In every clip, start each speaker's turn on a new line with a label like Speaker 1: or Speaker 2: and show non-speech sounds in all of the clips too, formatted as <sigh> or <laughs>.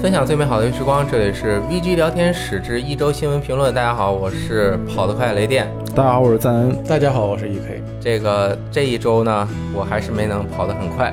Speaker 1: 分享最美好的时光，这里是 VG 聊天室之一周新闻评论。大家好，我是跑得快雷电。
Speaker 2: 大家好，我是赞恩。
Speaker 3: 大家好，我是 EK。
Speaker 1: 这个这一周呢，我还是没能跑得很
Speaker 2: <laughs>
Speaker 1: 快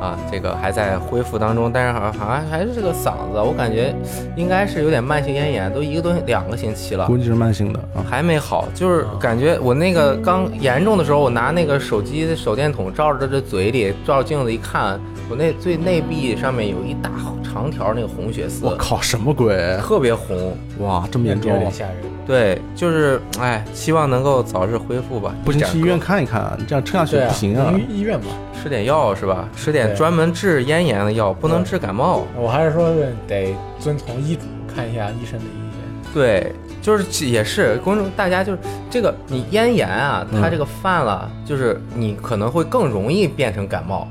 Speaker 1: 啊，这个还在恢复当中，但是好像好像还是这个嗓子，我感觉应该是有点慢性咽炎，都一个多两个星期了
Speaker 2: 估。计是慢性的啊。
Speaker 1: 还没好，就是感觉我那个刚严重的时候，我拿那个手机的手电筒照着这嘴里，照着镜子一看，我那最内壁上面有一大长条那个红血丝
Speaker 2: 我，靠，什么鬼？
Speaker 1: 特别红。
Speaker 2: 哇，这么严
Speaker 3: 有点
Speaker 2: 重？
Speaker 3: 吓人。
Speaker 1: 对，就是哎，希望能够早日恢复吧。
Speaker 2: 不行，
Speaker 1: 点
Speaker 2: 去医院看一看啊！你这样撑下去
Speaker 3: 对啊，
Speaker 2: 不行啊！
Speaker 3: 医医院嘛，
Speaker 1: 吃点药是吧？吃点
Speaker 3: 对
Speaker 1: 专门治咽炎的药，不能治感冒。
Speaker 3: 我还是说得遵从医嘱，看一下医生的意见。
Speaker 1: 对，就是也是公众大家就是这个你咽炎啊，它
Speaker 2: 嗯
Speaker 1: 这个犯了，就是你可能会更容易变成感冒。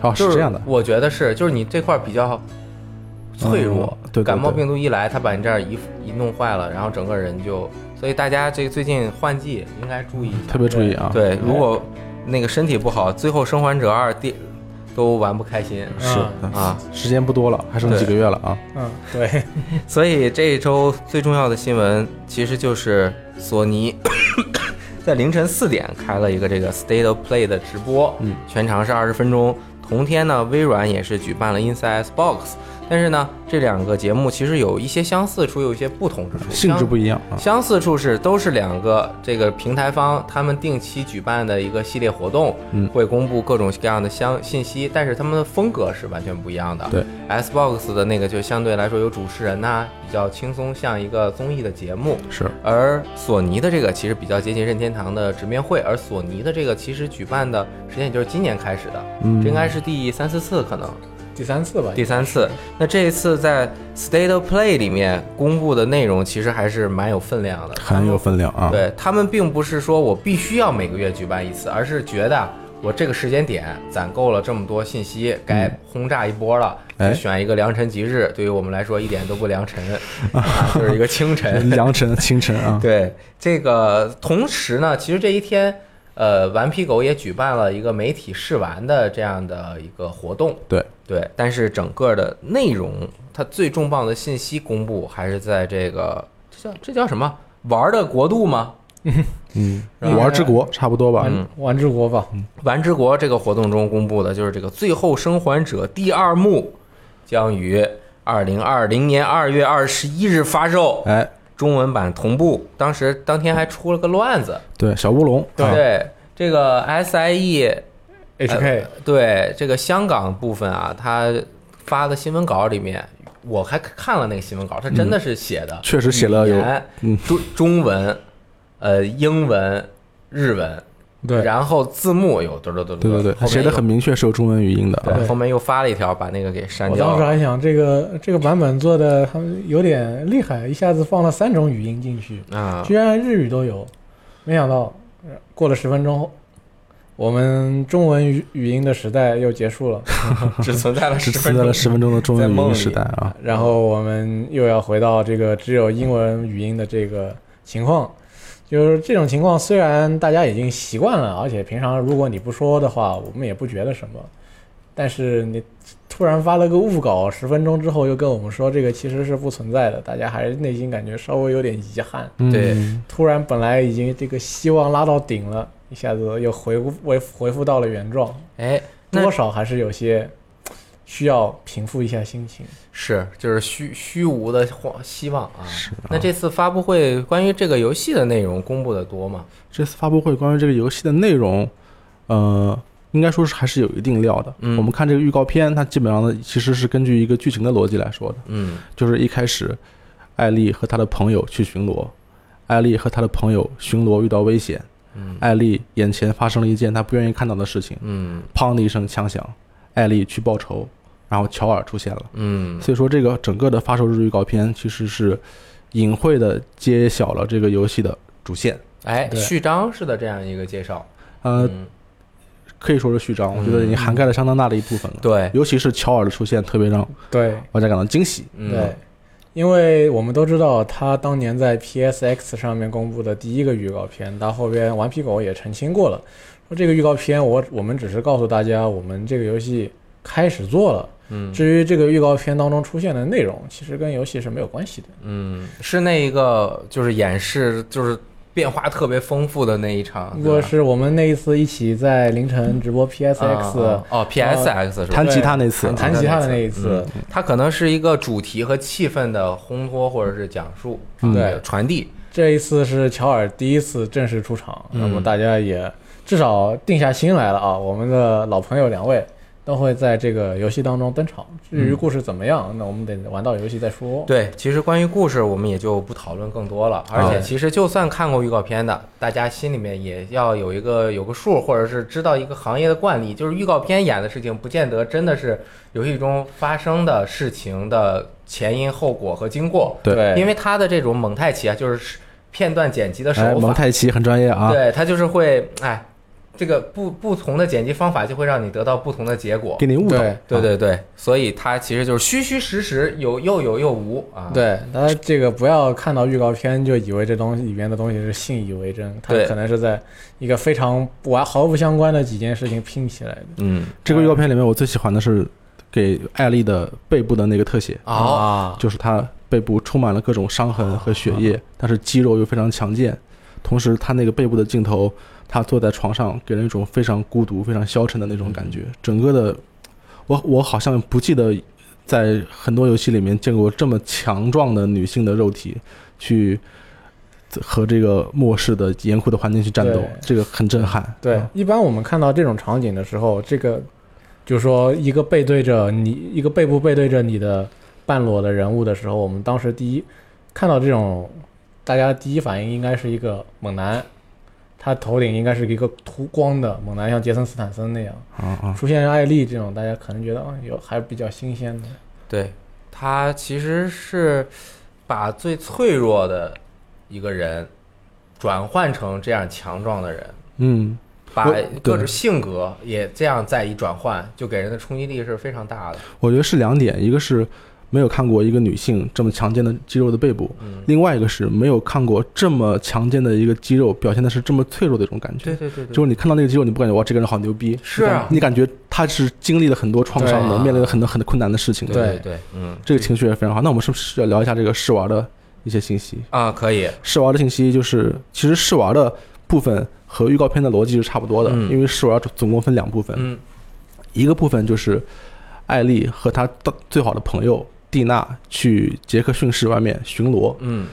Speaker 2: 哦，
Speaker 1: 就是
Speaker 2: 这样的，
Speaker 1: 我觉得是，就是你这块儿比较脆弱，
Speaker 2: 嗯对对
Speaker 1: 感冒
Speaker 2: 对
Speaker 1: 病毒一来，它把你这儿一一弄坏了，然后整个人就，所以大家这最近换季应该注意一下。
Speaker 2: 特别注意啊！，
Speaker 1: 对，如果那个身体不好，最后《生还者二》第都玩不开心
Speaker 2: 是
Speaker 3: 嗯
Speaker 1: 啊。
Speaker 2: 时间不多了，还剩
Speaker 1: 对
Speaker 2: 几个月了啊！
Speaker 3: 嗯，对， <laughs>
Speaker 1: 所以这一周最重要的新闻其实就是索尼 <coughs> 在凌晨四点开了一个这个 State of Play 的直播，
Speaker 2: 嗯，
Speaker 1: 全长是二十分钟。同天呢，微软也是举办了 Inside Xbox，但是呢，这两个节目其实有一些相似处，有一些不同之处，
Speaker 2: 性质
Speaker 1: 相
Speaker 2: 不一样啊！
Speaker 1: 相似处是，都是两个这个平台方他们定期举办的一个系列活动，
Speaker 2: 嗯
Speaker 1: 会公布各种各样的相信息，但是他们的风格是完全不一样的。
Speaker 2: 对
Speaker 1: ，Xbox 的那个就相对来说有主持人呐、比较轻松，像一个综艺的节目。
Speaker 2: 是，
Speaker 1: 而索尼的这个其实比较接近任天堂的直面会，而索尼的这个其实举办的时间也就是今年开始的，
Speaker 2: 嗯
Speaker 1: 这应该是第三四次可能。
Speaker 3: 第三次吧。
Speaker 1: 第三次。那这一次在 State of Play 里面公布的内容，其实还是蛮有分量的。
Speaker 2: 很有分量啊！
Speaker 1: 对他们并不是说我必须要每个月举办一次，而是觉得我这个时间点攒够了这么多信息，该轰炸一波了。
Speaker 2: 哎
Speaker 1: 就选一个良辰吉日，对于我们来说一点都不良辰，
Speaker 2: <laughs>
Speaker 1: 啊，就是一个清晨。
Speaker 2: 良辰清晨啊！
Speaker 1: 对，这个同时呢，其实这一天，呃，顽皮狗也举办了一个媒体试玩的这样的一个活动。
Speaker 2: 对，
Speaker 1: 对，但是整个的内容，它最重磅的信息公布还是在这个这叫这叫什么玩儿的国度吗？
Speaker 2: 嗯，
Speaker 3: 然后
Speaker 2: 玩之国差不多吧？
Speaker 3: 玩玩之国吧，
Speaker 2: 嗯
Speaker 1: 玩之国这个活动中公布的就是这个《最后生还者》第二幕将于二零二零年二月二十一日发售，
Speaker 2: 哎，
Speaker 1: 中文版同步。当时当天还出了个乱子，
Speaker 2: 对，小乌龙，啊，
Speaker 1: 对这个 SIE
Speaker 2: 哎
Speaker 3: HK
Speaker 1: 对这个香港部分啊，他发的新闻稿里面，我还看了那个新闻稿，他真的是写的，
Speaker 2: 嗯确实写了有
Speaker 1: 语言
Speaker 2: 嗯
Speaker 1: 中中文、呃英文、日文，
Speaker 3: 对
Speaker 1: 然后字幕有嘟嘟嘟嘟，
Speaker 2: 对
Speaker 1: 后
Speaker 2: 对对，
Speaker 1: 面
Speaker 2: 写的
Speaker 1: 又
Speaker 2: 很明确，是有中文语音的啊。
Speaker 1: 对，
Speaker 3: 对
Speaker 1: 后面又发了一条，把那个给删
Speaker 3: 我
Speaker 1: 掉
Speaker 3: 当时
Speaker 1: 了。
Speaker 3: 还想这个这个版本做的还有点厉害，一下子放了三种语音进去，
Speaker 1: 啊，
Speaker 3: 居然日语都有，没想到呃过了十分钟后，我们中文语语音的时代又结束了，
Speaker 1: <laughs> 只存在了
Speaker 2: 只
Speaker 1: 十分
Speaker 2: 存在
Speaker 1: 钟
Speaker 2: <laughs> 了。十分钟的中文语音时代啊！
Speaker 3: 然后我们又要回到这个只有英文语音的这个情况，就是这种情况虽然大家已经习惯了，而且平常如果你不说的话，我们也不觉得什么，但是你突然发了个误稿，十分钟之后又跟我们说这个其实是不存在的，大家还是内心感觉稍微有点遗憾。
Speaker 2: 嗯
Speaker 1: 对
Speaker 3: 突然本来已经这个希望拉到顶了，一下子又回复回回复到了原状，
Speaker 1: 哎，那
Speaker 3: 多少还是有些需要平复一下心情。
Speaker 1: 是就是虚虚无的希希望啊。
Speaker 2: 是啊
Speaker 1: 那这次发布会关于这个游戏的内容公布的多吗？
Speaker 2: 这次发布会关于这个游戏的内容，呃，应该说是还是有一定料的。
Speaker 1: 嗯
Speaker 2: 我们看这个预告片，它基本上呢其实是根据一个剧情的逻辑来说的，
Speaker 1: 嗯
Speaker 2: 就是一开始艾丽和她的朋友去巡逻，艾丽和她的朋友巡逻遇到危险，
Speaker 1: 嗯
Speaker 2: 艾丽眼前发生了一件她不愿意看到的事情，
Speaker 1: 嗯
Speaker 2: 砰的一声枪响，艾丽去报仇，然后乔尔出现了。
Speaker 1: 嗯
Speaker 2: 所以说，这个整个的发售日预告片其实是隐晦的揭晓了这个游戏的主线。
Speaker 1: 哎，
Speaker 3: 对
Speaker 1: 序章式的这样一个介绍。
Speaker 2: 呃，
Speaker 1: 嗯
Speaker 2: 可以说是序章，我觉得已经涵盖了相当大的一部分了。
Speaker 1: 对
Speaker 2: 尤其是乔尔的出现，特别让
Speaker 3: 对，
Speaker 2: 玩家感到惊喜。
Speaker 1: 嗯
Speaker 3: 对，因为我们都知道他当年在 PSX 上面公布的第一个预告片，他后边顽皮狗也澄清过了，说这个预告片我我们只是告诉大家我们这个游戏开始做了。
Speaker 1: 嗯
Speaker 3: 至于这个预告片当中出现的内容，其实跟游戏是没有关系的。
Speaker 1: 嗯，是那一个就是演示就是变化特别丰富的那一场，
Speaker 3: 如
Speaker 1: 啊对吧
Speaker 3: 果是我们那一次一起在凌晨直播 PSX，、
Speaker 1: 啊啊啊哦 PSX 是吧？啊
Speaker 2: 弹吉他那次啊
Speaker 1: 对，
Speaker 3: 弹吉他的那一次，
Speaker 1: 它可能是一个主题和气氛的烘托或者是讲述，
Speaker 2: 嗯
Speaker 3: 对
Speaker 1: 传递，
Speaker 3: 这一次是乔尔第一次正式出场，
Speaker 1: 嗯
Speaker 3: 那么大家也至少定下心来了啊。我们的老朋友两位都会在这个游戏当中登场。至于故事怎么样，那我们得玩到游戏再说。
Speaker 1: 对，其实关于故事我们也就不讨论更多了，而且
Speaker 3: 对
Speaker 1: 其实就算看过预告片的，大家心里面也要有一个有个数，或者是知道一个行业的惯例，就是预告片演的事情不见得真的是游戏中发生的事情的前因后果和经过，
Speaker 2: 对
Speaker 1: 因为它的这种蒙太奇啊，就是片段剪辑的手
Speaker 2: 哎，
Speaker 1: 法
Speaker 2: 蒙，太奇很专业啊，
Speaker 1: 对，它就是会哎，这个不不同的剪辑方法就会让你得到不同的结果
Speaker 2: 给。你误导。
Speaker 3: 对
Speaker 1: 对
Speaker 2: 啊
Speaker 1: 对对，所以它其实就是虚虚实实，有又有又无啊。
Speaker 3: 对，大家这个不要看到预告片就以为这东西里面的东西是信以为真，它
Speaker 1: 对
Speaker 3: 可能是在一个非常不完毫不相关的几件事情拼起来的。
Speaker 1: 嗯，
Speaker 2: 这个预告片里面，我最喜欢的是给艾丽的背部的那个特写，
Speaker 1: 哦，
Speaker 3: 啊，
Speaker 2: 就是她背部充满了各种伤痕和血液，但是肌肉又非常强健。同时，她那个背部的镜头，她坐在床上，给人一种非常孤独、非常消沉的那种感觉。整个的，我我好像不记得在很多游戏里面见过这么强壮的女性的肉体去和这个末世的严酷的环境去战斗
Speaker 3: 对，
Speaker 2: 这个很震撼。
Speaker 3: 对
Speaker 2: 嗯，
Speaker 3: 一般我们看到这种场景的时候，这个就是说一个背对着你，一个背部背对着你的半裸的人物的时候，我们当时第一看到这种，大家第一反应应该是一个猛男，他头顶应该是一个秃光的猛男，像杰森斯坦森那样
Speaker 2: 啊啊！
Speaker 3: 出现艾丽这种，大家可能觉得啊有还是比较新鲜的。
Speaker 1: 对，他其实是把最脆弱的一个人转换成这样强壮的人，
Speaker 2: 嗯，
Speaker 1: 把
Speaker 2: 我
Speaker 1: 各
Speaker 2: 对
Speaker 1: 种性格也这样再一转换，就给人的冲击力是非常大的。
Speaker 2: 我觉得是两点，一个是没有看过一个女性这么强健的肌肉的背部，
Speaker 1: 嗯，
Speaker 2: 另外一个是没有看过这么强健的一个肌肉表现的是这么脆弱的一种感觉。
Speaker 1: 对对对
Speaker 2: 就
Speaker 1: 对，
Speaker 2: 是你看到那个肌肉，你不感觉哇，这个人好牛逼？
Speaker 1: 是啊
Speaker 2: 你感觉他是经历了很多创伤
Speaker 1: 对
Speaker 2: 的，
Speaker 1: 啊
Speaker 2: 面临了很多很多困难的事情的。
Speaker 1: 对
Speaker 3: 对
Speaker 1: 对，嗯
Speaker 2: 这个情绪也非常好。那我们是不是要聊一下这个试玩的一些信息？
Speaker 1: 啊，可以，
Speaker 2: 试玩的信息就是，其实试玩的部分和预告片的逻辑是差不多的，
Speaker 1: 嗯
Speaker 2: 因为试玩总共分两部分，
Speaker 1: 嗯
Speaker 2: 一个部分就是艾丽和她的最好的朋友蒂娜去杰克逊市外面巡逻。
Speaker 1: 嗯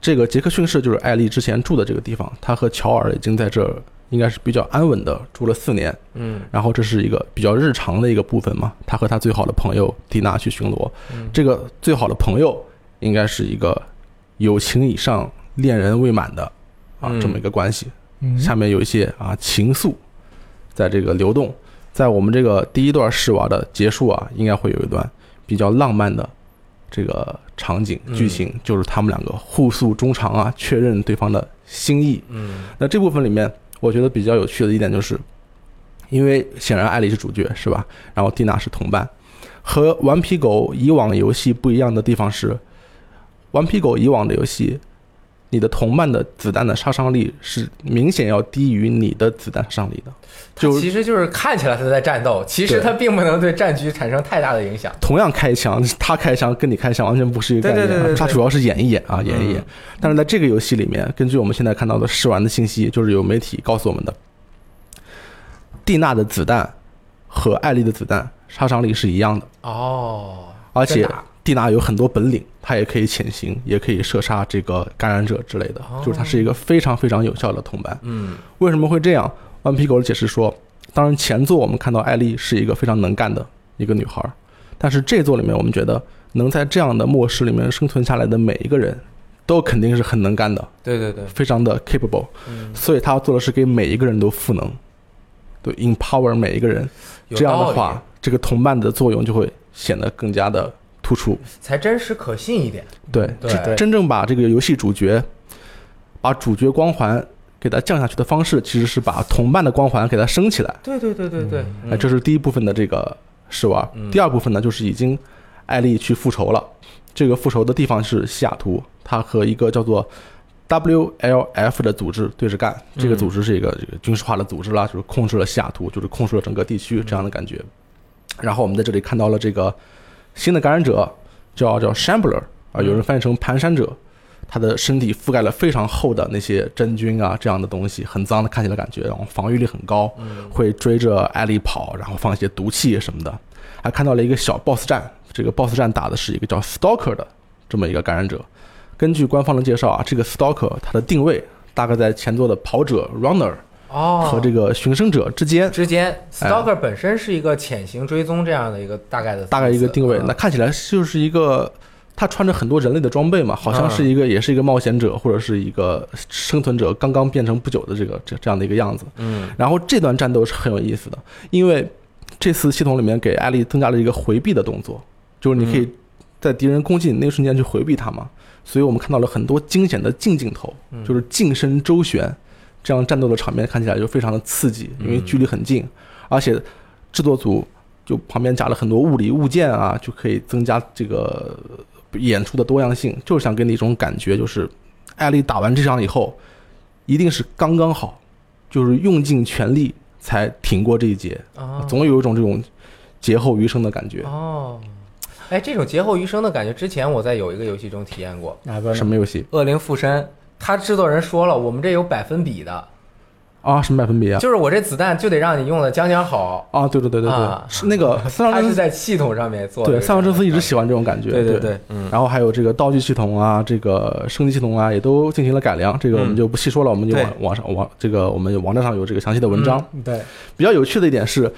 Speaker 2: 这个杰克逊市就是艾丽之前住的这个地方，她和乔尔已经在这儿应该是比较安稳的住了四年。
Speaker 1: 嗯
Speaker 2: 然后这是一个比较日常的一个部分嘛，她和她最好的朋友蒂娜去巡逻。
Speaker 1: 嗯
Speaker 2: 这个最好的朋友应该是一个友情以上、恋人未满的啊
Speaker 1: 嗯
Speaker 2: 这么一个关系。
Speaker 3: 嗯
Speaker 2: 下面有一些啊情愫，在这个流动，在我们这个第一段试玩的结束啊，应该会有一段比较浪漫的这个场景
Speaker 1: 嗯
Speaker 2: 剧情，就是他们两个互诉衷肠啊，确认对方的心意。
Speaker 1: 嗯
Speaker 2: 那这部分里面，我觉得比较有趣的一点就是，因为显然艾丽是主角是吧？然后蒂娜是同伴。和《顽皮狗》以往游戏不一样的地方是，《顽皮狗》以往的游戏，你的同伴的子弹的杀伤力是明显要低于你的子弹杀伤力的。
Speaker 1: 它
Speaker 2: 就
Speaker 1: 其实就是看起来他在战斗，其实
Speaker 2: 对
Speaker 1: 他并不能对战局产生太大的影响。
Speaker 2: 同样开枪， <laughs> 他开枪跟你开枪完全不是一个概念、
Speaker 1: 对
Speaker 2: 啊，
Speaker 1: 对对对对
Speaker 2: 他主要是演一演啊，演一演。
Speaker 1: 嗯
Speaker 2: 但是在这个游戏里面，根据我们现在看到的试玩的信息，就是有媒体告诉我们的，蒂娜的子弹和艾丽的子弹杀伤力是一样的，
Speaker 1: 哦，
Speaker 2: 而且
Speaker 1: 真打
Speaker 2: 蒂娜有很多本领，她也可以潜行，也可以射杀这个感染者之类的
Speaker 1: 哦，
Speaker 2: 就是她是一个非常非常有效的同伴。
Speaker 1: 嗯
Speaker 2: 为什么会这样？顽皮狗的解释说，当然前作我们看到艾丽是一个非常能干的一个女孩儿，但是这作里面我们觉得能在这样的末世里面生存下来的每一个人，都肯定是很能干的，
Speaker 1: 对对对，
Speaker 2: 非常的 capable，
Speaker 1: 嗯，
Speaker 2: 所以他做的是给每一个人都赋能，对 empower 每一个人，
Speaker 1: 有
Speaker 2: 这样
Speaker 1: 道
Speaker 2: 的
Speaker 1: 理
Speaker 2: 话，这个同伴的作用就会显得更加的突出。
Speaker 1: 才真实可信一点。
Speaker 2: 对，
Speaker 1: 对
Speaker 3: 对
Speaker 2: 真正把这个游戏主角，把主角光环给它降下去的方式，其实是把同伴的光环给它升起来。
Speaker 1: 对对对对对，嗯
Speaker 2: 哎，这是第一部分的这个试玩。
Speaker 1: 嗯
Speaker 2: 第二部分呢，就是已经艾丽去复仇了。这个复仇的地方是西雅图，她和一个叫做 WLF 的组织对着干。这个
Speaker 1: 嗯
Speaker 2: 组织是一个这个军事化的组织啦，就是控制了西雅图，就是控制了整个地区这样的感觉。然后我们在这里看到了这个新的感染者，叫叫 shambler 啊，有人翻译成蹒跚者，他的身体覆盖了非常厚的那些真菌啊这样的东西，很脏的看起来感觉，然后防御力很高，会追着艾丽跑，然后放一些毒气什么的。还看到了一个小 BOSS 战，这个 BOSS 战打的是一个叫 stalker 的这么一个感染者。根据官方的介绍啊，这个 stalker 它的定位大概在前作的跑者 runner
Speaker 1: 哦，
Speaker 2: 和这哎个寻生者之间，
Speaker 1: 之间，stalker 本身是一个潜行追踪这样的一个大概的
Speaker 2: 大概一个
Speaker 1: 嗯
Speaker 2: 定位。那看起来就是一个，他穿着很多人类的装备嘛，好像是一个，也是一个冒险者或者是一个生存者，刚刚变成不久的这个这这样的一个样子。
Speaker 1: 嗯
Speaker 2: 然后这段战斗是很有意思的，因为这次系统里面给艾丽增加了一个回避的动作，就是你可
Speaker 1: 嗯
Speaker 2: 以在敌人攻击你那个瞬间去回避他嘛。所以我们看到了很多惊险的近镜头，
Speaker 1: 嗯
Speaker 2: 就是近身周旋，这样战斗的场面看起来就非常的刺激，因
Speaker 1: 嗯
Speaker 2: 为距离很近，而且制作组就旁边加了很多物理物件啊，就可以增加这个演出的多样性，就是想给你一种感觉，就是艾丽打完这场以后，一定是刚刚好，就是用尽全力才挺过这一劫，
Speaker 1: 啊
Speaker 2: 总有一种这种劫后余生的感觉。
Speaker 1: 哦，哎，这种劫后余生的感觉，之前我在有一个游戏中体验过，
Speaker 3: 哪个呢
Speaker 2: 什么游戏
Speaker 1: 《恶灵附身》，他制作人说了，我们这有百分比的，
Speaker 2: 啊？什么百分比啊？
Speaker 1: 就是我这子弹就得让你用的将将好。
Speaker 2: 啊，对对对对对，
Speaker 1: 啊
Speaker 2: 是那个三
Speaker 1: <laughs> 他
Speaker 2: 上
Speaker 1: 是
Speaker 2: 真司，
Speaker 1: 在系统上面做的这
Speaker 2: 对
Speaker 1: 个。啊
Speaker 2: 三上真司一直喜欢这种感觉，
Speaker 1: 对
Speaker 2: 对
Speaker 1: 对对，嗯
Speaker 2: 然后还有这个道具系统啊，这个升级系统啊，也都进行了改良。这个我们就不细说了，我们就
Speaker 1: 嗯对
Speaker 2: 网网上网这个我们网站上有这个详细的文章。
Speaker 3: 对，
Speaker 2: 比较有趣的一点是，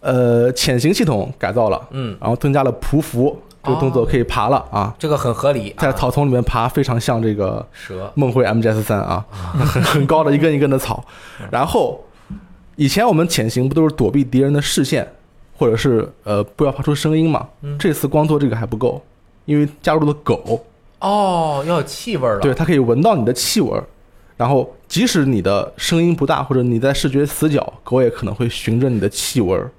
Speaker 2: 呃，潜行系统改造了，
Speaker 1: 嗯，
Speaker 2: 然后增加了匍匐这个动作，可以爬了啊，
Speaker 1: 这个很合理。
Speaker 2: 在
Speaker 1: 啊
Speaker 2: 草丛里面爬非常像这个
Speaker 1: 蛇，
Speaker 2: 梦回 MGS 三
Speaker 1: <laughs>
Speaker 2: 啊，很很高的一根一根的草。
Speaker 1: 嗯
Speaker 2: 然后以前我们潜行不都是躲避敌人的视线，或者是呃不要发出声音嘛？
Speaker 1: 嗯
Speaker 2: 这次光做这个还不够，因为加入了狗，
Speaker 1: 哦，要有气味了。
Speaker 2: 对，，它可以闻到你的气味儿。然后，即使你的声音不大，或者你在视觉死角，狗也可能会循着你的气味儿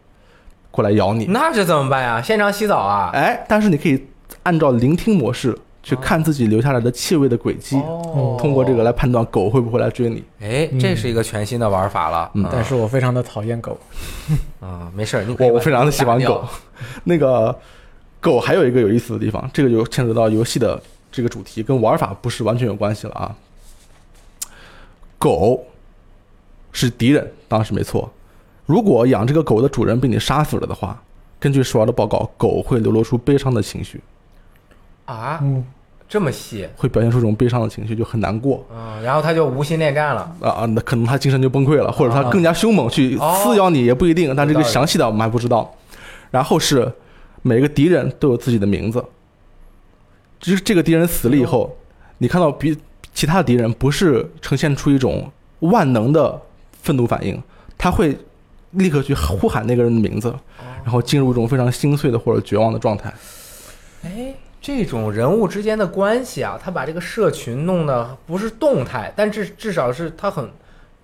Speaker 2: 过来咬你。
Speaker 1: 那这怎么办呀？现场洗澡啊？
Speaker 2: 哎，但是你可以按照聆听模式去看自己留下来的气味的轨迹，
Speaker 1: 哦
Speaker 2: 嗯通过这个来判断狗会不会来追你。
Speaker 1: 哎，这是一个全新的玩法了。
Speaker 2: 嗯
Speaker 1: 啊
Speaker 3: 但是我非常的讨厌狗，
Speaker 1: 啊，没事儿，你可以
Speaker 2: 我我
Speaker 1: 把
Speaker 2: 非常的喜欢
Speaker 1: 打掉
Speaker 2: 狗。那个狗还有一个有意思的地方，这个就牵扯到游戏的这个主题，跟玩法不是完全有关系了啊。狗是敌人，当时没错。如果养这个狗的主人被你杀死了的话，根据施瓦的报告，狗会流露出悲伤的情绪，
Speaker 1: 啊，
Speaker 3: 嗯，
Speaker 1: 这么细
Speaker 2: 会表现出这种悲伤的情绪，就很难过
Speaker 1: 啊，然后他就无心恋战了。
Speaker 2: 啊啊，那可能它精神就崩溃了，或者它更加凶猛去
Speaker 1: 哦
Speaker 2: 撕咬你也不一定，但这
Speaker 1: 有
Speaker 2: 个
Speaker 1: 啊道理
Speaker 2: 详细的我们还不知道。然后是每个敌人都有自己的名字，就是这个敌人死了以
Speaker 1: 哎
Speaker 2: 后，你看到比其他的敌人不是呈现出一种万能的愤怒反应，他会立刻去呼喊那个人的名字，
Speaker 1: 哦
Speaker 2: 然后进入一种非常心碎的或者绝望的状态。
Speaker 1: 哎，这种人物之间的关系啊，他把这个社群弄得不是动态，但至至少是他很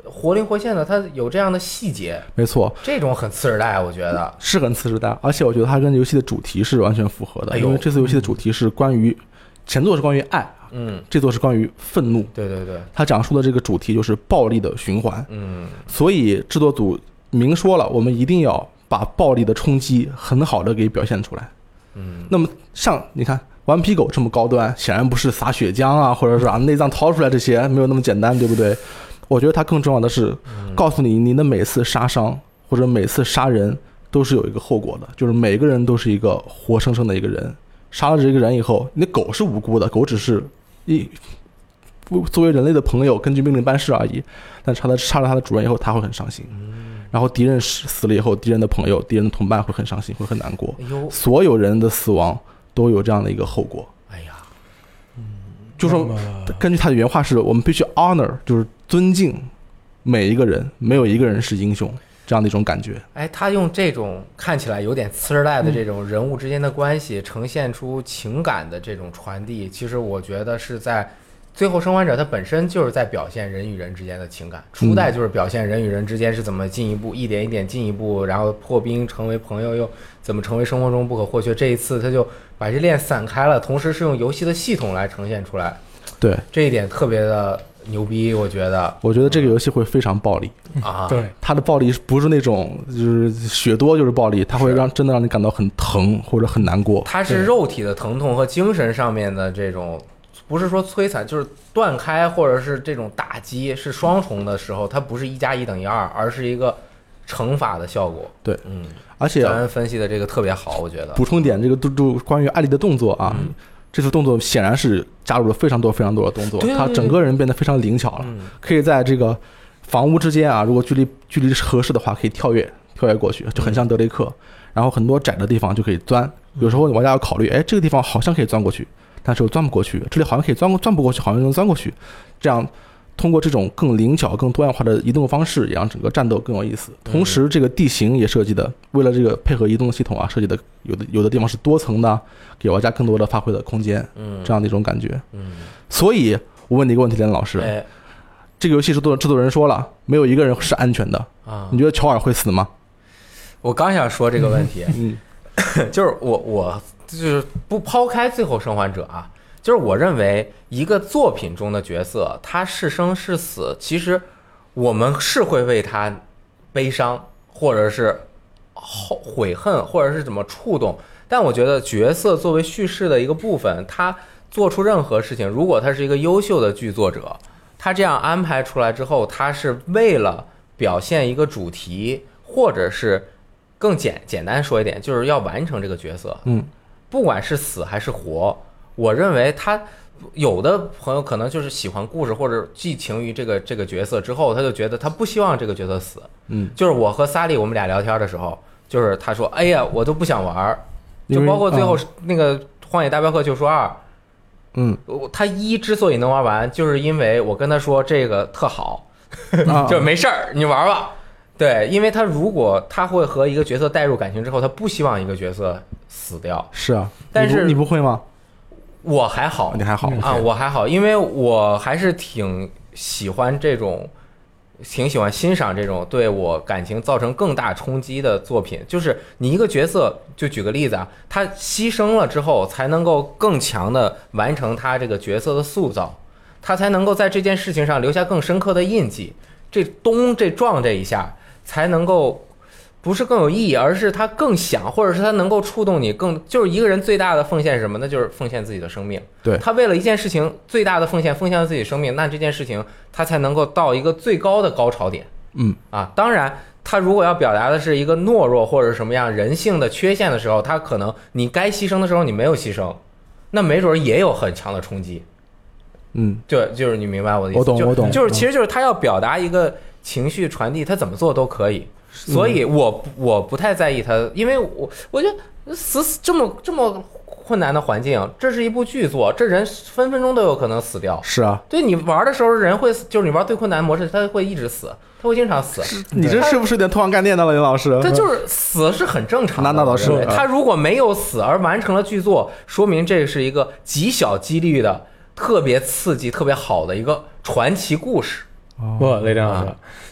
Speaker 1: 活灵活现的，他有这样的细节，
Speaker 2: 没错，
Speaker 1: 这种很次时代，啊我觉得。
Speaker 2: 是很次时代，而且我觉得它跟游戏的主题是完全符合的，
Speaker 1: 哎呦
Speaker 2: 因为这次游戏的主题是关于前作是关于爱，啊
Speaker 1: 嗯，
Speaker 2: 这座是关于愤怒，
Speaker 1: 对对对，
Speaker 2: 它讲述的这个主题就是暴力的循环。
Speaker 1: 嗯，
Speaker 2: 所以制作组明说了，我们一定要把暴力的冲击很好的给表现出来。
Speaker 1: 嗯，
Speaker 2: 那么像你看。顽皮狗这么高端，显然不是撒血浆啊，或者是把内脏掏出来这些，没有那么简单，对不对？我觉得它更重要的是，告诉你你的每次杀伤或者每次杀人都是有一个后果的，就是每个人都是一个活生生的一个人。杀了这个人以后，你的狗是无辜的，狗只是一不作为人类的朋友，根据命令办事而已。但杀了杀了他的主人以后，他会很伤心。然后敌人死死了以后，敌人的朋友、敌人的同伴会很伤心，会很难过。
Speaker 1: 哎呦，
Speaker 2: 所有人的死亡都有这样的一个后果，
Speaker 1: 哎呀，
Speaker 2: 就说
Speaker 3: 那么
Speaker 2: 根据他的原话是我们必须 honor，就是尊敬每一个人，没有一个人是英雄，这样的一种感觉。
Speaker 1: 哎，他用这种看起来有点次时代的这种人物之间的关系，呈现出情感的这种传递，其实我觉得是在《最后生还者》它本身就是在表现人与人之间的情感，初代就是表现人与人之间是怎么进一步一点一点进一步，然后破冰成为朋友，又怎么成为生活中不可或缺。这一次他就把这链散开了，同时是用游戏的系统来呈现出来，
Speaker 2: 对，
Speaker 1: 这一点特别的牛逼，我觉得
Speaker 2: 我觉得这个游戏会非常暴力，
Speaker 1: 啊，
Speaker 3: 对，
Speaker 2: 它的暴力不是那种就是血多就是暴力，它会
Speaker 1: 是
Speaker 2: 让真的让你感到很疼或者很难过。
Speaker 1: 它是肉体的疼痛和精神上面的这种，不是说摧残，就是断开或者是这种打击是双重的时候，它不是一加一等于二，而是一个惩罚的效果。
Speaker 2: 对，
Speaker 1: 嗯，
Speaker 2: 而且
Speaker 1: 咱分析的这个特别好，我觉得
Speaker 2: 补充点，这个动动关于艾丽的动作啊，
Speaker 1: 嗯
Speaker 2: 这次动作显然是加入了非常多非常多的动作
Speaker 1: 对，啊
Speaker 2: 她整个人变得非常灵巧了，
Speaker 1: 嗯
Speaker 2: 可以在这个房屋之间啊，如果距离距离合适的话，可以跳跃跳跃过去，就
Speaker 1: 嗯
Speaker 2: 很像德雷克。然后很多窄的地方就可以钻，有时候玩家要考虑，哎，这个地方好像可以钻过去，但是又钻不过去，这里好像可以钻过钻不过去，好像能钻过去，这样。通过这种更灵巧、更多样化的移动方式，也让整个战斗更有意思。
Speaker 1: 嗯
Speaker 2: 同时，这个地形也设计的，为了这个配合移动系统啊，设计的有的有的地方是多层的，给玩家更多的发挥的空间，
Speaker 1: 嗯
Speaker 2: 这样的一种感觉。
Speaker 1: 嗯，
Speaker 2: 所以，我问你一个问题，连老师，
Speaker 1: 哎
Speaker 2: 这个游戏制作制作人说了，没有一个人是安全的。
Speaker 1: 啊
Speaker 2: 你，觉得乔尔会死吗？
Speaker 1: 我刚想说这个问题，
Speaker 2: 嗯，
Speaker 1: <laughs> 就是我我就是不抛开最后生还者啊，就是我认为一个作品中的角色，他是生是死，其实我们是会为他悲伤，或者是后悔恨，或者是怎么触动。但我觉得角色作为叙事的一个部分，他做出任何事情，如果他是一个优秀的剧作者，他这样安排出来之后，他是为了表现一个主题，或者是更简简单说一点，就是要完成这个角色。
Speaker 2: 嗯，
Speaker 1: 不管是死还是活，我认为他有的朋友可能就是喜欢故事或者寄情于这个这个角色之后，他就觉得他不希望这个角色死。
Speaker 2: 嗯，
Speaker 1: 就是我和萨利我们俩聊天的时候，就是他说：“哎呀，我都不想玩儿。”就
Speaker 2: 因为
Speaker 1: 包括最后
Speaker 2: 嗯
Speaker 1: 那个《荒野大镖客：救赎二》， <laughs>
Speaker 2: 嗯，
Speaker 1: 我他一之所以能玩完，就是因为我跟他说这个特好，
Speaker 2: 啊
Speaker 1: 就是没事儿，你玩吧。对，因为他如果他会和一个角色带入感情之后，他不希望一个角色死掉。
Speaker 2: 是啊，
Speaker 1: 但
Speaker 2: 你不
Speaker 1: 是
Speaker 2: 你不会吗？
Speaker 1: 我还好，
Speaker 2: 你还好
Speaker 3: 嗯
Speaker 1: 啊，
Speaker 2: OK
Speaker 1: 我还好，因为我还是挺喜欢这种，挺喜欢欣赏这种对我感情造成更大冲击的作品。就是你一个角色，就举个例子啊，他牺牲了之后，才能够更强的完成他这个角色的塑造，他才能够在这件事情上留下更深刻的印记。这咚这撞这一下，才能够不是更有意义，而是他更想，或者是他能够触动你更。就是一个人最大的奉献是什么？那就是奉献自己的生命。
Speaker 2: 对
Speaker 1: 他为了一件事情最大的奉献，奉献了自己生命，那这件事情他才能够到一个最高的高潮点
Speaker 2: 嗯，
Speaker 1: 啊！当然。他如果要表达的是一个懦弱或者什么样人性的缺陷的时候，他可能你该牺牲的时候你没有牺牲，那没准儿也有很强的冲击。
Speaker 2: 嗯，
Speaker 1: 对，就是你明白我的意思。
Speaker 2: 我懂
Speaker 1: 就
Speaker 2: 我懂
Speaker 1: 就是
Speaker 2: 嗯
Speaker 1: 其实就是他要表达一个情绪传递，他怎么做都可以。所以我不我不太在意他，因为我我觉得死死这么这么困难的环境，这是一部剧作，这人分分钟都有可能死掉。
Speaker 2: 是啊，
Speaker 1: 对你玩的时候，人会死就是你玩最困难模式，他会一直死，他会经常死。
Speaker 2: 你这是不是有点偷换概念的了，林老 <laughs> 师？
Speaker 1: 这就是死是很正常的，
Speaker 2: 那那倒是
Speaker 1: 我认为
Speaker 2: 嗯
Speaker 1: 他如果没有死而完成了剧作，说明这是一个极小几率的、特别刺激、特别好的一个传奇故事。哦
Speaker 3: 不，雷震老师，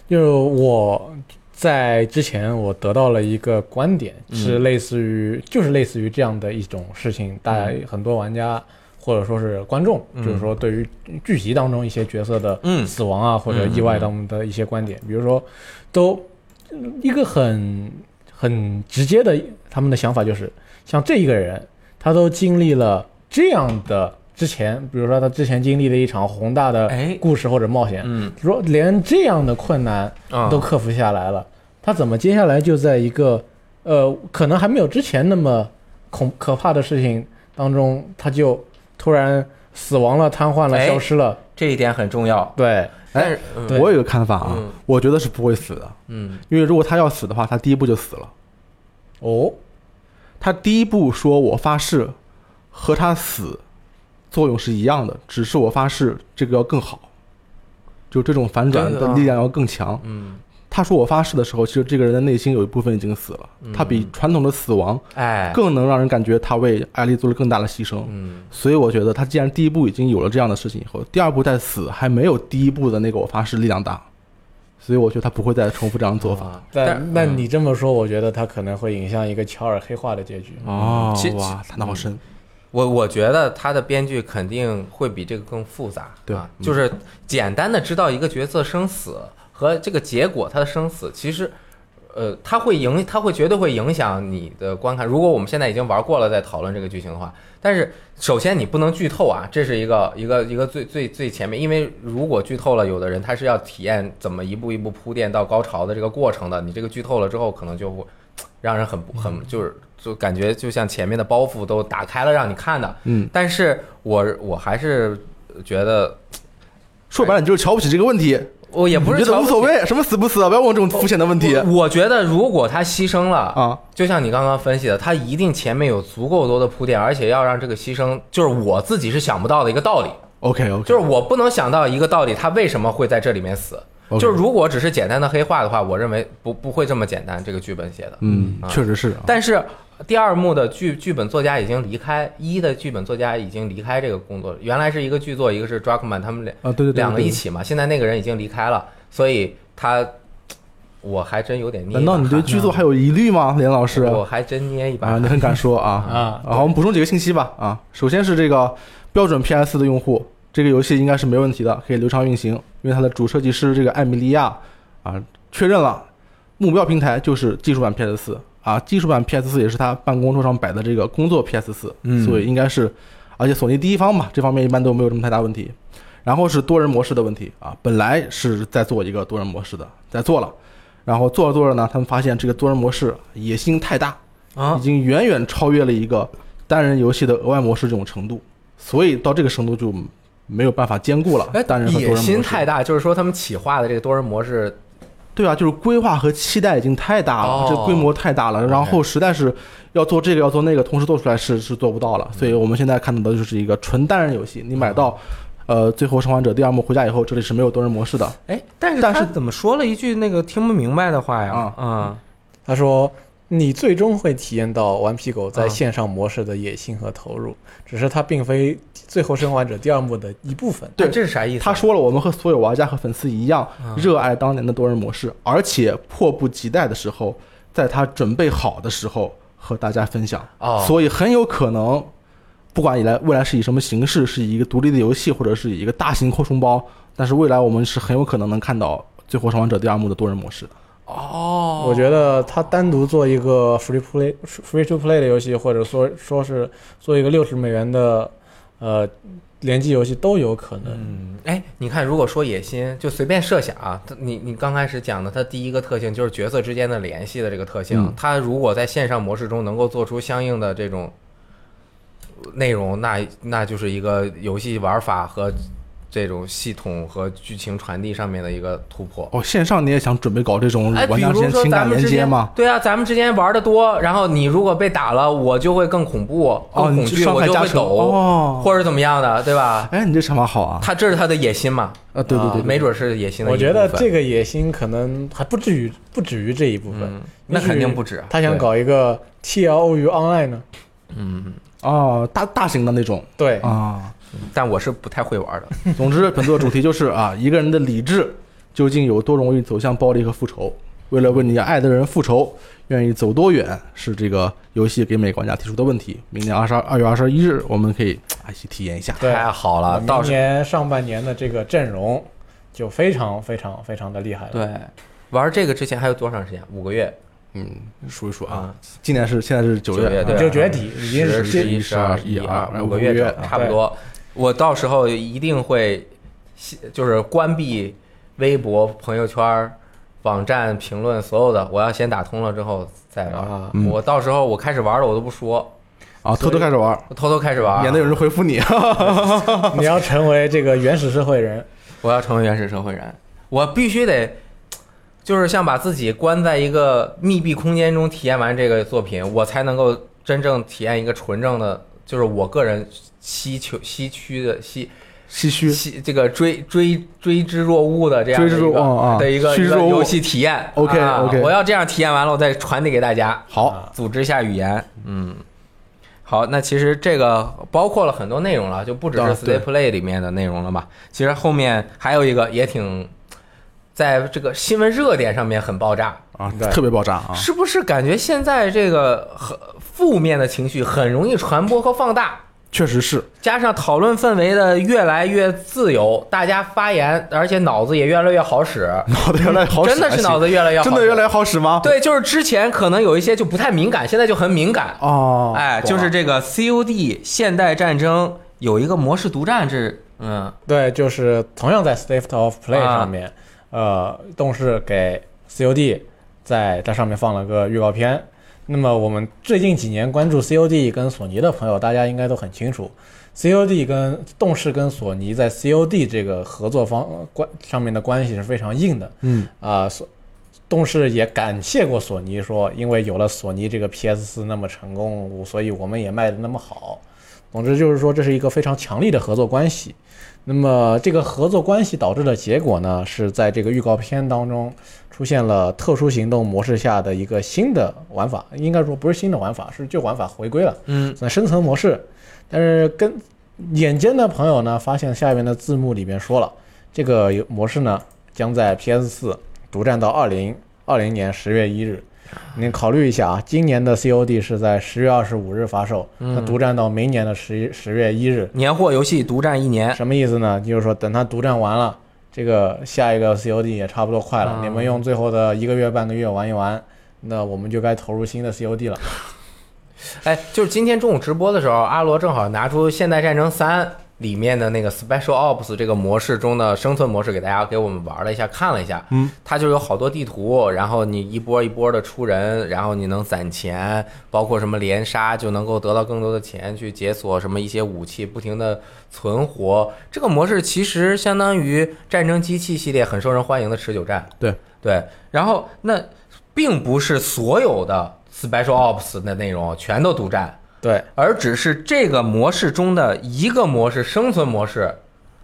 Speaker 3: 就是我在之前我得到了一个观点，
Speaker 1: 嗯
Speaker 3: 是类似于就是类似于这样的一种事情，大家很多玩家。或者说是观众，就是说对于剧集当中一些角色的
Speaker 1: 嗯
Speaker 3: 死亡啊，或者意外当中的一些观点，比如说，都一个很很直接的，他们的想法就是，像这一个人，他都经历了这样的之前，比如说他之前经历了一场宏大的
Speaker 1: 哎
Speaker 3: 故事或者冒险，
Speaker 1: 嗯
Speaker 3: 说连这样的困难
Speaker 1: 啊，
Speaker 3: 都克服下来了，他怎么接下来就在一个呃，可能还没有之前那么恐可怕的事情当中，他就突然死亡了、瘫痪了、
Speaker 1: 哎
Speaker 3: 消失了？
Speaker 1: 这一点很重要。
Speaker 3: 对，
Speaker 2: 哎
Speaker 1: 但是，嗯
Speaker 3: 对
Speaker 2: 我有一个看法啊
Speaker 1: 嗯，
Speaker 2: 我觉得是不会死的，
Speaker 1: 嗯
Speaker 2: 因为如果他要死的话，他第一步就死了。
Speaker 3: 哦，
Speaker 2: 他第一步说我发誓，和他死作用是一样的，只是我发誓这个要更好，就这种反转
Speaker 1: 对
Speaker 2: 的
Speaker 1: 啊
Speaker 2: 力量要更强。
Speaker 1: 嗯，
Speaker 2: 他说我发誓的时候，其实这个人的内心有一部分已经死了，
Speaker 1: 嗯
Speaker 2: 他比传统的死亡
Speaker 1: 哎，
Speaker 2: 更能让人感觉他为艾丽做了更大的牺牲。
Speaker 1: 嗯
Speaker 2: 所以我觉得他既然第一步已经有了这样的事情以后，第二步再死还没有第一步的那个我发誓力量大，所以我觉得他不会再重复这样的做法。
Speaker 1: 啊
Speaker 3: 但那
Speaker 1: 嗯
Speaker 3: 你这么说，我觉得他可能会引向一个乔尔黑化的结局。
Speaker 2: 哦
Speaker 1: 其嗯
Speaker 2: 哇，谈的好深。
Speaker 1: 我我觉得他的编剧肯定会比这个更复杂，
Speaker 2: 对
Speaker 1: 啊，
Speaker 2: 嗯
Speaker 1: 就是简单的知道一个角色生死和这个结果，他的生死其实，呃，他会影，他会绝对会影响你的观看。如果我们现在已经玩过了再讨论这个剧情的话，但是首先你不能剧透啊，这是一个一个一个最最最前面，因为如果剧透了，有的人他是要体验怎么一步一步铺垫到高潮的这个过程的，你这个剧透了之后，可能就会让人很不很就是就感觉就像前面的包袱都打开了让你看的，
Speaker 2: 嗯，
Speaker 1: 但是我我还是觉得
Speaker 2: 说白了，你就是瞧不起这个问题，
Speaker 1: 我也不
Speaker 2: 你
Speaker 1: 是
Speaker 2: 觉得
Speaker 1: 瞧
Speaker 2: 无
Speaker 1: 不
Speaker 2: 所
Speaker 1: 起
Speaker 2: 谓，什么死不死啊，不要问我这种肤浅的问题
Speaker 1: 我。我觉得如果他牺牲了，
Speaker 2: 啊。
Speaker 1: 就像你刚刚分析的，他一定前面有足够多的铺垫，而且要让这个牺牲就是我自己是想不到的一个道理，
Speaker 2: OK OK，
Speaker 1: 就是我不能想到一个道理，他为什么会在这里面死。
Speaker 2: OK
Speaker 1: 就是如果只是简单的黑化的话，我认为不不会这么简单，这个剧本写的。
Speaker 2: 嗯，
Speaker 1: 啊
Speaker 2: 确实是啊。
Speaker 1: 但是第二幕的剧剧本作家已经离开，一的剧本作家已经离开这个工作了，原来是一个剧作，一个是 Druckman，他们俩
Speaker 2: 啊，对对对，
Speaker 1: 两个一
Speaker 2: 对。
Speaker 1: 起嘛，现在那个人已经离开了，所以他我还真有点捏一把汗。
Speaker 2: 难道
Speaker 1: <laughs>
Speaker 2: 你对剧作还有疑虑吗，连老师？
Speaker 1: 嗯我还真捏一把
Speaker 2: 啊，
Speaker 1: 汗
Speaker 2: 你很敢说啊
Speaker 3: 啊
Speaker 2: 好，我们补充几个信息吧啊。首先是这个标准 PS 的用户，这个游戏应该是没问题的，可以流畅运行，因为它的主设计师这个艾米莉亚啊确认了，目标平台就是技术版 PS 四啊，技术版 PS 四也是他办公桌上摆的这个工作 PS 四，
Speaker 3: 嗯
Speaker 2: 所以应该是，而且索尼第一方嘛，这方面一般都没有什么太大问题。然后是多人模式的问题啊，本来是在做一个多人模式的，在做了，然后做着做着呢，他们发现这个多人模式野心太大，已
Speaker 1: 啊！
Speaker 2: 经远远超越了一个单人游戏的额外模式这种程度，所以到这个程度就没有办法兼顾了
Speaker 1: 哎。
Speaker 2: 单人和多人
Speaker 1: 野
Speaker 2: 模式
Speaker 1: 心太大，就是说他们企划的这个多人模式，
Speaker 2: 对啊，就是规划和期待已经太大了，
Speaker 1: 哦
Speaker 2: 这规模太大了，然后实在是要做这个要做那个，同时做出来是是做不到
Speaker 1: 嗯
Speaker 2: 了。所以我们现在看到的就是一个纯单人游戏，你买到。呃，最后生还者第二幕回家以后，这里是没有多人模式的。
Speaker 1: 哎，但是
Speaker 2: 但
Speaker 1: 他
Speaker 2: 是
Speaker 1: 怎么说了一句那个听不明白的话呀？
Speaker 2: 啊
Speaker 1: 啊，
Speaker 3: 他说：“你最终会体验到顽皮狗
Speaker 1: 啊
Speaker 3: 在线上模式的野心和投入，只是它并非《最后生还者》第二幕的一部分。
Speaker 2: 对
Speaker 1: 那这是啥意思？
Speaker 2: 他说了，我们和所有玩家和粉丝一样，
Speaker 1: 嗯
Speaker 2: 热爱当年的多人模式，而且迫不及待的时候，在他准备好的时候和大家分享。
Speaker 1: 哦
Speaker 2: 所以很有可能，不管以来未来是以什么形式，是以一个独立的游戏，或者是以一个大型扩充包，但是未来我们是很有可能能看到《最后生还者》第二幕的多人模式的。
Speaker 1: 哦，
Speaker 3: 我觉得它单独做一个 free play free to play 的游戏，或者说说是做一个六十美元的呃联机游戏都有可能。
Speaker 1: 嗯，哎，你看，如果说野心，就随便设想啊，它你你刚开始讲的，它第一个特性就是角色之间的联系的这个特性，
Speaker 2: 嗯
Speaker 1: 它如果在线上模式中能够做出相应的这种呃内容，那那就是一个游戏玩法和这种系统和剧情传递上面的一个突破。
Speaker 2: 哦，线上你也想准备搞这种
Speaker 1: 哎，
Speaker 2: 玩
Speaker 1: 比
Speaker 2: 家之
Speaker 1: 如
Speaker 2: 间
Speaker 1: 说
Speaker 2: 情
Speaker 1: 咱
Speaker 2: 感
Speaker 1: 们
Speaker 2: 连
Speaker 1: 之
Speaker 2: 接
Speaker 1: 间
Speaker 2: 吗？？
Speaker 1: 对啊，咱们之间玩的多，然后你如果被打了，我就会更恐怖、
Speaker 2: 哦，
Speaker 1: 更
Speaker 2: 你
Speaker 1: 恐
Speaker 2: 这
Speaker 1: 惧，
Speaker 2: 伤
Speaker 1: 我
Speaker 2: 害
Speaker 1: 就
Speaker 2: 加
Speaker 1: 会
Speaker 2: 成
Speaker 1: 抖，
Speaker 2: 哦。
Speaker 1: 或者怎么样的，对吧？
Speaker 2: 哎，你这想法好啊！
Speaker 1: 他这是他的野心嘛，
Speaker 2: 啊，对对对
Speaker 3: 啊
Speaker 2: 对，
Speaker 1: 没准是野心的一
Speaker 3: 我
Speaker 1: 部
Speaker 3: 觉
Speaker 1: 分。
Speaker 3: 得这个野心可能还不至于不止于这一部分，
Speaker 1: 嗯，那肯定不止啊。
Speaker 3: 他想
Speaker 2: 对
Speaker 3: 搞一个 T L O U Online 呢。
Speaker 1: 嗯，
Speaker 2: 哦，大大型的那种
Speaker 3: 对，
Speaker 1: 哦
Speaker 2: 啊。
Speaker 1: 但我是不太会玩的。
Speaker 2: 总之，本作主题就是啊，一个人的理智究竟有多容易走向暴力和复仇？为了为你爱的人复仇，愿意走多远？是这个游戏给每个玩家提出的问题。明年二十二二月二十一日，我们可以啊一起体验一下。
Speaker 3: 对
Speaker 1: 太好了，
Speaker 3: 明
Speaker 1: 到时
Speaker 3: 年上半年的这个阵容就非常非常非常的厉害了。
Speaker 1: 对玩这个之前还有多长时间？五个月
Speaker 2: 嗯，数一数啊，
Speaker 1: 啊，
Speaker 2: 今年是现在是九
Speaker 1: 九月
Speaker 2: 月，
Speaker 1: 对
Speaker 3: 就九月底已经
Speaker 1: 十、
Speaker 3: 是
Speaker 1: 十一、
Speaker 2: 11
Speaker 1: 十二、
Speaker 2: 12
Speaker 1: 二，
Speaker 2: 12
Speaker 1: 五个
Speaker 2: 五个
Speaker 1: 月
Speaker 2: 月
Speaker 1: 差不多。我到时候一定会，就是关闭微博、朋友圈、网站、评论所有的，我要先打通了之后再玩。
Speaker 3: 啊，
Speaker 2: 嗯
Speaker 1: 我到时候我开始玩了，我都不说，
Speaker 2: 啊，偷偷开始玩，
Speaker 1: 我偷偷开始玩
Speaker 2: 免得。有人回复你。啊
Speaker 3: 你要成为这个原始社会人，
Speaker 1: 我要成为原始社会人，我必须得，就是像把自己关在一个密闭空间中体验完这个作品，我才能够真正体验一个纯正的，就是我个人希求希区的希
Speaker 2: 唏嘘，
Speaker 1: 希这个追追追之若鹜的这样的
Speaker 2: 追之
Speaker 1: 一个
Speaker 2: 若鹜啊
Speaker 1: 的一个
Speaker 2: 趋
Speaker 1: 一
Speaker 2: 之
Speaker 1: 个
Speaker 2: 若鹜
Speaker 1: 游戏体验。
Speaker 2: OK，
Speaker 1: 啊
Speaker 2: OK
Speaker 1: 我要这样体验完了，我再传递给大家。
Speaker 2: 好，
Speaker 3: 啊
Speaker 1: 组织一下语言，嗯。好，那其实这个包括了很多内容了，就不只是
Speaker 2: 啊
Speaker 1: Stay
Speaker 2: 对
Speaker 1: Play 里面的内容了嘛。其实后面还有一个也挺，在这个新闻热点上面很爆炸，
Speaker 2: 啊
Speaker 3: 对，
Speaker 2: 特别爆炸啊！
Speaker 1: 是不是？感觉现在这个很负面的情绪很容易传播和放大，
Speaker 2: 确实是，
Speaker 1: 加上讨论氛围的越来越自由，大家发言，而且脑子也越来越好使，
Speaker 2: 脑袋越来越好使，
Speaker 1: 真的是脑
Speaker 2: 子
Speaker 1: 子越来越好使，
Speaker 2: 真的越来越好使吗？
Speaker 1: 对，就是之前可能有一些就不太敏感，现在就很敏感。
Speaker 2: 哦，
Speaker 1: 哎，就是这个 COD 现代战争有一个模式独占制，嗯，
Speaker 3: 对，就是同样在 State of Play
Speaker 1: 啊
Speaker 3: 上面，呃，动视给 COD 在这上面放了个预告片。那么我们最近几年关注 COD 跟索尼的朋友，大家应该都很清楚，COD 跟动视跟索尼在 COD 这个合作方呃关上面的关系是非常硬的。
Speaker 2: 嗯，
Speaker 3: 啊、索动视也感谢过索尼说，因为有了索尼这个 PS 四那么成功，所以我们也卖的那么好。总之就是说，这是一个非常强力的合作关系。那么这个合作关系导致的结果呢，是在这个预告片当中出现了特殊行动模式下的一个新的玩法，应该说不是新的玩法，是旧玩法回归了。
Speaker 1: 嗯，
Speaker 3: 那生存模式，但是跟眼尖的朋友呢，发现下面的字幕里面说了，这个游模式呢将在 PS 四独占到二零二零年十月一日。您考虑一下啊，今年的 COD 是在十月二十五日发售，它独占到明年的十一十月一日，
Speaker 1: 年货游戏独占一年，
Speaker 3: 什么意思呢？就是说等它独占完了，这个下一个 COD 也差不多快了，
Speaker 1: 啊
Speaker 3: 你们用最后的一个月半个月玩一玩，那我们就该投入新的 COD 了。
Speaker 1: 哎，就是今天中午直播的时候，阿罗正好拿出《现代战争三》里面的那个 Special Ops 这个模式中的生存模式给大家给我们玩了一下，看了一下。
Speaker 2: 嗯，
Speaker 1: 它就有好多地图，然后你一波一波的出人，然后你能攒钱，包括什么连杀就能够得到更多的钱去解锁什么一些武器，不停的存活。这个模式其实相当于战争机器系列很受人欢迎的持久战。
Speaker 2: 对
Speaker 1: 对，然后那并不是所有的 Special Ops 的内容全都独占。
Speaker 3: 对，
Speaker 1: 而只是这个模式中的一个模式——生存模式，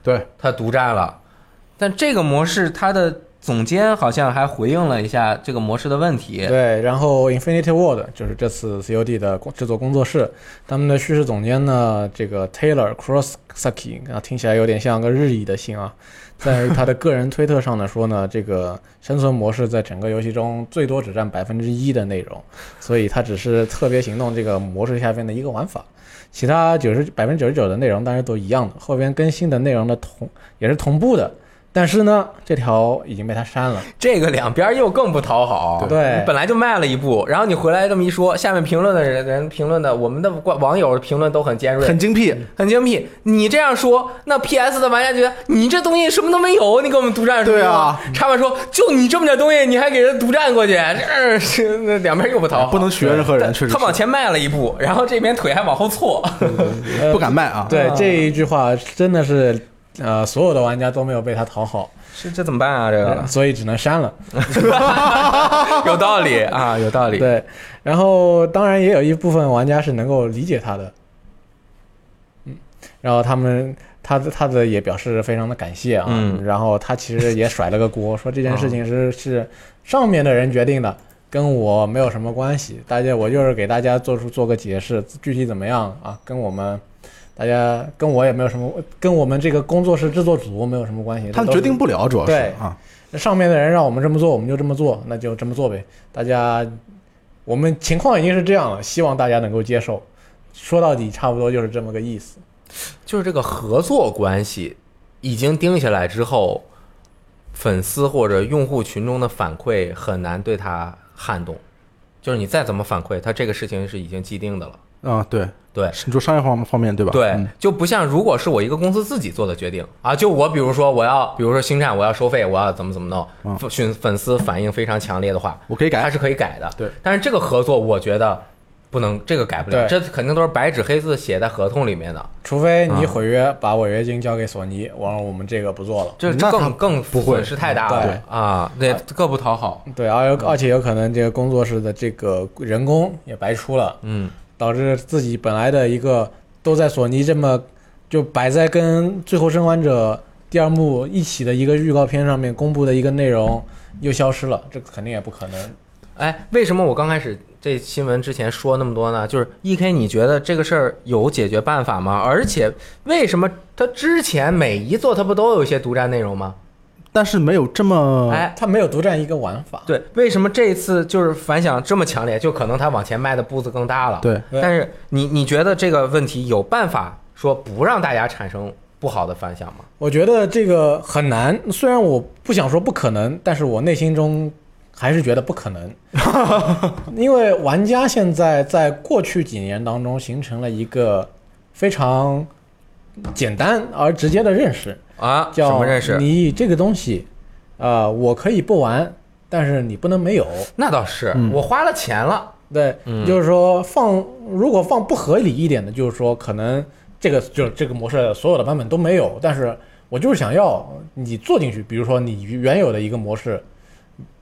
Speaker 2: 对，
Speaker 1: 它独占了。但这个模式，它的总监好像还回应了一下这个模式的问题。
Speaker 3: 对，然后 Infinity Ward 就是这次 COD 的工制作工作室，他们的叙事总监呢，这个 Taylor Crosssaki 啊，听起来有点像个日语的姓啊，在他的个人推特上呢说呢，这个生存模式在整个游戏中最多只占百分之一的内容，所以它只是特别行动这个模式下边的一个玩法。其他九十百分之九十九的内容当然都一样的，后边更新的内容的同也是同步的，但是呢，这条已经被他删了。
Speaker 1: 这个两边又更不讨好。
Speaker 3: 对
Speaker 1: 你本来就迈了一步，然后你回来这么一说，下面评论的人人评论的，我们的网网友评论都很尖锐，
Speaker 2: 很精辟，
Speaker 1: 很精辟。你这样说，那 PS 的玩家觉得你这东西什么都没有，你给我们独占什么
Speaker 2: 对
Speaker 1: 用
Speaker 2: 啊？
Speaker 1: 插板说，就你这么点东西，你还给人独占过去，这是那两边又不讨好，
Speaker 2: <laughs> 不能学任何人，
Speaker 1: 他
Speaker 2: 确实
Speaker 1: 他往
Speaker 2: 是
Speaker 1: 前迈了一步，然后这边腿还往后错。 <laughs>
Speaker 3: 呃
Speaker 2: 不敢卖啊。
Speaker 3: 对这一句话真的是，呃，所有的玩家都没有被他讨好，
Speaker 1: 这这怎么办啊？这个
Speaker 3: 所以只能删了。
Speaker 1: <laughs> 有道理
Speaker 2: <laughs>
Speaker 1: 啊，有道理。
Speaker 3: 对，然后当然也有一部分玩家是能够理解他的，嗯，然后他们他的他的也表示非常的感谢啊，
Speaker 1: 嗯
Speaker 3: 然后他其实也甩了
Speaker 1: <laughs>
Speaker 3: 个锅，说这件事情是是上面的人决定的。跟我没有什么关系，大家我就是给大家做出做个解释，具体怎么样啊，跟我们大家跟我也没有什么，跟我们这个工作室制作组没有什么关系。
Speaker 2: 他
Speaker 3: 这
Speaker 2: 们
Speaker 3: 都
Speaker 2: 决
Speaker 3: 是
Speaker 2: 定不了，主要是
Speaker 3: 对
Speaker 2: 啊，
Speaker 3: 上面的人让我们这么做，我们就这么做，那就这么做呗。大家，我们情况已经是这样了，希望大家能够接受。说到底，差不多就是这么个意思。
Speaker 1: 就是这个合作关系已经定下来之后，粉丝或者用户群众的反馈很难对他撼动。就是你再怎么反馈，他这个事情是已经既定的了。
Speaker 2: 啊，对，
Speaker 1: 对，
Speaker 2: 你说商业方方面对吧？
Speaker 1: 对
Speaker 2: 嗯，
Speaker 1: 就不像如果是我一个公司自己做的决定啊，就我比如说我要，比如说星战我要收费，我要怎么怎么弄，粉粉粉丝反应非常强烈的话，
Speaker 2: 嗯我可以
Speaker 1: 它
Speaker 2: 改，
Speaker 1: 是可以改的。
Speaker 2: 对，
Speaker 1: 但是这个合作我觉得不能，这个改不了，
Speaker 3: 对
Speaker 1: 这肯定都是白纸黑字写在合同里面的，
Speaker 3: 除非你毁约，把违约金交给索尼，我我们这个不做了。
Speaker 1: 这
Speaker 2: 那
Speaker 1: 这
Speaker 2: 他
Speaker 1: 嗯更更
Speaker 2: 不会
Speaker 1: 损失太大了啊，对，更不讨好。
Speaker 3: 对，而有而且有可能这个工作室的这个人工也白出了，
Speaker 1: 嗯，
Speaker 3: 导致自己本来的一个都在索尼这么就摆在跟《最后生还者》第二幕一起的一个预告片上面公布的一个内容又消失了，这肯定也不可能。
Speaker 1: 哎，为什么我刚开始这新闻之前说那么多呢？就是 E K，你觉得这个事儿有解决办法吗？而且为什么他之前每一座他不都有一些独占内容吗？
Speaker 2: 但是没有这么
Speaker 1: 哎，
Speaker 3: 它没有独占一个玩
Speaker 2: 啊
Speaker 3: 法，
Speaker 1: 对，为什么这一次就是反响这么强烈？就可能他往前迈的步子更大了。，
Speaker 2: 对，
Speaker 3: 对
Speaker 1: 但是你你觉得这个问题有办法说不让大家产生不好的反响吗？
Speaker 3: 我觉得这个很难，虽然我不想说不可能，但是我内心中还是觉得不可
Speaker 1: <laughs>
Speaker 3: 能，因为玩家现在在过去几年当中形成了一个非常简单而直接的认识，
Speaker 1: 啊，什
Speaker 3: 叫
Speaker 1: 么认识？
Speaker 3: 你这个东西，呃，我可以不玩，但是你不能没有。
Speaker 1: 那倒是，
Speaker 2: 嗯
Speaker 1: 我花了钱了，
Speaker 3: 对，就是说放，如果放不合理一点的，就是说可能这个就是这个模式呃所有的版本都没有，但是我就是想要你做进去，比如说你原有的一个模式，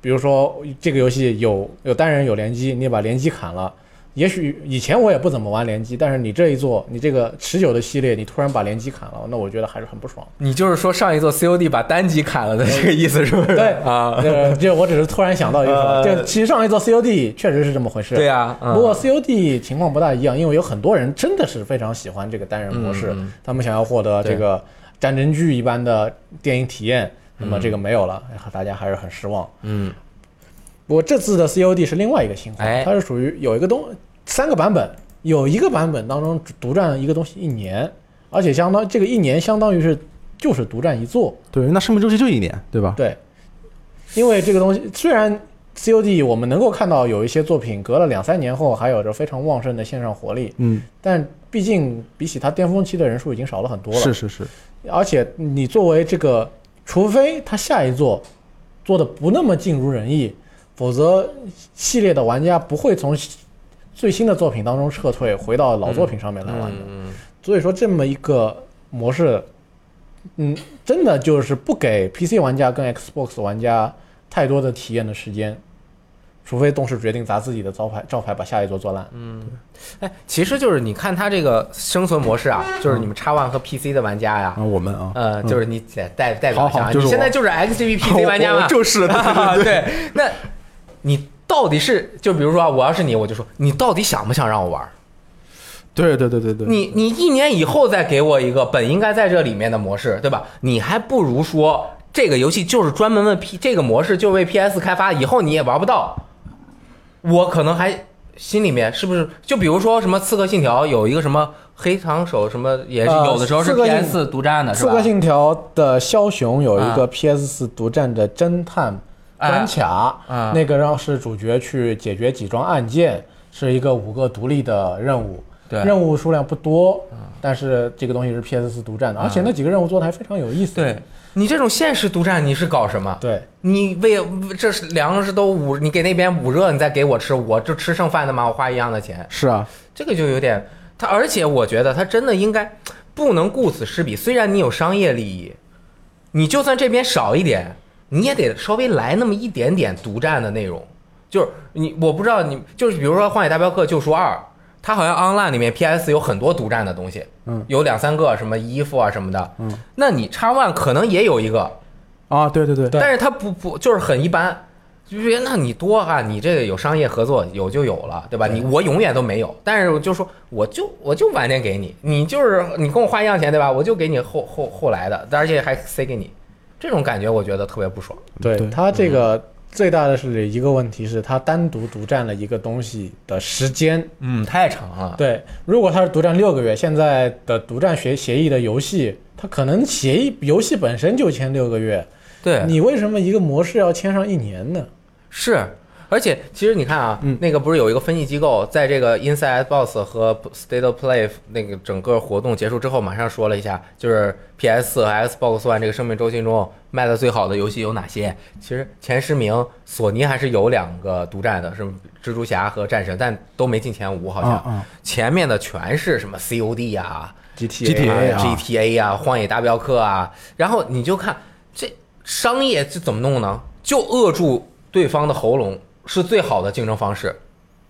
Speaker 3: 比如说这个游戏有有单人有联机，你把联机砍了。也许以前我也不怎么玩联机，但是你这一做，你这个持久的系列，你突然把联机砍了，那我觉得还是很不爽。
Speaker 1: 你就是说上一座 COD 把单机砍了的这个意思是不是？
Speaker 3: 对
Speaker 1: 啊，
Speaker 3: 呃，这我只是突然想到一个，
Speaker 1: 呃
Speaker 3: 就其实上一座 COD 确实是这么回
Speaker 1: <laughs>
Speaker 3: 事。
Speaker 1: 对呀、嗯
Speaker 3: 不过 COD 情况不大一样，因为有很多人真的是非常喜欢这个单人模式，
Speaker 1: 嗯嗯
Speaker 3: 他们想要获得这个战争剧一般的电影体验，那么这个没有了，哎大家还是很失望。
Speaker 1: 嗯，
Speaker 3: 不过这次的 COD 是另外一个情况，
Speaker 1: 哎
Speaker 3: 它是属于有一个东三个版本，有一个版本当中只独占一个东西一年，而且相当这个一年相当于是就是独占一座，
Speaker 2: 对，那生命周期就一年，对吧？
Speaker 3: 对，因为这个东西虽然 COD 我们能够看到有一些作品隔了两三年后还有着非常旺盛的线上活力，
Speaker 2: 嗯，
Speaker 3: 但毕竟比起它巅峰期的人数已经少了很多了。
Speaker 2: 是，是
Speaker 1: 啊
Speaker 2: 是，
Speaker 3: 而且你作为这个，除非它下一座做的不那么尽如人意，否则系列的玩家不会从最新的作品当中撤退，回到老作品上面来玩的。
Speaker 1: 嗯嗯
Speaker 3: 所以说，这么一个模式，嗯，真的就是不给 PC 玩家跟 Xbox 玩家太多的体验的时间，除非动视决定砸自己的招牌，招牌把下一座做烂。
Speaker 1: 哎，其实就是你看它这个生存模式啊，就是你们 X One 和 PC 的玩家呀，
Speaker 2: 啊，我们啊，
Speaker 1: 呃，
Speaker 2: <laughs>
Speaker 1: 就是你代代代表
Speaker 2: 好
Speaker 1: 一下
Speaker 2: 好
Speaker 1: 啊，
Speaker 2: 就是
Speaker 1: 你现
Speaker 2: 我
Speaker 1: 在就是 XGBPC 玩家
Speaker 2: <laughs> 我
Speaker 1: 嘛
Speaker 2: 我，就是的，
Speaker 1: 啊， <laughs> 对，
Speaker 3: <laughs>
Speaker 1: 那你到底是就比如说啊，我要是你，我就说你到底想不想让我玩儿？ <laughs>
Speaker 2: 对对对对对，
Speaker 1: 你你一年以后再给我一个本应该在这里面的模式，对吧？你还不如说这个游戏就是专门为 P 这个模式就为 PS 开发，以后你也玩不到。我可能还心里面是不是就比如说什么《刺客信条》有一个什么黑长手什么也是
Speaker 3: 呃
Speaker 1: 有的时候是
Speaker 3: 刺客信
Speaker 1: PS 独占的，是
Speaker 3: 刺
Speaker 1: 吧？
Speaker 3: 客信条的枭雄有一
Speaker 1: 啊哎
Speaker 3: 个 PS 四独占的侦探关卡，
Speaker 1: 啊
Speaker 3: 那个让是主角去解决几桩案件，是一个五个独立的任务。
Speaker 1: 对嗯
Speaker 3: 任务数量不多，但是这个东西是 PS 四独占的，而且那几个任务做的还非常有意思。
Speaker 1: 啊对你这种现实独占，你是搞什么？
Speaker 3: 对，
Speaker 1: 你为这是粮食都捂，你给那边捂热，你再给我吃，我就吃剩饭的嘛，我花一样的钱，
Speaker 2: 是啊，
Speaker 1: 这个就有点他，而且我觉得他真的应该不能顾此失彼。虽然你有商业利益，你就算这边少一点，你也得稍微来那么一点点独占的内容。就是你，我不知道你，就是比如说《荒野大镖客：救赎二》，它好像 online 里面 PS 有很多独占的东西，
Speaker 2: 嗯，
Speaker 1: 有两三个什么衣服啊什么的，
Speaker 2: 嗯，
Speaker 1: 那你 X One 可能也有一个，
Speaker 2: 啊，对对对，
Speaker 3: 对
Speaker 1: 但是它不不就是很一般，就是觉得那你多啊，你这个有商业合作有就有了，对吧？你我永远都没有，但是我就说我就我就晚点给你，你就是你跟我花一样钱对吧？我就给你后后后来的，而且还塞给你，这种感觉我觉得特别不爽。
Speaker 3: 对
Speaker 2: 对
Speaker 3: 它
Speaker 1: 嗯
Speaker 3: 这个最大的是一个问题是，它单独独占了一个东西的时间。
Speaker 1: 嗯，太长
Speaker 2: 啊
Speaker 1: 了。
Speaker 3: 对，如果它是独占六个月，现在的独占协协议的游戏，它可能协议游戏本身就签六个月，
Speaker 1: 对，
Speaker 3: 你为什么一个模式要签上一年呢？
Speaker 1: 是。而且，其实你看啊，那个不是有一个分析机构在这个 Inside Boss 和 State of Play 那个整个活动结束之后，马上说了一下，就是 PS 4和 Xbox One 这个生命周期中卖的最好的游戏有哪些。其实前十名，索尼还是有两个独占的，是蜘蛛侠和战神，但都没进前五，好像。
Speaker 2: 啊啊
Speaker 1: 前面的全是什么 COD 呀、
Speaker 2: GTA 啊
Speaker 1: GTA 啊、荒野大镖客啊，然后你就看这商业这怎么弄呢？就扼住对方的喉咙是最好的竞争方式，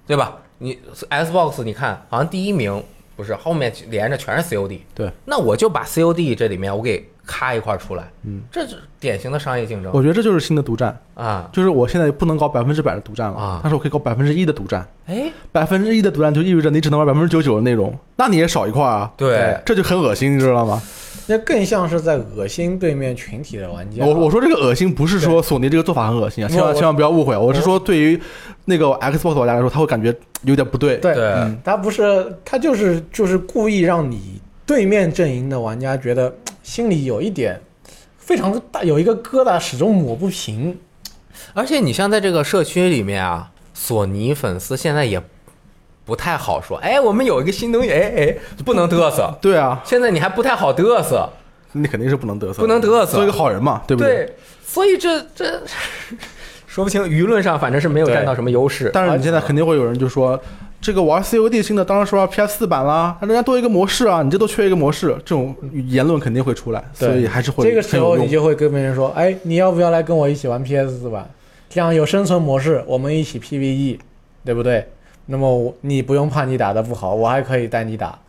Speaker 1: 对吧？你 Xbox 你看好像第一名不是，后面连着全是 COD，
Speaker 2: 对，
Speaker 1: 那我就把 COD 这里面我给咔一块儿出来，嗯，这是典型的商业竞争
Speaker 2: 我觉得这就是新的独占，
Speaker 1: 啊！
Speaker 2: 就是我现在不能搞百分之百的独占了，
Speaker 1: 啊
Speaker 2: 但是我可以搞百分之一的独占，
Speaker 1: 哎，
Speaker 2: 百分之一的独占就意味着你只能玩百分之九十九的内容，那你也少一块啊，
Speaker 1: 对
Speaker 2: 这就很恶心，你知道吗？
Speaker 3: 那更像是在恶心对面群体的玩家。
Speaker 2: 我我说这个恶心不是说索尼这个做法很恶心啊，
Speaker 3: 对
Speaker 2: 千
Speaker 3: 啊我嗯
Speaker 2: 万千万不要误会啊，我是说对于那个 Xbox 玩家来说，他会感觉有点不对。
Speaker 3: 对
Speaker 1: 对
Speaker 2: 嗯
Speaker 3: 他不是，他就是就是故意让你对面阵营的玩家觉得嘖心里有一点非常大，有一个疙瘩始终抹不平。
Speaker 1: 而且你像在这个社区里面啊，索尼粉丝现在也不太好说，哎，我们有一个新东西，哎哎，不能嘚瑟。
Speaker 2: 对啊，
Speaker 1: 现在你还不太好嘚瑟，
Speaker 2: 你肯定是不能得瑟，
Speaker 1: 不能得瑟
Speaker 2: 做一个好人嘛，对不对？
Speaker 1: 对，所以这这 <laughs> 说不清，舆论上反正是没有占到什么优势。
Speaker 2: 但是你现在肯定会有人就说，这个玩 COD 新的当然是玩 PS 四版啦，人家多一个模式啊，你这都缺一个模式，这种言论肯定会出来，
Speaker 3: 对
Speaker 2: 所以还是会
Speaker 3: 这个时候
Speaker 2: 很有
Speaker 3: 你
Speaker 2: 用
Speaker 3: 就会跟别人说：“哎，你要不要来跟我一起玩 PS 四吧？这样有生存模式，我们一起 PVE，对不对？那么我你不用怕你打的不好，我还可以带你打。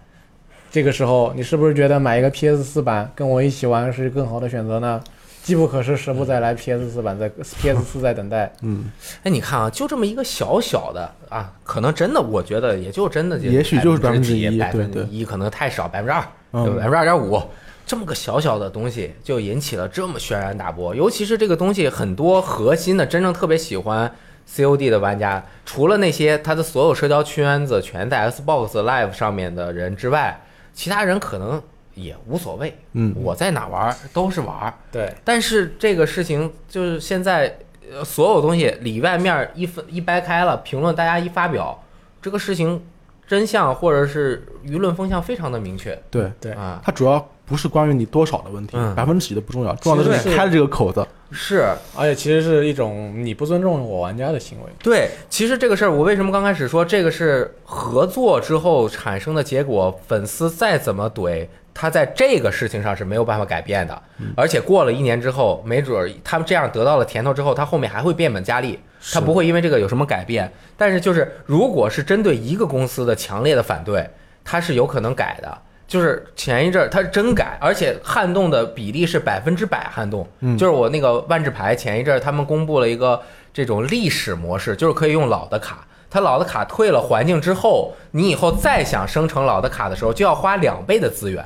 Speaker 3: 这个时候你是不是觉得买一个 PS 四版跟我一起玩是更好的选择呢？机不可失，时不再来，PS 四版在 PS 四在等待。
Speaker 2: 嗯，
Speaker 1: 哎，你看啊，就这么一个小小的啊，可能真的，我觉得也就真的，
Speaker 2: 也许就是
Speaker 1: 百之几
Speaker 2: 1%
Speaker 1: 百分
Speaker 2: 对
Speaker 1: 之一，可能太少，百分之二，
Speaker 2: 嗯
Speaker 1: 对吧，百分之二点五，这么个小小的东西就引起了这么轩然大波。尤其是这个东西，很多核心的真正特别喜欢 COD 的玩家，除了那些他的所有社交圈子全在 Xbox Live 上面的人之外，其他人可能也无所谓。
Speaker 2: 嗯
Speaker 1: 我在哪玩儿都是玩儿。
Speaker 3: 对，
Speaker 1: 但是这个事情就是现在，呃，所有东西里外面儿一分一掰开了，评论大家一发表，这个事情真相或者是舆论风向非常的明确
Speaker 2: 对，
Speaker 3: 对
Speaker 1: 啊，
Speaker 2: 它主要不是关于你多少的问题
Speaker 1: 嗯，
Speaker 2: 百分之几的不重要，重要的是
Speaker 3: 其实
Speaker 2: 你
Speaker 3: 是
Speaker 2: 开了这个口子。
Speaker 1: 是
Speaker 3: 而且其实是一种你不尊重我玩家的行为。
Speaker 1: 对。其实这个事儿，我为什么刚开始说这个是合作之后产生的结果？粉丝再怎么怼。他在这个事情上是没有办法改变的，而且过了一年之后，没准儿他们这样得到了甜头之后，他后面还会变本加厉，他不会因为这个有什么改变。但是就是，如果是针对一个公司的强烈的反对，它是有可能改的。就是前一阵儿它是真改，而且撼动的比例是百分之百撼动。
Speaker 2: 嗯
Speaker 1: 就是我那个万智牌前一阵儿他们公布了一个这种历史模式，就是可以用老的卡。它老的卡退了环境之后，你以后再想生成老的卡的时候，就要花两倍的资源。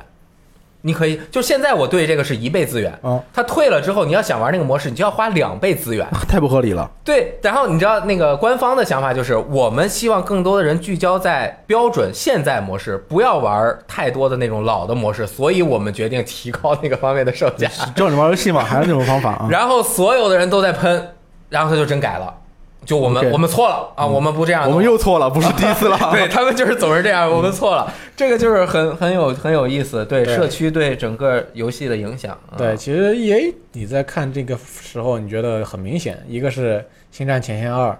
Speaker 1: 你可以，就现在我对这个是一倍资源，
Speaker 2: 啊，
Speaker 1: 它退了之后，你要想玩那个模式，你就要花两倍资源。
Speaker 2: 太不合理了。
Speaker 1: 对，然后你知道那个官方的想法就是，我们希望更多的人聚焦在标准现在模式，不要玩太多的那种老的模式，所以我们决定提高那个方面的售价。
Speaker 2: 叫你玩游戏嘛，还是那种方法啊？
Speaker 1: 然后所有的人都在喷，然后他就真改了，就我们
Speaker 2: OK
Speaker 1: 我们错了啊，我们不这样弄，
Speaker 2: <laughs> 我们又错了，不是第一次了。
Speaker 1: <laughs> 对他们就是总是这样，我们错了，这个就是很很有很有意思，对
Speaker 3: 对
Speaker 1: 社区对整个游戏的影响，啊
Speaker 3: 对，其实 E A 你在看这个时候，你觉得很明显，一个是《星战前线二》，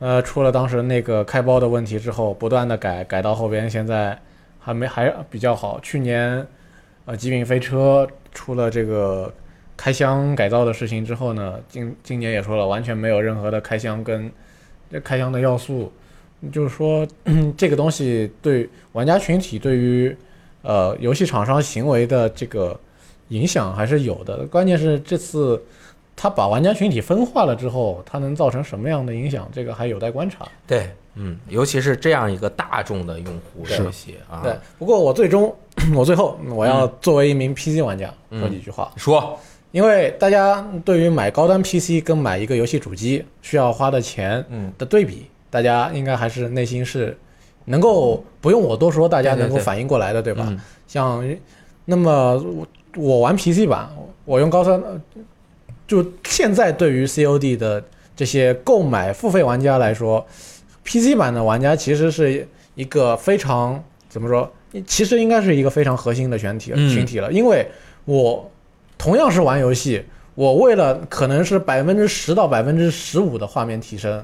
Speaker 3: 呃，出了当时那个开包的问题之后，不断的改，改到后边现在还没还比较好。去年呃，《极品飞车》出了这个开箱改造的事情之后呢，今今年也说了，完全没有任何的开箱跟这开箱的要素，就是说 <clears throat> 这个东西对玩家群体对于呃游戏厂商行为的这个影响还是有的。关键是这次他把玩家群体分化了之后，它能造成什么样的影响，这个还有待观察。
Speaker 1: 对，嗯，尤其是这样一个大众的用户游戏啊，嗯
Speaker 3: 对，不过我最终我最后我要作为一名 PC 玩家说几句话。
Speaker 1: 说
Speaker 3: 因为大家对于买高端 PC 跟买一个游戏主机需要花的钱
Speaker 1: 嗯
Speaker 3: 的对比，大家应该还是内心是能够不用我多说，大家
Speaker 1: 对对
Speaker 3: 能够
Speaker 1: 对
Speaker 3: 反应过来的，对吧？
Speaker 1: 嗯
Speaker 3: 像那么我我玩 PC 版，我用高端，呃就现在对于 COD 的这些购买付费玩家来说，PC 版的玩家其实是一个非常怎么说？其实应该是一个非常核心的群体、
Speaker 1: 嗯
Speaker 3: 群体了，因为我同样是玩游戏，我为了可能是百分之十到百分之十五的画面提升，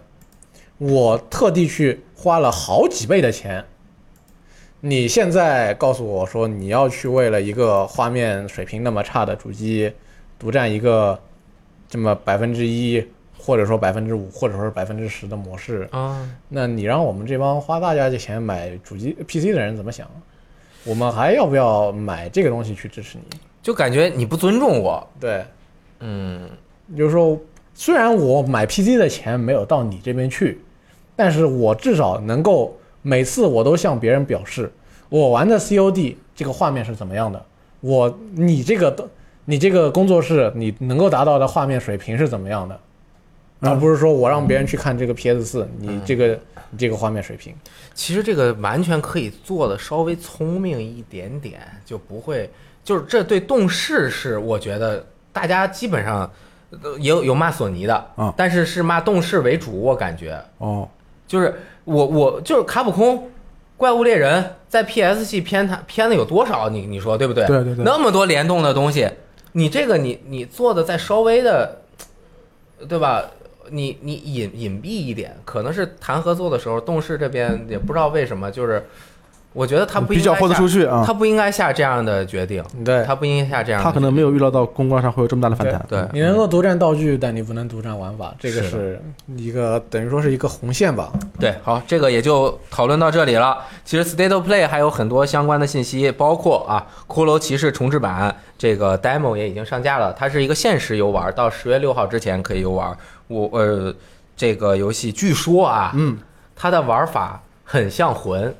Speaker 3: 我特地去花了好几倍的钱。你现在告诉我说你要去为了一个画面水平那么差的主机，独占一个这么百分之一，或者说百分之五，或者说是百分之十的模式，
Speaker 1: 啊，
Speaker 3: 那你让我们这帮花大价的钱买主机 PC 的人怎么想？我们还要不要买这个东西去支持你？
Speaker 1: 就感觉你不尊重我，
Speaker 3: 对，
Speaker 1: 嗯，
Speaker 3: 就是说，虽然我买 PC 的钱没有到你这边去，但是我至少能够每次我都向别人表示，我玩的 COD 这个画面是怎么样的，我你这个你这个工作室你能够达到的画面水平是怎么样的，而不是说我让别人去看这个 PS 四，
Speaker 1: 嗯
Speaker 3: 你这个你这个画面水平，
Speaker 1: 其实这个完全可以做的稍微聪明一点点，就不会就是这对动视是我觉得大家基本上呃也有有骂索尼的，
Speaker 2: 嗯
Speaker 1: 但是是骂动视为主，我感觉
Speaker 2: 哦，
Speaker 1: 就是我我就是卡普空。怪物猎人在 PS 系偏它偏的有多少？你你说对不对？
Speaker 2: 对对对
Speaker 1: 那么多联动的东西，你这个你你做的再稍微的，对吧？你你隐隐蔽一点，可能是谈合作的时候，动视这边也不知道为什么，就是我觉得他不应
Speaker 2: 比
Speaker 1: 该
Speaker 2: 较豁得
Speaker 1: 下
Speaker 2: 出去啊
Speaker 1: 他，不应该下这样的决定，
Speaker 3: 对，
Speaker 1: 他不应该下这样的决定。
Speaker 2: 他可能没有预料到公关上会有这么大的反弹。
Speaker 1: 对
Speaker 3: 你能够独占道具，但你不能独占玩法，这
Speaker 1: 是
Speaker 3: 个
Speaker 1: 的
Speaker 3: 是一个等于说是一个红线吧。
Speaker 1: 对，好，这个也就讨论到这里了。其实 State of Play 还有很多相关的信息，包括啊，《骷髅骑士》重置版这个 demo 也已经上架了，它是一个限时游玩，到十月六号之前可以游玩。我呃，这个游戏据说啊，
Speaker 2: 嗯
Speaker 1: 它的玩法很像魂，
Speaker 3: 是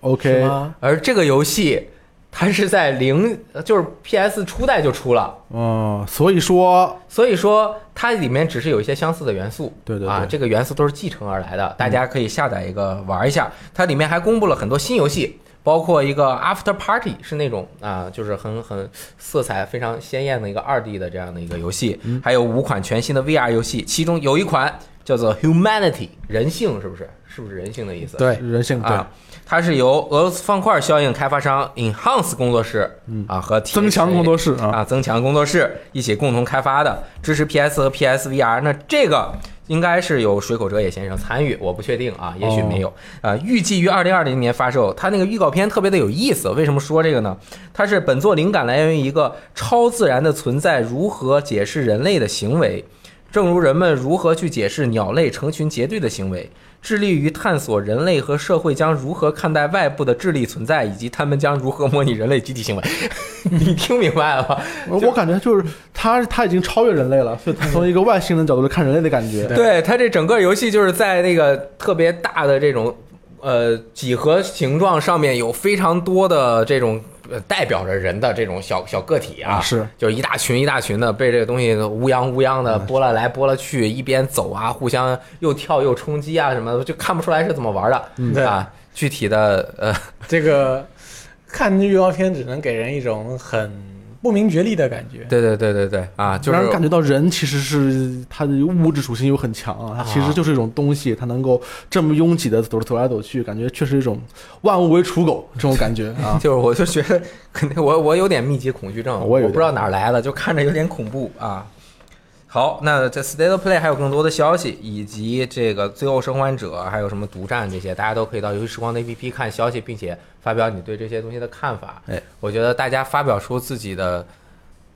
Speaker 2: ，OK，
Speaker 3: 吗？
Speaker 1: 而这个游戏它是在零，就是 PS 初代就出了。
Speaker 2: 哦，所以说
Speaker 1: 所以说，它里面只是有一些相似的元素，
Speaker 2: 对对对
Speaker 1: 啊，这个元素都是继承而来的，大家可以下载一个玩一下。它里面还公布了很多新游戏，包括一个 After Party 是那种啊，就是很很色彩非常鲜艳的一个二 D 的这样的一个游戏，
Speaker 2: 嗯
Speaker 1: 还有五款全新的 VR 游戏，其中有一款叫做 Humanity 人性，是不是？是不是人性的意思？
Speaker 3: 对，
Speaker 2: 人性对
Speaker 1: 啊，它是由俄罗斯方块效应开发商 Enhance 工作室啊和
Speaker 2: 嗯增强
Speaker 1: THA
Speaker 2: 工作室啊，
Speaker 1: 啊，增强工作室一起共同开发的，支持 PS 和 PSVR。那这个应该是有水口哲也先生参与，我不确定啊，也许没有。呃，预计于二零二零年发售。它那个预告片特别的有意思，为什么说这个呢？它是本作灵感来源于一个超自然的存在如何解释人类的行为。正如人们如何去解释鸟类成群结队的行为，致力于探索人类和社会将如何看待外部的智力存在，以及他们将如何模拟人类集体行为。 <laughs> 你听明白了吗？
Speaker 2: 我我感觉就是他他已经超越人类
Speaker 1: <laughs>
Speaker 2: 了，所以从一个外星人角度来看人类的感觉。
Speaker 1: 对它这整个游戏就是在那个特别大的这种呃几何形状上面有非常多的这种呃代表着人的这种小小个体啊，
Speaker 2: 啊是
Speaker 1: 就一大群一大群的被这个东西乌泱乌泱的拨了来拨了去，一边走啊，互相又跳又冲击啊什么的，就看不出来是怎么玩的、
Speaker 3: 对
Speaker 1: 啊。具体的呃，
Speaker 3: <laughs> 这个看预告片只能给人一种很不明觉厉的感觉。
Speaker 1: 对对对对对啊，就
Speaker 2: 让
Speaker 1: 是
Speaker 2: 人感觉到人其实是他的物质属性又很强啊，它其实就是一种东西，它能够这么拥挤的走走来走去，感觉确实一种万物为刍狗这种
Speaker 1: <laughs>
Speaker 2: 感觉啊。
Speaker 1: 就是我就觉得肯定我我有点密集恐惧症，
Speaker 2: 我也有点
Speaker 1: 不知道哪儿来的，就看着有点恐怖啊。好，那这 State of Play 还有更多的消息，以及这个《最后生还者》还有什么独占这些，大家都可以到游戏时光的 APP 看消息，并且发表你对这些东西的看法。
Speaker 2: 哎，
Speaker 1: 我觉得大家发表出自己的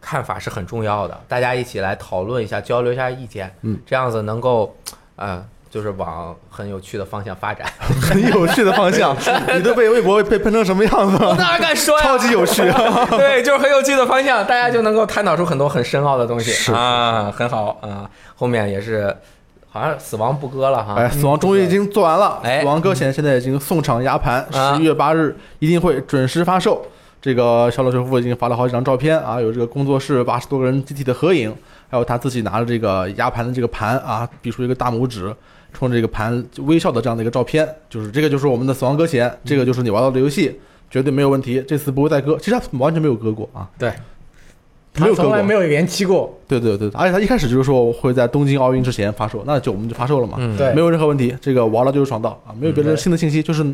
Speaker 1: 看法是很重要的，大家一起来讨论一下，交流一下意见，
Speaker 2: 嗯，
Speaker 1: 这样子能够，呃，就是往很有趣的方向发展。
Speaker 2: <laughs> 很有趣的
Speaker 1: <laughs>
Speaker 2: 方向，你都被微博被喷成什么样子
Speaker 1: 我
Speaker 2: 了？
Speaker 1: 哪敢说呀？
Speaker 2: 超级
Speaker 1: <laughs>
Speaker 2: 有趣，
Speaker 1: 对，就是很有趣的方向，大家就能够探讨出很多很深奥的东西
Speaker 2: 是
Speaker 1: 啊，很好啊。后面也是，好像死亡不割了哈。
Speaker 2: 哎，死亡终于已经做完了，
Speaker 1: 嗯哎
Speaker 2: 死亡搁浅现在已经送场压盘，
Speaker 1: 啊
Speaker 2: 十一月八日一定会准时发售。这个小老师傅已经发了好几张照片啊，有这个工作室八十多个人集体的合影，还有他自己拿着这个压盘的这个盘啊，比出一个大拇指，冲着这个盘微笑的这样的一个照片，就是这个就是我们的死亡搁浅，这个就是你玩到的游戏，绝对没有问题，这次不会再割，其实他完全没有割过啊，
Speaker 3: 对，
Speaker 2: 没
Speaker 3: 他
Speaker 2: 有割
Speaker 3: 从
Speaker 2: 过
Speaker 3: 来，没有延期过。
Speaker 2: 对对对，对而且他一开始就是说会在东京奥运之前发售，那就我们就发售了嘛，
Speaker 1: 嗯，
Speaker 3: 对
Speaker 2: 没有任何问题。这个玩了就是爽到啊，没有别
Speaker 3: 嗯
Speaker 2: 的
Speaker 3: 对
Speaker 2: 新的信息，就是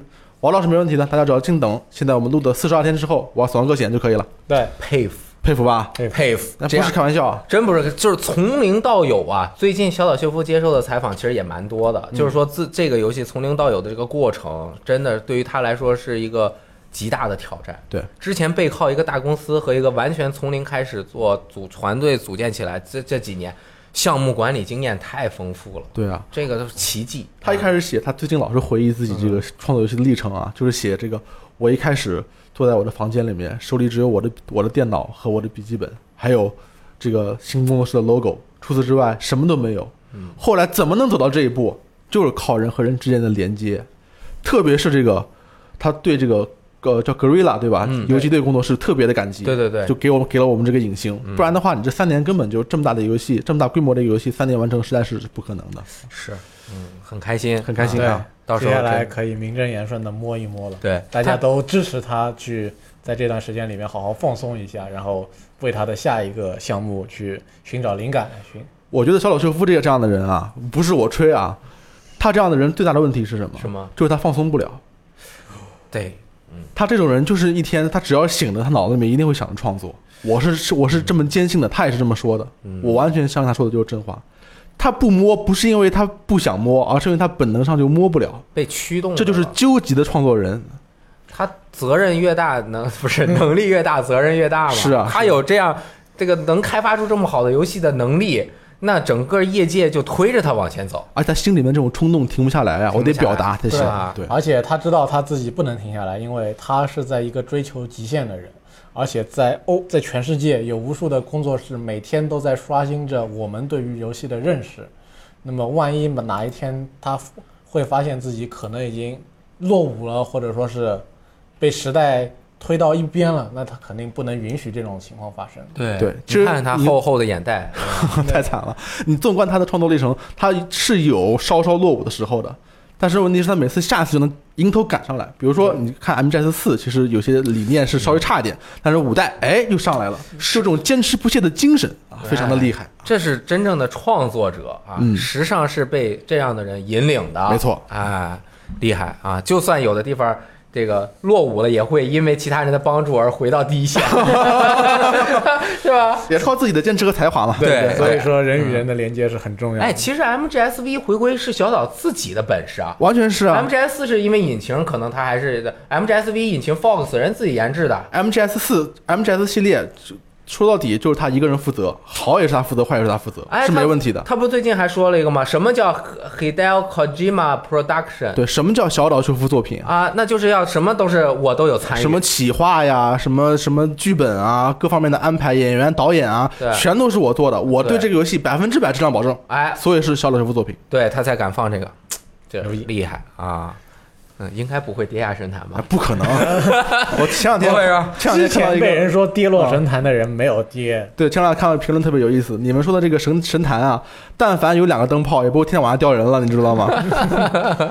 Speaker 2: 玩了是没问题的，大家只要静等。现在我们录的四十二天之后玩《死亡搁浅》就可以了，
Speaker 3: 对，
Speaker 1: 佩服
Speaker 2: 佩服吧？
Speaker 3: 对
Speaker 1: 佩服，
Speaker 2: 那
Speaker 1: 这
Speaker 2: 不
Speaker 1: 样
Speaker 2: 是开玩笑啊，
Speaker 1: 真不是，就是从零到有啊。最近小岛秀夫接受的采访其实也蛮多的，
Speaker 2: 嗯
Speaker 1: 就是说自这个游戏从零到有的这个过程，真的对于他来说是一个极大的挑战。
Speaker 2: 对，
Speaker 1: 之前背靠一个大公司和一个完全从零开始做组团队组建起来，这这几年项目管理经验太丰富了。
Speaker 2: 对啊。
Speaker 1: 这个都是奇迹。
Speaker 2: 他一开始写，他最近老是回忆自己这
Speaker 1: 嗯
Speaker 2: 个创作游戏的历程啊，就是写这个，我一开始坐在我的房间里面，手里只有我的我的电脑和我的笔记本，还有这个新工作室的 logo，除此之外什么都没有。
Speaker 1: 嗯
Speaker 2: 后来怎么能走到这一步？就是靠人和人之间的连接，特别是这个他对这个呃叫 Gorilla 对吧？
Speaker 1: 嗯
Speaker 2: 游击队工作室特别的感激，
Speaker 1: 对对对，嗯
Speaker 2: 就给我们给了我们这个影星，不然的话，你这三年根本就这么大的游戏，这么大规模的游戏，三年完成实在是不可能的。
Speaker 1: 是，嗯，很开心，
Speaker 2: 很开心
Speaker 1: 啊
Speaker 2: 啊
Speaker 3: 对
Speaker 1: 到时候
Speaker 3: 接下来
Speaker 1: 真
Speaker 3: 可以名正言顺的摸一摸了。
Speaker 1: 对
Speaker 3: 大家
Speaker 1: 他
Speaker 3: 都支持他去在这段时间里面好好放松一下，然后为他的下一个项目去寻找灵感。寻
Speaker 2: 我觉得小柳秀夫这个这样的人啊，不是我吹啊，他这样的人最大的问题是什么？
Speaker 1: 什么？
Speaker 2: 就是他放松不了。
Speaker 1: 对，
Speaker 2: 他这种人就是一天，他只要醒了，他脑子里面一定会想着创作。我是是我是这么坚信的，他也是这么说的，
Speaker 1: 嗯
Speaker 2: 我完全相信他说的就是真话。他不摸不是因为他不想摸，而是因为他本能上就摸不了，
Speaker 1: 被驱动了嘛，
Speaker 2: 这就是究极的创作人。
Speaker 1: 他责任越大，能不
Speaker 2: <laughs>
Speaker 1: 是能力越大，责任越大嘛？
Speaker 2: 是啊
Speaker 1: 他有这样这个能开发出这么好的游戏的能力，那整个业界就推着他往前走。
Speaker 2: 而且他心里面这种冲动停不下来啊，
Speaker 1: 停不
Speaker 2: 我得
Speaker 1: 下来
Speaker 2: 表达才行
Speaker 1: 对啊。
Speaker 2: 对，
Speaker 3: 而且他知道他自己不能停下来，因为他是在一个追求极限的人，而且在欧在全世界有无数的工作室每天都在刷新着我们对于游戏的认识。那么万一哪一天他会发现自己可能已经落伍了，或者说是被时代推到一边了，那他肯定不能允许这种情况发生。
Speaker 1: 对
Speaker 2: 对其
Speaker 1: 你
Speaker 2: 实
Speaker 1: 看看他
Speaker 2: 你
Speaker 1: 厚厚的眼袋，
Speaker 2: <laughs> 太惨了。你纵观他的创作历程，他是有稍稍落伍的时候的，但是问题是，他每次下次就能迎头赶上来。比如说，你看 MGS 四，其实有些理念是稍微差一点，但是五代哎又上来了，是这种坚持不懈的精神啊，非常的厉害。
Speaker 1: 这是真正的创作者啊！
Speaker 2: 嗯
Speaker 1: 时尚是被这样的人引领的，
Speaker 2: 没错，
Speaker 1: 啊，厉害啊！就算有的地方这个落伍了，也会因为其他人的帮助而回到第一线，是吧？
Speaker 2: 也靠自己的坚持和才华嘛。
Speaker 1: 对
Speaker 2: 不
Speaker 3: 所以说人与人的连接是很
Speaker 2: 啊
Speaker 3: 重要的。
Speaker 1: 哎，其实 MGSV 回归是小岛自己的本事啊。
Speaker 2: 完全是啊。
Speaker 1: MGS 四是因为引擎，可能它还是 MGSV 引擎 Fox 人自己研制的，
Speaker 2: MGS 四、MGS 系列，说到底就是他一个人负责，好也是他负责，坏也是他负责，
Speaker 1: 哎，
Speaker 2: 是
Speaker 1: 他
Speaker 2: 没问题的。
Speaker 1: 他不最近还说了一个吗？什么叫 Hideo Kojima Production？
Speaker 2: 对，什么叫小岛秀夫作品？
Speaker 1: 啊，那就是要什么都是我都有参与，
Speaker 2: 什么企划呀，什么什么剧本啊，各方面的安排、演员、导演啊
Speaker 1: 对，
Speaker 2: 全都是我做的。我对
Speaker 1: 对
Speaker 2: 这个游戏百分之百质量保证，
Speaker 1: 哎，
Speaker 2: 所以是小岛秀夫作品。
Speaker 1: 对他才敢放这个，这
Speaker 3: 牛逼
Speaker 1: 厉害啊！嗯，应该不会跌下神坛
Speaker 2: 哎
Speaker 1: 吧？
Speaker 2: 不
Speaker 1: <laughs>
Speaker 2: 可能！我前两天
Speaker 1: 不会啊
Speaker 2: 前两
Speaker 3: 之
Speaker 2: 天看到
Speaker 3: 前
Speaker 2: 一
Speaker 3: 被
Speaker 2: 个。
Speaker 3: 人说跌
Speaker 1: 嗯
Speaker 3: 落神坛的人没有跌，
Speaker 2: 对，前两天看到评论特别有意思，你们说的这个神神坛啊，但凡有两个灯泡，也不会天天晚上掉人了，你知道吗？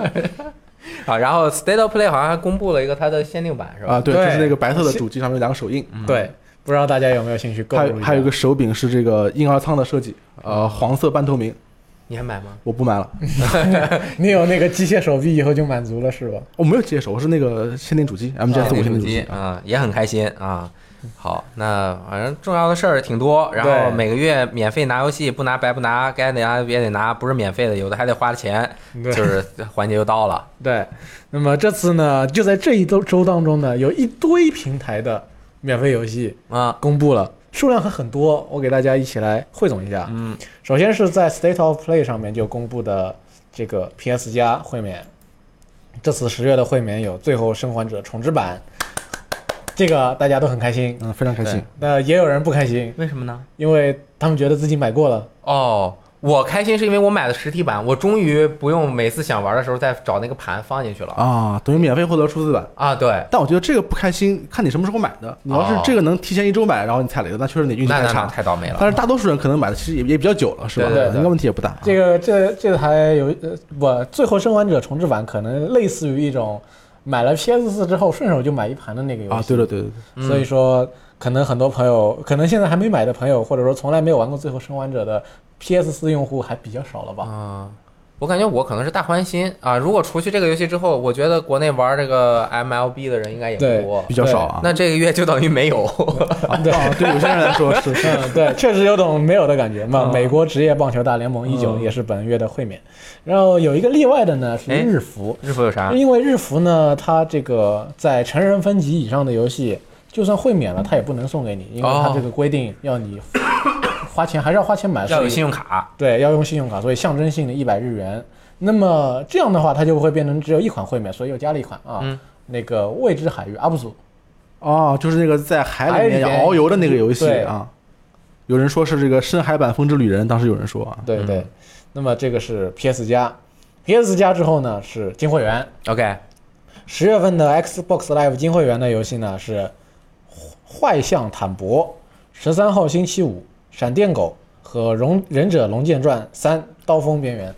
Speaker 1: <laughs> 啊，然后 State of Play 好像还公布了一个它的限定版是吧？
Speaker 2: 啊，对，
Speaker 3: 对
Speaker 2: 就是那个白色的主机上面有两个手印，
Speaker 1: 嗯
Speaker 3: 对，不知道大家有没有兴趣购
Speaker 2: 还
Speaker 3: 入
Speaker 2: 有
Speaker 3: 一下
Speaker 2: 还有一个手柄是这个婴儿舱的设计，呃，黄色半透明，
Speaker 1: 你还买吗？
Speaker 2: 我不买了，
Speaker 3: 你有那个机械手臂以后就满足了是吧？
Speaker 2: 我没有接手，我是那个限定主机 MGS 五
Speaker 1: 限定
Speaker 2: 限定
Speaker 1: 主
Speaker 2: 机
Speaker 1: 机啊，也很开心啊。好，那反正重要的事儿挺多，然后
Speaker 3: 对
Speaker 1: 每个月免费拿游戏，不拿白不拿，该拿也得拿，不是免费的，有的还得花钱，
Speaker 3: 对
Speaker 1: 就是环节又到了。
Speaker 3: 对，那么这次呢，就在这一周周当中呢，有一堆平台的免费游戏
Speaker 1: 啊，
Speaker 3: 公布了，数量还很多，我给大家一起来汇总一下。 <laughs> 嗯，首先是在 State of Play 上面就公布的这个 PS 加会免，这次十月的会免有《最后生还者》重置版，这个大家都很开心。
Speaker 2: 嗯，非常开心。
Speaker 3: 那也有人不开心，
Speaker 1: 为什么呢？
Speaker 3: 因为他们觉得自己买过了。
Speaker 1: 哦，我开心是因为我买了实体版，我终于不用每次想玩的时候再找那个盘放进去了。
Speaker 2: 啊，等于免费获得数字版。
Speaker 1: 啊，对，
Speaker 2: 但我觉得这个不开心，看你什么时候买的。你要
Speaker 1: 哦
Speaker 2: 是这个能提前一周买，然后你踩雷的，那确实你运气
Speaker 1: 那
Speaker 2: 太
Speaker 1: 那那
Speaker 2: 差。
Speaker 1: 太倒霉了。
Speaker 2: 但是大多数人可能买的其实也也比较久了，是吧？
Speaker 1: 对对对
Speaker 2: 应该问题也不大。
Speaker 3: 这个这这台有呃不，最后生还者重置版可能类似于一种买了 PS 四之后顺手就买一盘的那个游戏
Speaker 2: 啊，对对对对对，
Speaker 3: 所以说可能很多朋友，可能现在还没买的朋友，或者说从来没有玩过最后生还者的 PS 四用户还比较少了吧？
Speaker 1: 啊，我感觉我可能是大欢心啊。如果除去这个游戏之后，我觉得国内玩这个 MLB 的人应该也不多
Speaker 2: 比。较少啊。
Speaker 1: 那这个月就等于
Speaker 2: <laughs>
Speaker 1: 没有。
Speaker 3: 对。
Speaker 2: 啊，对有些人来说
Speaker 1: <laughs>
Speaker 2: 是是
Speaker 3: 嗯，对，确实有种没有的感觉嘛。
Speaker 1: 嗯
Speaker 3: 美国职业棒球大联盟一九也是本月的会免，然后有一个例外的呢是
Speaker 1: 哎
Speaker 3: 日服，
Speaker 1: 日服有 <laughs> 啥？
Speaker 3: 因为日服呢，它这个在成人分级以上的游戏，就算会免了，它也不能送给你，因为
Speaker 1: 哦
Speaker 3: 它这个规定要你花钱，还是要花钱买，
Speaker 1: 要有
Speaker 3: 所以
Speaker 1: 信用卡。
Speaker 3: 对，要用信用卡，所以象征性的一百日元。那么这样的话，它就会变成只有一款会免，所以又加了一款啊，
Speaker 1: 嗯
Speaker 3: 那个未知海域 UP 主，
Speaker 2: 哦，就是那个在海里
Speaker 3: 海里
Speaker 2: 面
Speaker 3: 面
Speaker 2: 遨游的那个游戏
Speaker 3: 对
Speaker 2: 啊。有人说是这个深海版《风之旅人》，当时有人说
Speaker 1: 嗯
Speaker 2: 啊，
Speaker 3: 对对。那么这个是 PS 加，PS 加之后呢是金会员，
Speaker 1: OK，
Speaker 3: 十月份的 Xbox Live 金会员的游戏呢是《坏象坦博》，十三号星期五，《闪电狗》和《荣忍者龙剑传三：刀锋边缘》。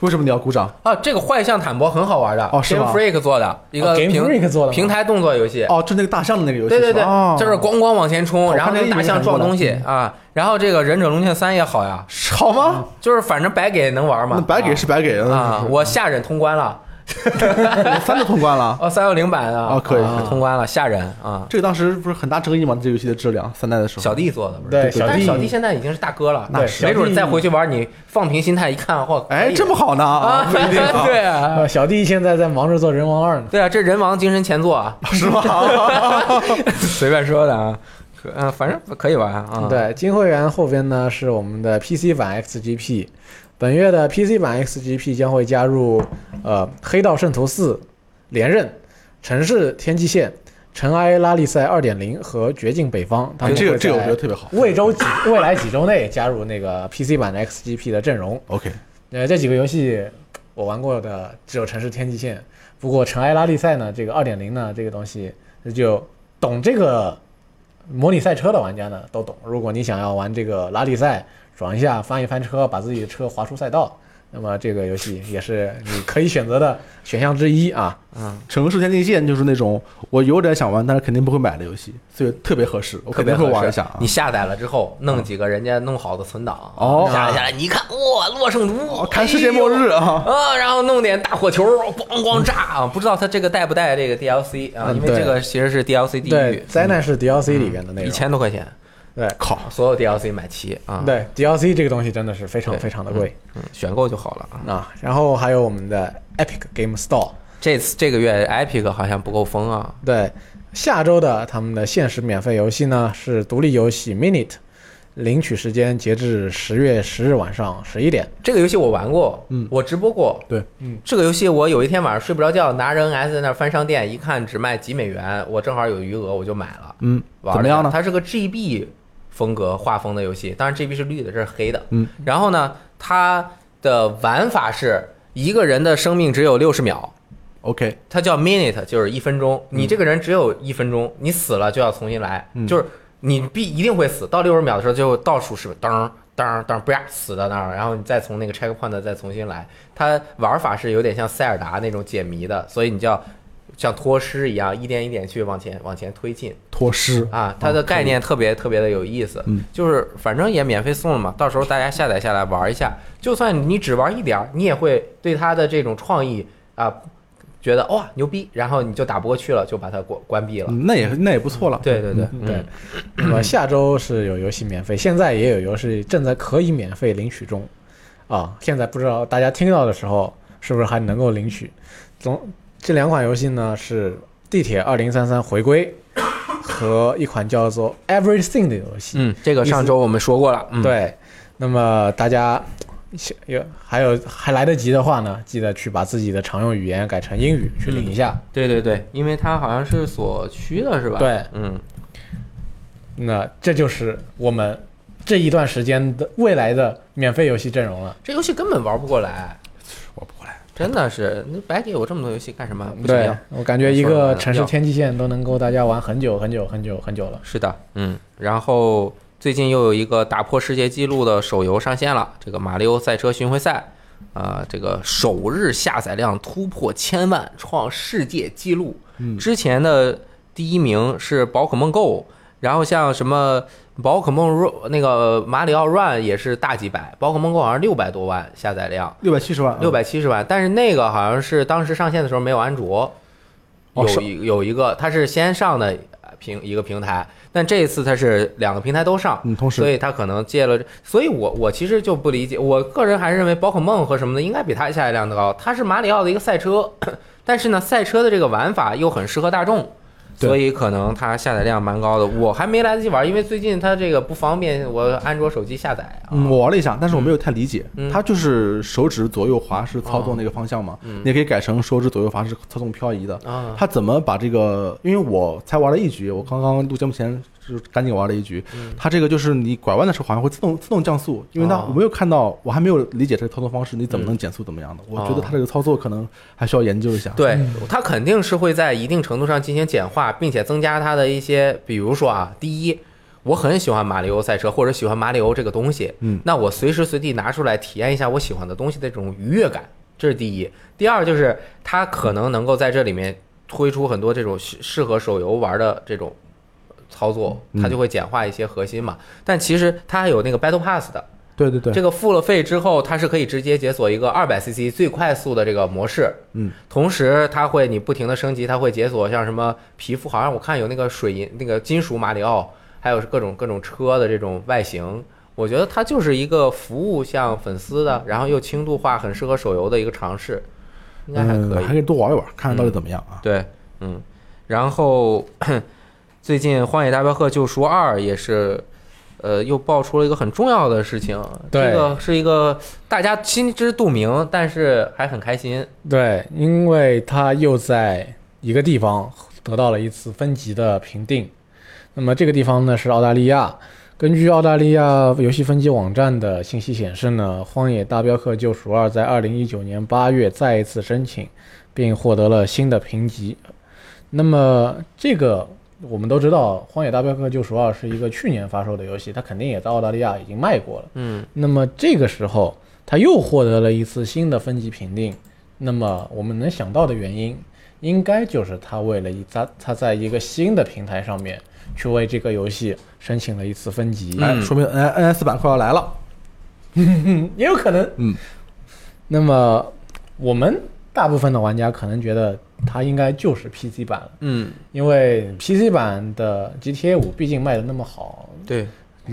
Speaker 2: 为什么你要鼓掌？
Speaker 1: 啊，这个坏象坦博很好玩的
Speaker 2: 哦是
Speaker 1: ，Game
Speaker 2: 吗
Speaker 1: Freak 做的一个
Speaker 3: 哦，Game
Speaker 1: 平
Speaker 3: Freak 做的吗
Speaker 1: 平台动作游戏。
Speaker 2: 哦，就那个大象的那个游戏，
Speaker 1: 对对对
Speaker 2: 吧哦，
Speaker 1: 就是咣咣往前冲，
Speaker 2: 我
Speaker 1: 然后那
Speaker 2: 看那
Speaker 1: 个大
Speaker 2: 个
Speaker 1: 象
Speaker 2: 影片
Speaker 1: 撞
Speaker 2: 过了
Speaker 1: 东西啊。然后这个《忍者龙剑三》也好呀，
Speaker 2: 好吗？
Speaker 1: 就是反正白给能玩嘛。
Speaker 2: 那嗯白给是白给的
Speaker 1: 嗯
Speaker 2: <laughs>
Speaker 1: 啊，我下忍通关了，
Speaker 2: 三都通关了。
Speaker 1: 哦，三六零版的
Speaker 2: 哦可以
Speaker 1: 啊
Speaker 2: 可以
Speaker 1: 通关了，下忍啊，
Speaker 2: 这个当时不是很大争议吗？这游戏的质量，三代的时候，
Speaker 1: 小弟做的不是？
Speaker 3: 对，
Speaker 2: 对对
Speaker 3: 小
Speaker 1: 但
Speaker 3: 弟
Speaker 1: 是小弟现在已经是大哥了，啊
Speaker 3: 那是
Speaker 1: 没
Speaker 3: 小
Speaker 1: 准
Speaker 3: 弟
Speaker 1: 再回去玩，你放平心态一看，嚯，
Speaker 2: 哎，这
Speaker 1: 么
Speaker 2: 么好呢
Speaker 1: 啊，
Speaker 2: 啊，不一定啊
Speaker 1: <laughs> 对啊，
Speaker 2: <laughs>
Speaker 3: 呃，小弟现在在忙着做《人王二》呢。
Speaker 1: 对啊，这人王精神前作啊，
Speaker 2: 是吗？
Speaker 1: <laughs> 随便说的啊，可嗯，反正可以玩啊，，
Speaker 3: 对，金会员后边呢是我们的 PC 版 XGP，本月的 PC 版 XGP 将会加入呃《黑道圣徒四》、《连刃》、《城市天际线》、《尘埃拉力赛2.0》和《绝境北方》。他们
Speaker 2: 哎这个
Speaker 3: 会
Speaker 2: 这个我觉得
Speaker 3: 在
Speaker 2: 特别好。
Speaker 3: 未周几未来几周内加入那个 PC 版的 XGP 的阵容。
Speaker 2: OK，
Speaker 3: 呃，这几个游戏我玩过的只有《城市天际线》，不过《尘埃拉力赛》呢，这个2.0呢，这个东西就懂这个模拟赛车的玩家呢都懂。如果你想要玩这个拉力赛，爽一下翻一翻车，把自己的车划出赛道，那么这个游戏也是你可以选择的选项之一啊。
Speaker 2: 城市天际线就是那种我有点想玩，但是肯定不会买的游戏，所以特别合适，我
Speaker 1: 特
Speaker 2: 肯
Speaker 1: 别
Speaker 2: 定会
Speaker 1: 合适
Speaker 2: 玩一下啊
Speaker 1: 你。下载了之后，弄几个人家弄好的存档，
Speaker 2: 哦
Speaker 1: 下载下来，你一看，哇，洛圣都
Speaker 2: 哦，看世界末
Speaker 1: 哎呦
Speaker 2: 日啊！
Speaker 1: 啊，然后弄点大火球，咣咣炸啊！不知道它这个带不带这个 DLC 啊？
Speaker 3: 嗯
Speaker 1: 因为
Speaker 3: 对
Speaker 1: 这个其实是 DLC 地嗯
Speaker 3: 对
Speaker 1: 狱，，
Speaker 3: 灾难是 DLC 里边的内
Speaker 1: 一
Speaker 3: 容。
Speaker 1: 千多块钱，
Speaker 3: 对
Speaker 2: 靠，
Speaker 1: 所有 DLC 买齐啊，
Speaker 3: 对 DLC 这个东西真的是非常
Speaker 1: 对
Speaker 3: 非常的贵
Speaker 1: 嗯，选购就好了啊。
Speaker 3: 啊。然后还有我们的 Epic Game Store。
Speaker 1: 这次这个月 Epic 好像不够疯啊，
Speaker 3: 对，下周的他们的限时免费游戏呢是独立游戏 Minute，领取时间截至十月十日晚上十一点。
Speaker 1: 这个游戏我玩过，
Speaker 2: 嗯
Speaker 1: 我直播过，
Speaker 2: 对，
Speaker 3: 嗯，
Speaker 1: 这个游戏我有一天晚上睡不着觉，拿着 NS 在那儿翻商店，一看只卖几美元，我正好有余额，我就买了。
Speaker 2: 嗯，
Speaker 1: 玩
Speaker 2: 怎么
Speaker 1: 了
Speaker 2: 样
Speaker 1: 一下
Speaker 2: 呢？
Speaker 1: 它是个 GB 风格画风的游戏，当然 GB 是绿的，这是黑的。
Speaker 2: 嗯，
Speaker 1: 然后呢，它的玩法是一个人的生命只有六十秒，
Speaker 2: OK，
Speaker 1: 它叫 minute，就是一分钟。你这个人只有一分钟，你死了就要重新来，
Speaker 2: 嗯
Speaker 1: 就是你必一定会死。到六十秒的时候就倒数十，噔噔噔，啪死在那儿，然后你再从那个 checkpoint 再重新来。它玩法是有点像塞尔达那种解谜的，所以你就要像脱尸一样，一点一点去往前往前推进。
Speaker 2: 脱尸
Speaker 1: 啊，它的概念特别特别的有意思，
Speaker 2: 嗯
Speaker 1: 就是反正也免费送了嘛，到时候大家下载下来玩一下，就算你只玩一点儿，你也会对它的这种创意啊，觉得哇牛逼，然后你就打不过去了，就把它关关闭了。
Speaker 2: 嗯那也那也不错了。
Speaker 1: 对对对，
Speaker 3: 对
Speaker 1: 嗯，
Speaker 3: 那么下周是有游戏免费，现在也有游戏正在可以免费领取中，啊，现在不知道大家听到的时候是不是还能够领取。总这两款游戏呢是《地铁二零三三回归》和一款叫做《Everything》的游戏。
Speaker 1: 嗯，这个上周我们说过了，嗯，
Speaker 3: 对，那么大家想有还有还来得及的话呢，记得去把自己的常用语言改成英语去领一下。
Speaker 1: 对对对，因为它好像是所区的是吧？
Speaker 3: 对，
Speaker 1: 嗯，
Speaker 3: 那这就是我们这一段时间的未来的免费游戏阵容了。
Speaker 1: 这游戏根本玩不过来，
Speaker 2: 玩不过来。
Speaker 1: 真的是，那白给我这么多游戏干什么？不行啊
Speaker 3: 对
Speaker 1: 要，
Speaker 3: 我感觉一
Speaker 1: 说
Speaker 3: 个
Speaker 1: 了
Speaker 3: 城市
Speaker 1: 要
Speaker 3: 天际线都能够大家玩很久很久很久很久了。
Speaker 1: 是的，嗯，然后最近又有一个打破世界纪录的手游上线了，这个《马里奥赛车巡回赛》，啊，这个首日下载量突破千万，创世界纪录。
Speaker 2: 嗯
Speaker 1: 之前的第一名是宝可梦 Go，然后像什么宝可梦 Ru 那个马里奥 Run 也是大几百，宝可梦 Go 好像六百多万下载量。
Speaker 2: 六百七十万，啊
Speaker 1: 六百七十万，但是那个好像是当时上线的时候没有安卓，
Speaker 2: 哦
Speaker 1: 有
Speaker 2: 是
Speaker 1: 一有一个它是先上的呃平一个平台，但这一次它是两个平台都上，
Speaker 2: 嗯，同
Speaker 1: 所
Speaker 2: 时
Speaker 1: 以它可能借了，所以我我其实就不理解，我个人还是认为宝可梦和什么的应该比它下载量的高，它是马里奥的一个赛车， <clears throat> 但是呢赛车的这个玩法又很适合大众。
Speaker 2: 对
Speaker 1: 所以可能它下载量蛮高的，我还没来得及玩，因为最近它这个不方便我安卓手机下载啊。
Speaker 2: 嗯，我玩了一下，但是我没有太理解
Speaker 1: 嗯，
Speaker 2: 它就是手指左右滑是操
Speaker 1: 哦
Speaker 2: 纵那个方向嘛，
Speaker 1: 嗯
Speaker 2: 你也可以改成手指左右滑是操纵漂移的。
Speaker 1: 啊，
Speaker 2: 他怎么把这个？因为我才玩了一局，我刚刚录节目前就是赶紧玩了一局。
Speaker 1: 嗯
Speaker 2: 它这个就是你拐弯的时候好像会自动自动降速，因为它
Speaker 1: 哦
Speaker 2: 我没有看到，我还没有理解这个操作方式，你怎么能减速怎么样的？我觉得它这个操作可能还需要研究一下。
Speaker 1: 嗯对，它肯定是会在一定程度上进行简化，并且增加它的一些，比如说啊，第一，我很喜欢马里奥赛车或者喜欢马里奥这个东西，
Speaker 2: 嗯，
Speaker 1: 那我随时随地拿出来体验一下我喜欢的东西的这种愉悦感，这是第一。第二就是它可能能够在这里面推出很多这种适适合手游玩的这种操作，它就会简化一些核心嘛。但其实它还有那个 Battle Pass 的，
Speaker 2: 对对对，
Speaker 1: 这个付了费之后，它是可以直接解锁一个二百 CC 最快速的这个模式。
Speaker 2: 嗯，
Speaker 1: 同时它会你不停的升级，它会解锁像什么皮肤，好像我看有那个水银、那个金属马里奥，还有各种各种车的这种外形。我觉得它就是一个服务向粉丝的，然后又轻度化，很适合手游的一个尝试，应该还
Speaker 2: 嗯，
Speaker 1: 可以。
Speaker 2: 还可以多玩一玩，看看到底怎么样啊？
Speaker 1: 对，嗯，然后最近《荒野大镖客：救赎二》也是，呃，又爆出了一个很重要的事情，
Speaker 3: 对
Speaker 1: 这个是一个大家心知肚明，但是还很开心，
Speaker 3: 对，因为它又在一个地方得到了一次分级的评定。那么这个地方呢是澳大利亚。根据澳大利亚游戏分级网站的信息显示呢，《荒野大镖客：救赎二》在2019年8月再一次申请，并获得了新的评级。那么这个我们都知道，《荒野大镖客：救赎二》是一个去年发售的游戏，它肯定也在澳大利亚已经卖过了。
Speaker 1: 嗯，
Speaker 3: 那么这个时候，他又获得了一次新的分级评定。那么我们能想到的原因，应该就是他为了一他他在一个新的平台上面去为这个游戏申请了一次分级，
Speaker 1: 嗯
Speaker 2: 哎，说明 N N S 版快要来了。
Speaker 3: 嗯 <laughs> 也有可能。
Speaker 2: 嗯，
Speaker 3: 那么我们大部分的玩家可能觉得它应该就是 PC 版了，
Speaker 1: 嗯，
Speaker 3: 因为 PC 版的 GTA 五毕竟卖的那么好，
Speaker 1: 对，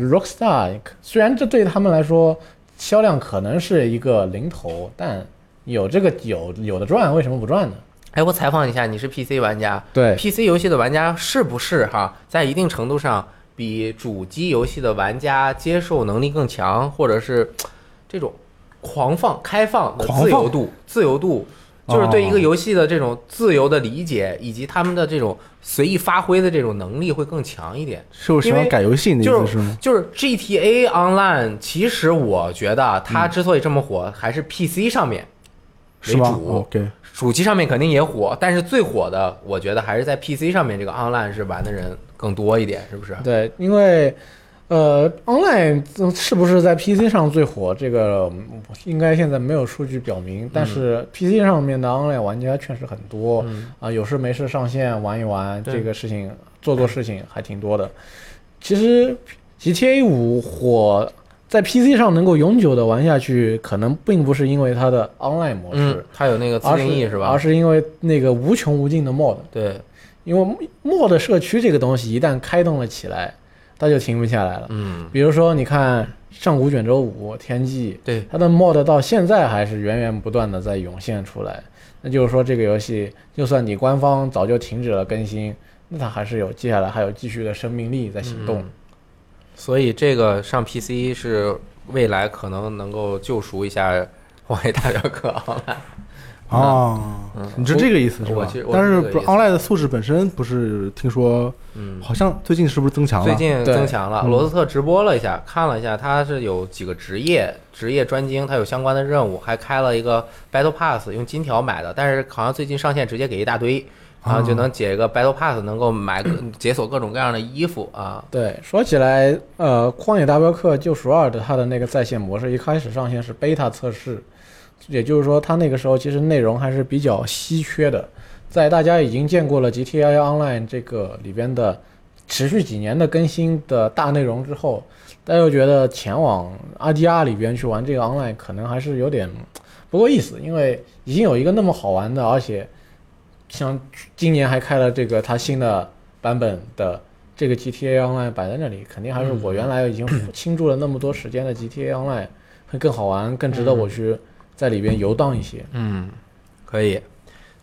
Speaker 3: Rockstar 虽然这对他们来说销量可能是一个零头，但有这个有有的赚，为什么不赚呢？
Speaker 1: 哎，我采访一下，你是 PC 玩家
Speaker 2: 哎
Speaker 3: 对，
Speaker 1: ，PC 游戏的玩家是不是哈，在一定程度上比主机游戏的玩家接受能力更强，或者是这种狂放、开放的
Speaker 2: 狂放
Speaker 1: 自由度、自由度，就是对一个
Speaker 2: 哦
Speaker 1: 游戏的这种自由的理解，以及他们的这种随意发挥的这种能力会更强一点。
Speaker 2: 是不是喜
Speaker 1: 因
Speaker 2: 欢
Speaker 1: 为
Speaker 2: 改游戏？你的
Speaker 1: 就
Speaker 2: 意
Speaker 1: 是
Speaker 2: 思是吗？
Speaker 1: 就是 GTA Online，其实我觉得
Speaker 2: 嗯
Speaker 1: 它之所以这么火，还是 PC 上面为
Speaker 2: 是吗
Speaker 1: 主
Speaker 2: ？OK，
Speaker 1: 主机上面肯定也火，但是最火的，我觉得还是在 PC 上面这个 online 是玩的人更多一点，是不是？
Speaker 3: 对，因为呃，online 呃是不是在 PC 上最火？这个嗯应该现在没有数据表
Speaker 1: 嗯
Speaker 3: 明，但是 PC 上面的 online 玩家确实很多啊、有事没事上线玩一玩，
Speaker 1: 嗯对
Speaker 3: 这个事情做做事情还挺多的。其实 GTA 五火。在 PC 上能够永久的玩下去，可能并不是因为它的 online 模
Speaker 1: 嗯
Speaker 3: 式，，
Speaker 1: 它有那个自
Speaker 3: 而
Speaker 1: 定义
Speaker 3: 是
Speaker 1: 是吧
Speaker 3: 而？是因为那个无穷无尽的 mod，
Speaker 1: 对，
Speaker 3: 因为 mod 社区这个东西一旦开动了起来，它就停不下来了。
Speaker 1: 嗯，
Speaker 3: 比如说，你看《上古卷轴五》《天际》，
Speaker 1: 对，
Speaker 3: 它的 mod 到现在还是源源不断的在涌现出来。那就是说，这个游戏就算你官方早就停止了更新，那它还是有接下来还有继续的生命力在行动。
Speaker 1: 所以这个上 PC 是未来可能能够救赎一下 <laughs> 《荒野大镖客啊 online》。
Speaker 2: 哦，你是这个意思是
Speaker 1: 嗯我
Speaker 2: 吧
Speaker 1: 其实？我
Speaker 2: 但
Speaker 1: 是这
Speaker 2: 是
Speaker 1: 个
Speaker 2: 不
Speaker 1: 意思
Speaker 2: online 的素质本身不是听说，
Speaker 1: 嗯，
Speaker 2: 好像最近是不是增强了？
Speaker 1: 最近
Speaker 3: 对
Speaker 1: 增强了。
Speaker 2: 嗯
Speaker 1: 罗斯特直播了一下，看了一下，他是有几个职业，职业专精，他有相关的任务，还开了一个 Battle Pass，用金条买的，但是好像最近上线直接给一大堆，然后
Speaker 2: 嗯
Speaker 1: 就能解一个 Battle Pass，能够买个解锁各种各样的衣服啊。
Speaker 3: 对，说起来，呃，《荒野大镖客：救赎二》的它的那个在线模式一开始上线是 beta 测试，也就是说，它那个时候其实内容还是比较稀缺的，在大家已经见过了 GTA Online 这个里边的持续几年的更新的大内容之后，大家又觉得前往 RDR 里边去玩这个 Online 可能还是有点不够意思，因为已经有一个那么好玩的，而且像今年还开了这个它新的版本的这个 GTA Online 摆在那里，肯定还是我原来已经 <clears throat> 倾注了那么多时间的 GTA Online 会更好玩，更值得我去在里边游荡一些。
Speaker 1: 嗯，可以。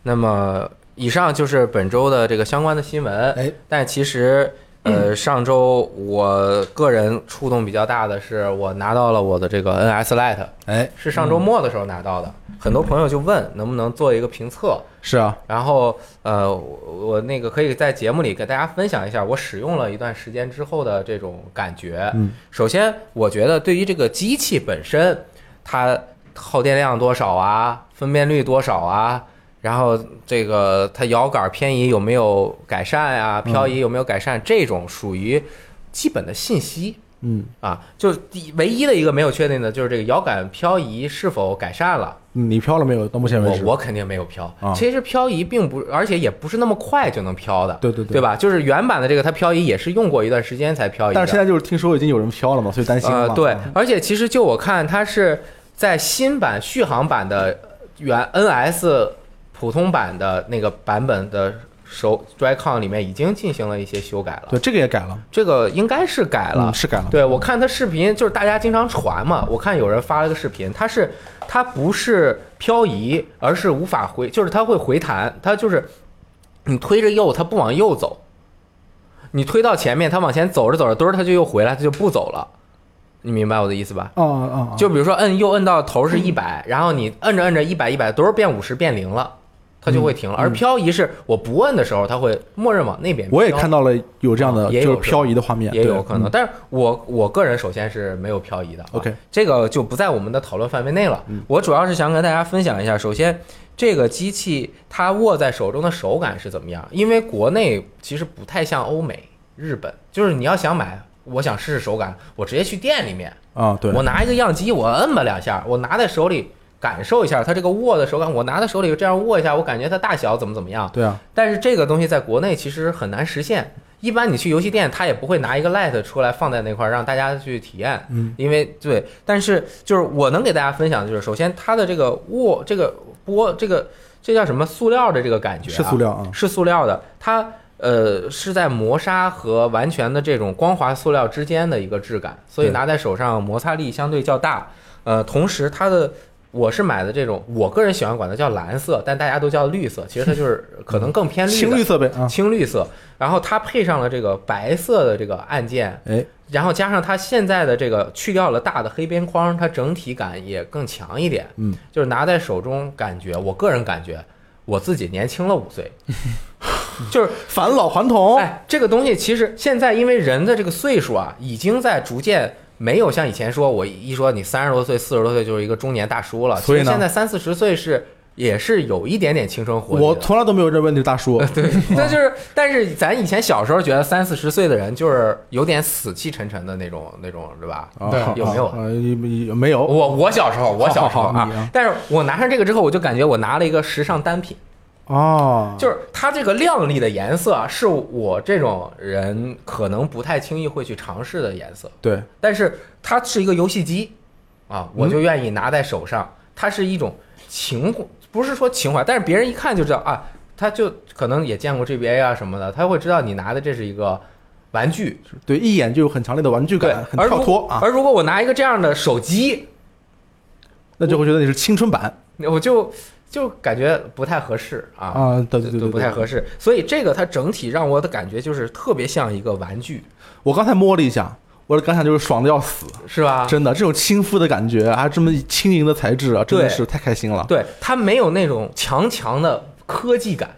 Speaker 1: 那么以上就是本周的这个相关的新闻。
Speaker 2: 哎，
Speaker 1: 但其实
Speaker 2: <clears throat>
Speaker 1: 呃，上周我个人触动比较大的是，我拿到了我的这个 NS Lite，
Speaker 2: 哎，
Speaker 1: 是上周末的时候拿到的。很多朋友就问能不能做一个评测，
Speaker 2: 是啊，
Speaker 1: 然后呃，我我那个可以在节目里给大家分享一下我使用了一段时间之后的这种感觉。
Speaker 2: 嗯，
Speaker 1: 首先我觉得对于这个机器本身，它耗电量多少啊，分辨率多少啊，然后这个它摇杆偏移有没有改善啊，漂移有没有改善，这种属于基本的信息。
Speaker 2: 嗯
Speaker 1: 啊，就是第唯一的一个没有确定的，就是这个摇杆漂移是否改善了。
Speaker 2: 你飘了没有？到目前为
Speaker 1: 我
Speaker 2: 止，
Speaker 1: 我肯定没有飘
Speaker 2: 啊。
Speaker 1: 其实漂移并不，而且也不是那么快就能飘的，
Speaker 2: 对对对
Speaker 1: 对吧？就是原版的这个它漂移也是用过一段时间才漂移的，
Speaker 2: 但是现在就是听说已经有人飘了嘛，所以担心
Speaker 1: 呃
Speaker 2: 嘛。嗯
Speaker 1: 对，而且其实就我看它是在新版续航版的原 NS 普通版的那个版本的手 Joy-Con 里面已经进行了一些修改了，
Speaker 2: 对，这个也改了，
Speaker 1: 这个应该是改了
Speaker 2: 嗯，，是改了。
Speaker 1: 对，我看他视频，就是大家经常传嘛，我看有人发了个视频，他是他不是漂移，而是无法回，就是他会回弹，他就是你推着右，它不往右走，你推到前面，它往前走着走着墩儿，它就又回来，它就不走了，你明白我的意思吧？
Speaker 2: 哦哦哦，
Speaker 1: 就比如说摁右摁到头是一百、然后你摁着摁着一百一百墩儿变五十变零了，它就会停
Speaker 2: 嗯
Speaker 1: 了。而漂移是我不摁的时候，它会默认往那边飘。
Speaker 2: 我也看到了有这样的
Speaker 1: 啊，也
Speaker 2: 就
Speaker 1: 有
Speaker 2: 是漂移的画面，
Speaker 1: 也有
Speaker 2: 对嗯
Speaker 1: 可能。但是我我个人首先是没有漂移的啊
Speaker 2: OK 嗯
Speaker 1: 这个就不在我们的讨论范围内了。我主要是想跟大家分享一下，首先这个机器它握在手中的手感是怎么样，因为国内其实不太像欧美、日本，就是你要想买，我想试试手感，我直接去店里面，
Speaker 2: 啊，对，
Speaker 1: 我拿一个样机，我摁吧两下，我拿在手里。感受一下它这个握的手感，我拿在手里这样握一下，我感觉它大小怎么怎么样。
Speaker 2: 对啊，
Speaker 1: 但是这个东西在国内其实很难实现。一般你去游戏店，他也不会拿一个 Lite 出来放在那块儿让大家去体验，
Speaker 2: 嗯，
Speaker 1: 因为对。但是就是我能给大家分享的就是，首先它的这个握这个波这个这叫什么塑料的这个感觉、啊，
Speaker 2: 是塑料啊，
Speaker 1: 是塑料的，它呃是在磨砂和完全的这种光滑塑料之间的一个质感，所以
Speaker 2: 对
Speaker 1: 拿在手上摩擦力相对较大。呃，同时它的我是买的这种，我个人喜欢管它叫蓝色，但大家都叫绿色，其实它
Speaker 2: <laughs>
Speaker 1: 就是可能更偏绿
Speaker 2: 青
Speaker 1: 的
Speaker 2: 绿色呗
Speaker 1: <laughs>
Speaker 2: 啊，
Speaker 1: 青绿色，然后它配上了这个白色的这个按键，
Speaker 2: 哎，
Speaker 1: 然后加上它现在的这个去掉了大的黑边框，它整体感也更强一点。
Speaker 2: 嗯，
Speaker 1: 就是拿在手中感觉，我个人感觉我自己年轻了五岁，就是
Speaker 2: 返老还童，
Speaker 1: 哎，这个东西其实现在因为人的这个岁数啊，已经在逐渐没有像以前说，我一说你三十多岁、四十多岁就是一个中年大叔了。
Speaker 2: 所以呢
Speaker 1: 其实现在三四十岁是也是有一点点青春活力的。
Speaker 2: 我从来都没有认问这大叔，
Speaker 1: <laughs> 对，那就是，但是咱以前小时候觉得三四十岁的人就是有点死气沉沉的那种，那种对吧？
Speaker 2: 啊
Speaker 3: 对
Speaker 1: 有没有
Speaker 2: 啊，有没有，
Speaker 1: 我我小时候，我小时候
Speaker 2: 好好好
Speaker 1: 啊
Speaker 2: 你啊，
Speaker 1: 但是我拿上这个之后，我就感觉我拿了一个时尚单品，
Speaker 2: 哦，
Speaker 1: 就是它这个亮丽的颜色啊，是我这种人可能不太轻易会去尝试的颜色，
Speaker 2: 对，
Speaker 1: 但是它是一个游戏机
Speaker 2: 嗯
Speaker 1: 啊，我就愿意拿在手上，它是一种情，不是说情怀，但是别人一看就知道啊，他就可能也见过 GBA 啊什么的，他会知道你拿的这是一个玩具，
Speaker 2: 对，一眼就有很强烈的玩具
Speaker 1: 对
Speaker 2: 感，，很
Speaker 1: 而
Speaker 2: 跳
Speaker 1: 如
Speaker 2: 脱啊，
Speaker 1: 而如果我拿一个这样的手机，
Speaker 2: 那就会觉得你是青春版
Speaker 1: 那我就就感觉不太合适啊。
Speaker 2: 啊，对对对对，
Speaker 1: 不太
Speaker 2: 适。
Speaker 1: 合适，所以这个它整体让我的感觉就是特别像一个玩具，
Speaker 2: 我刚才摸了一下，我的感想就是爽的要死，
Speaker 1: 是吧？
Speaker 2: 真的，这种亲肤的感觉，还有这么轻盈的材质啊，真的
Speaker 1: 对
Speaker 2: 是太开心了。
Speaker 1: 对，它没有那种强强的科技感，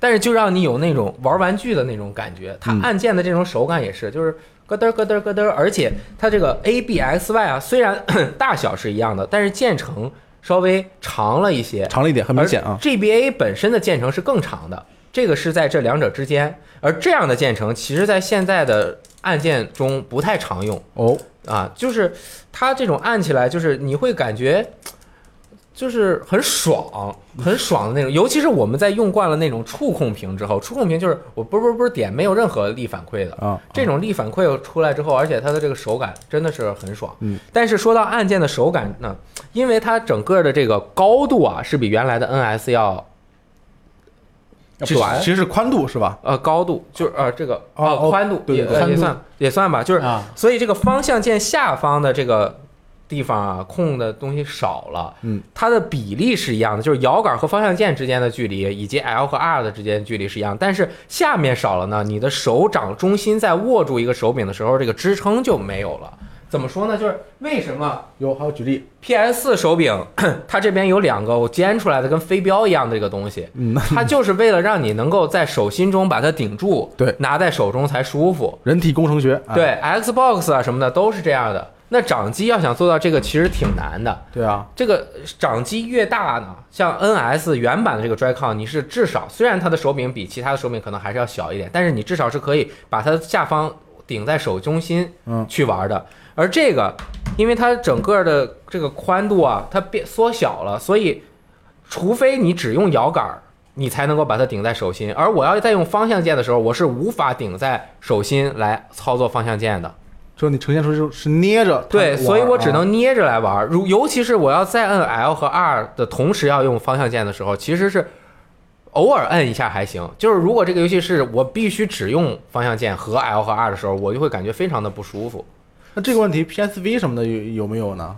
Speaker 1: 但是就让你有那种玩玩具的那种感觉。它
Speaker 2: 嗯
Speaker 1: 按键的这种手感也是，就是咯噔儿咯噔儿咯噔儿，而且它这个 A B X Y 啊，虽然 <clears throat> 大小是一样的，但是键程稍微长了一些，
Speaker 2: 长了一点，很明显啊。
Speaker 1: GBA 本身的键程是更长的，这个是在这两者之间，而这样的键程其实在现在的按键中不太常用。
Speaker 2: 哦，
Speaker 1: 啊，就是它这种按起来，就是你会感觉就是很爽，很爽的那种。尤其是我们在用惯了那种触控屏之后，触控屏就是我啵啵啵点，没有任何力反馈的。
Speaker 2: 啊，
Speaker 1: 这种力反馈出来之后，而且它的这个手感真的是很爽。
Speaker 2: 嗯，
Speaker 1: 但是说到按键的手感呢，因为它整个的这个高度啊，是比原来的 NS 要
Speaker 2: 其实其实是宽度是吧？
Speaker 1: 呃高度，就是呃这个
Speaker 2: 哦哦
Speaker 1: 呃宽度
Speaker 2: 对
Speaker 1: 也
Speaker 2: 对
Speaker 1: 呃
Speaker 3: 宽
Speaker 1: 也
Speaker 3: 度
Speaker 1: 算也算吧，就是
Speaker 3: 啊
Speaker 1: 所以这个方向键下方的这个地方啊空的东西少了，
Speaker 2: 嗯，
Speaker 1: 它的比例是一样的，就是摇杆和方向键之间的距离，以及 L 和 R 的之间距离是一样，但是下面少了呢，你的手掌中心在握住一个手柄的时候，这个支撑就没有了。怎么说呢？就是为什么
Speaker 2: 有还有举例，
Speaker 1: PS 手柄 <clears throat> 它这边有两个我尖出来的跟飞镖一样的这个东西，
Speaker 2: 嗯，那
Speaker 1: <laughs> 它就是为了让你能够在手心中把它顶住，
Speaker 2: 对
Speaker 1: 拿在手中才舒服。
Speaker 2: 人体工程学，啊
Speaker 1: 对，Xbox 啊什么的都是这样的。那掌机要想做到这个，其实挺难的。
Speaker 2: 对啊，
Speaker 1: 这个掌机越大呢，像 NS 原版的这个 Joy-Con，你是至少虽然它的手柄比其他的手柄可能还是要小一点，但是你至少是可以把它下方顶在手中心，
Speaker 2: 嗯
Speaker 1: 去玩的。而这个，因为它整个的这个宽度啊，它变缩小了，所以除非你只用摇杆儿，你才能够把它顶在手心。而我要再用方向键的时候，我是无法顶在手心来操作方向键的。
Speaker 2: 就是你呈现出就是捏着它玩儿，
Speaker 1: 对，所以我只
Speaker 2: 啊
Speaker 1: 能捏着来玩儿。如尤其是我要再摁 L 和 R 的同时要用方向键的时候，其实是偶尔摁一下还行。就是如果这个游戏是我必须只用方向键和 L 和 R 的时候，我就会感觉非常的不舒服。
Speaker 2: 那这个问题 PSV 什么的有有没有呢？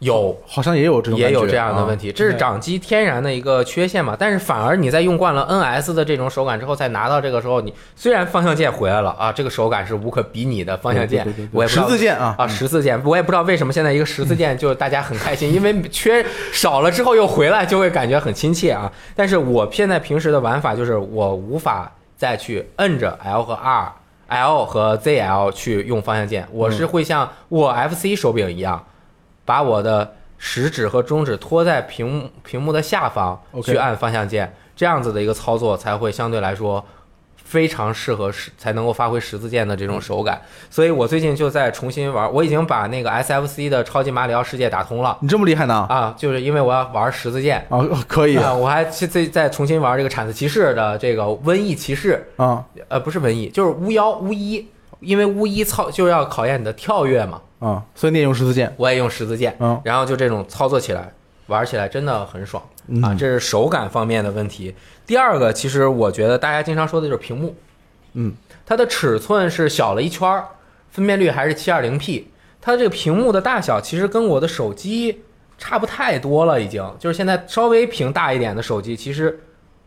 Speaker 1: 有
Speaker 2: 好像也有这种
Speaker 1: 也有
Speaker 2: 感觉
Speaker 1: 这
Speaker 2: 啊
Speaker 1: 样的问，题，这是掌机天然的一个缺陷嘛。但是反而你在用惯了 NS 的这种手感之后，再拿到这个时候，你虽然方向键回来了啊，这个手感是无可比拟的方向键
Speaker 2: 对对对对，
Speaker 1: 我也不知
Speaker 2: 十
Speaker 1: 道
Speaker 2: 字键啊，
Speaker 1: 啊，十字键，我也不知道为什么现在一个十字键就是大家很开心，因为缺少了之后又回来，就会感觉很亲切啊。但是我现在平时的玩法就是我无法再去摁着 L 和 R、L 和 ZL 去用方向键，我是会像握 FC 手柄一样，把我的食指和中指托在屏幕屏幕的下方
Speaker 2: OK
Speaker 1: 去按方向键，这样子的一个操作才会相对来说非常适合十才能够发挥十字键的这种手感。所以我最近就在重新玩，我已经把那个 SFC 的超级马里奥世界打通了
Speaker 2: 你这么厉害呢？
Speaker 1: 啊，就是因为我要玩十字键。
Speaker 2: 啊，可以
Speaker 1: 啊，我还去再再重新玩这个铲子骑士的这个瘟疫骑士，
Speaker 2: 啊
Speaker 1: 呃，不是瘟疫，就是巫妖巫医，因为巫医操就要考验你的跳跃嘛，
Speaker 2: 啊，所以你也用十字键，
Speaker 1: 我也用十字键，
Speaker 2: 嗯
Speaker 1: 然后就这种操作起来、玩起来真的很爽啊，
Speaker 2: 嗯
Speaker 1: 这是手感方面的问题。第二个，其实我觉得大家经常说的就是屏幕，
Speaker 2: 嗯，
Speaker 1: 它的尺寸是小了一圈儿，分辨率还是七二零 P，它这个屏幕的大小其实跟我的手机差不太多了，已经就是现在稍微屏大一点的手机，其实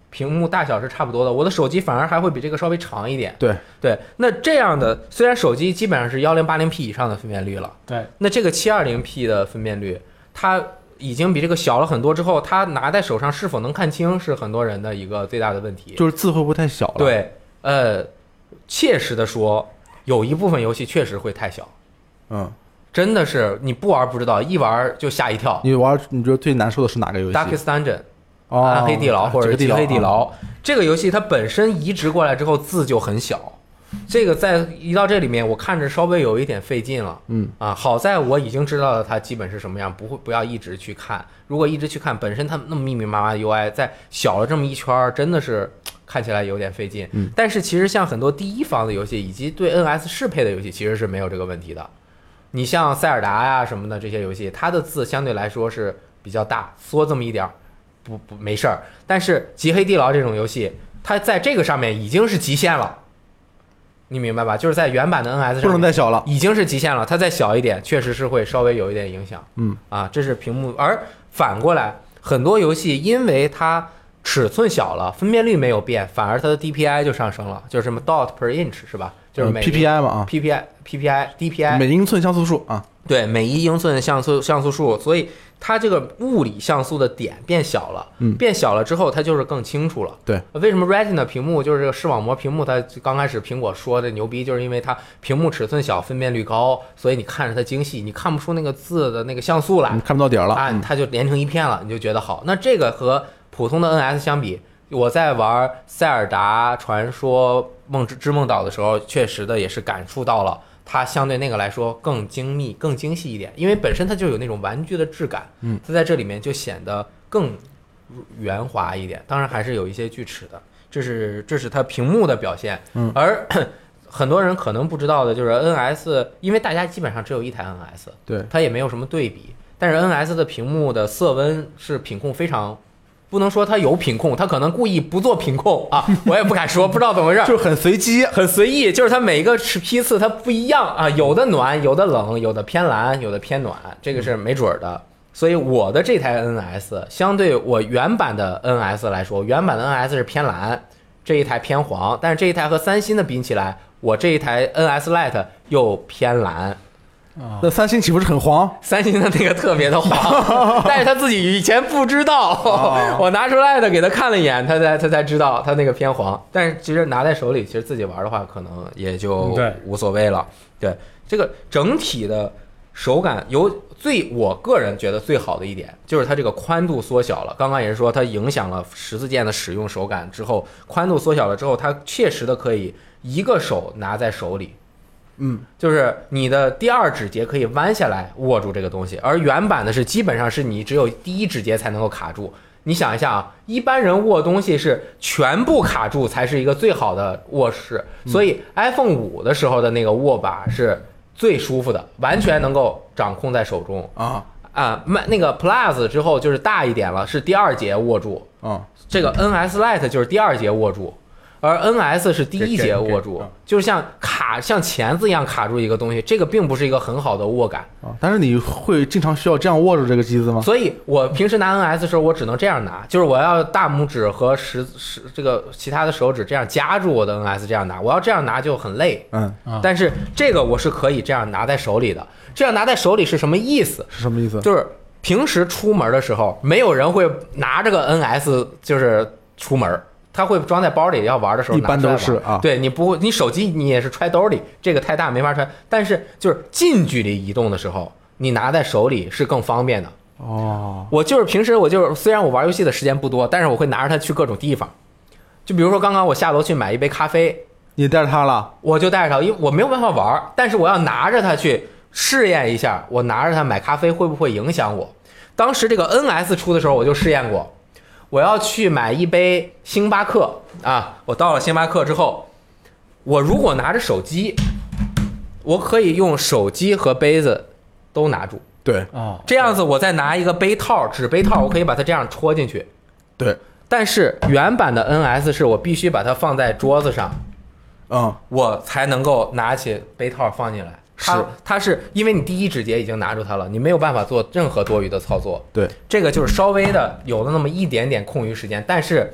Speaker 1: 屏幕大小是差不多的，我的手机反而还会比这个稍微长一点。
Speaker 2: 对，
Speaker 1: 对，那这样的虽然手机基本上是幺零八零 P 以上的分辨率了。
Speaker 3: 对，
Speaker 1: 那这个七二零 P 的分辨率，它已经比这个小了很多，之后它拿在手上是否能看清，是很多人的一个最大的问题。
Speaker 2: 就是字会不会太小了？，
Speaker 1: 对，呃，切实的说，有一部分游戏确实会太小，
Speaker 2: 嗯，
Speaker 1: 真的是你不玩不知道，一玩就吓一跳。
Speaker 2: 你玩你觉得最难受的是哪个游戏？
Speaker 1: Darkest Dungeon、
Speaker 2: 哦，
Speaker 1: 啊暗黑地牢或者是
Speaker 2: 这个
Speaker 1: 极黑地
Speaker 2: 啊，
Speaker 1: 牢，这个游戏它本身移植过来之后字就很小，这个在移到这里面，我看着稍微有一点费劲了。
Speaker 2: 嗯
Speaker 1: 啊，好在我已经知道了它基本是什么样，不会不要一直去看。如果一直去看，本身它那么密密麻麻的 UI，在小了这么一圈儿，真的是嘖看起来有点费劲。
Speaker 2: 嗯，
Speaker 1: 但是其实像很多第一方的游戏以及对 NS 适配的游戏，其实是没有这个问题的。你像塞尔达呀、什么的这些游戏，它的字相对来说是比较大，缩这么一点儿，不不没事儿。但是《极黑地牢》这种游戏，它在这个上面已经是极限了，你明白吧？就是在原版的 NS
Speaker 2: 不
Speaker 1: 上
Speaker 2: 能
Speaker 1: 面
Speaker 2: 再小了。
Speaker 1: 已经是极限了，它再小一点，确实是会稍微有一点影响。
Speaker 2: 嗯，
Speaker 1: 啊，这是屏幕。而反过来，很多游戏因为它尺寸小了，分辨率没有变，反而它的 DPI 就上升了，就是什么 dot per inch 是吧？就是
Speaker 2: 呃
Speaker 1: 每
Speaker 2: PPI 嘛啊
Speaker 1: PPI PPI DPI
Speaker 2: 每英寸像素数啊，
Speaker 1: 对每一英寸的像素像素数，所以它这个物理像素的点变小了，
Speaker 2: 嗯
Speaker 1: 变小了之后它就是更清楚了。
Speaker 2: 对，
Speaker 1: 为什么 Retina 屏幕就是这个视网膜屏幕？它刚开始苹果说的牛逼，就是因为它屏幕尺寸小，分辨率高，所以你看着它精细，你看不出那个字的那个像素来
Speaker 2: 你，看不到底儿了。
Speaker 1: 啊，
Speaker 2: 嗯
Speaker 1: 它就连成一片了，你就觉得好。那这个和普通的 NS 相比，我在玩《塞尔达传说：梦之之梦岛》的时候，确实的也是感触到了。它相对那个来说更精密、更精细一点，因为本身它就有那种玩具的质感，
Speaker 2: 嗯，
Speaker 1: 它在这里面就显得更圆滑一点。当然还是有一些锯齿的，这是这是它屏幕的表现。
Speaker 2: 嗯，
Speaker 1: 而 <coughs> 很多人可能不知道的就是 NS，因为大家基本上只有一台 NS，
Speaker 2: 对，
Speaker 1: 它也没有什么对比。但是 NS 的屏幕的色温是品控非常不能说他有品控，他可能故意不做品控啊，我也不敢说，不知道怎么回事儿，
Speaker 2: 就是很随机。
Speaker 1: 很随意，就是它每一个批次它不一样啊，有的暖，有的冷，有的偏蓝，有的偏暖，这个是没准儿的。所以我的这台 NS 相对我原版的 NS 来说，原版的 NS 是偏蓝，这一台偏黄，但是这一台和三星的比起来，我这一台 NS Lite 又偏蓝。
Speaker 3: 啊，
Speaker 2: 那三星岂不是很黄？
Speaker 1: 三星的那个特别的黄，但是他自己以前不知道， <laughs> 我拿出来的给他看了一眼，他才他才知道他那个偏黄。但是其实拿在手里，其实自己玩的话，可能也就
Speaker 3: 嗯对
Speaker 1: 无所谓了。对这个整体的手感，有最我个人觉得最好的一点，就是它这个宽度缩小了。刚刚也是说它影响了十字键的使用手感之后，宽度缩小了之后，它确实的可以一个手拿在手里，
Speaker 2: 嗯，
Speaker 1: 就是你的第二指节可以弯下来握住这个东西，而原版的是基本上是你只有第一指节才能够卡住。你想一下啊，一般人握东西是全部卡住才是一个最好的握势，所以 iPhone 五的时候的那个握把是最舒服的，完全能够掌控在手中
Speaker 2: 啊
Speaker 1: 啊。慢那个 Plus 之后就是大一点了，是第二节握住，
Speaker 2: 啊，
Speaker 1: 这个 NS Lite 就是第二节握住，而 NS 是第一节握
Speaker 3: 给给
Speaker 1: 住
Speaker 3: 给嗯，
Speaker 1: 就是像卡像钳子一样卡住一个东西，这个并不是一个很好的握感。
Speaker 2: 啊但是你会经常需要这样握着这个机子吗？
Speaker 1: 所以我平时拿 NS 的时候，我只能这样拿，就是我要大拇指和食食这个其他的手指这样夹住我的 NS 这样拿，我要这样拿就很累。
Speaker 2: 嗯，
Speaker 3: 啊
Speaker 1: 但是这个我是可以这样拿在手里的，这样拿在手里是什么意思？
Speaker 2: 是什么意思？
Speaker 1: 就是平时出门的时候，没有人会拿着个 NS 就是出门，他会装在包里，要玩的时候
Speaker 2: 一般
Speaker 1: 拿出来
Speaker 2: 都是
Speaker 1: 玩
Speaker 2: 啊
Speaker 1: 对你不会，你手机你也是揣兜里，这个太大没法揣。但是就是近距离移动的时候，你拿在手里是更方便的。
Speaker 2: 哦，
Speaker 1: 我就是平时我就是虽然我玩游戏的时间不多，但是我会拿着它去各种地方，就比如说刚刚我下楼去买一杯咖啡，
Speaker 2: 你带着它了？
Speaker 1: 我就带着它，因为我没有办法玩儿，但是我要拿着它去试验一下，我拿着它买咖啡会不会影响我？当时这个 NS 出的时候，我就试验过，我要去买一杯星巴克啊，我到了星巴克之后，我如果拿着手机，我可以用手机和杯子都拿住，
Speaker 2: 对
Speaker 3: 啊，
Speaker 1: 这样子我再拿一个杯套，纸杯套，我可以把它这样戳进去，
Speaker 2: 对，
Speaker 1: 但是原版的 NS 是我必须把它放在桌子上。
Speaker 2: 嗯，
Speaker 1: 我才能够拿起杯套放进来。它
Speaker 2: 是
Speaker 1: 它是因为你第一指节已经拿住它了，你没有办法做任何多余的操作。
Speaker 2: 对。
Speaker 1: 这个就是稍微的有了那么一点点空余时间，但是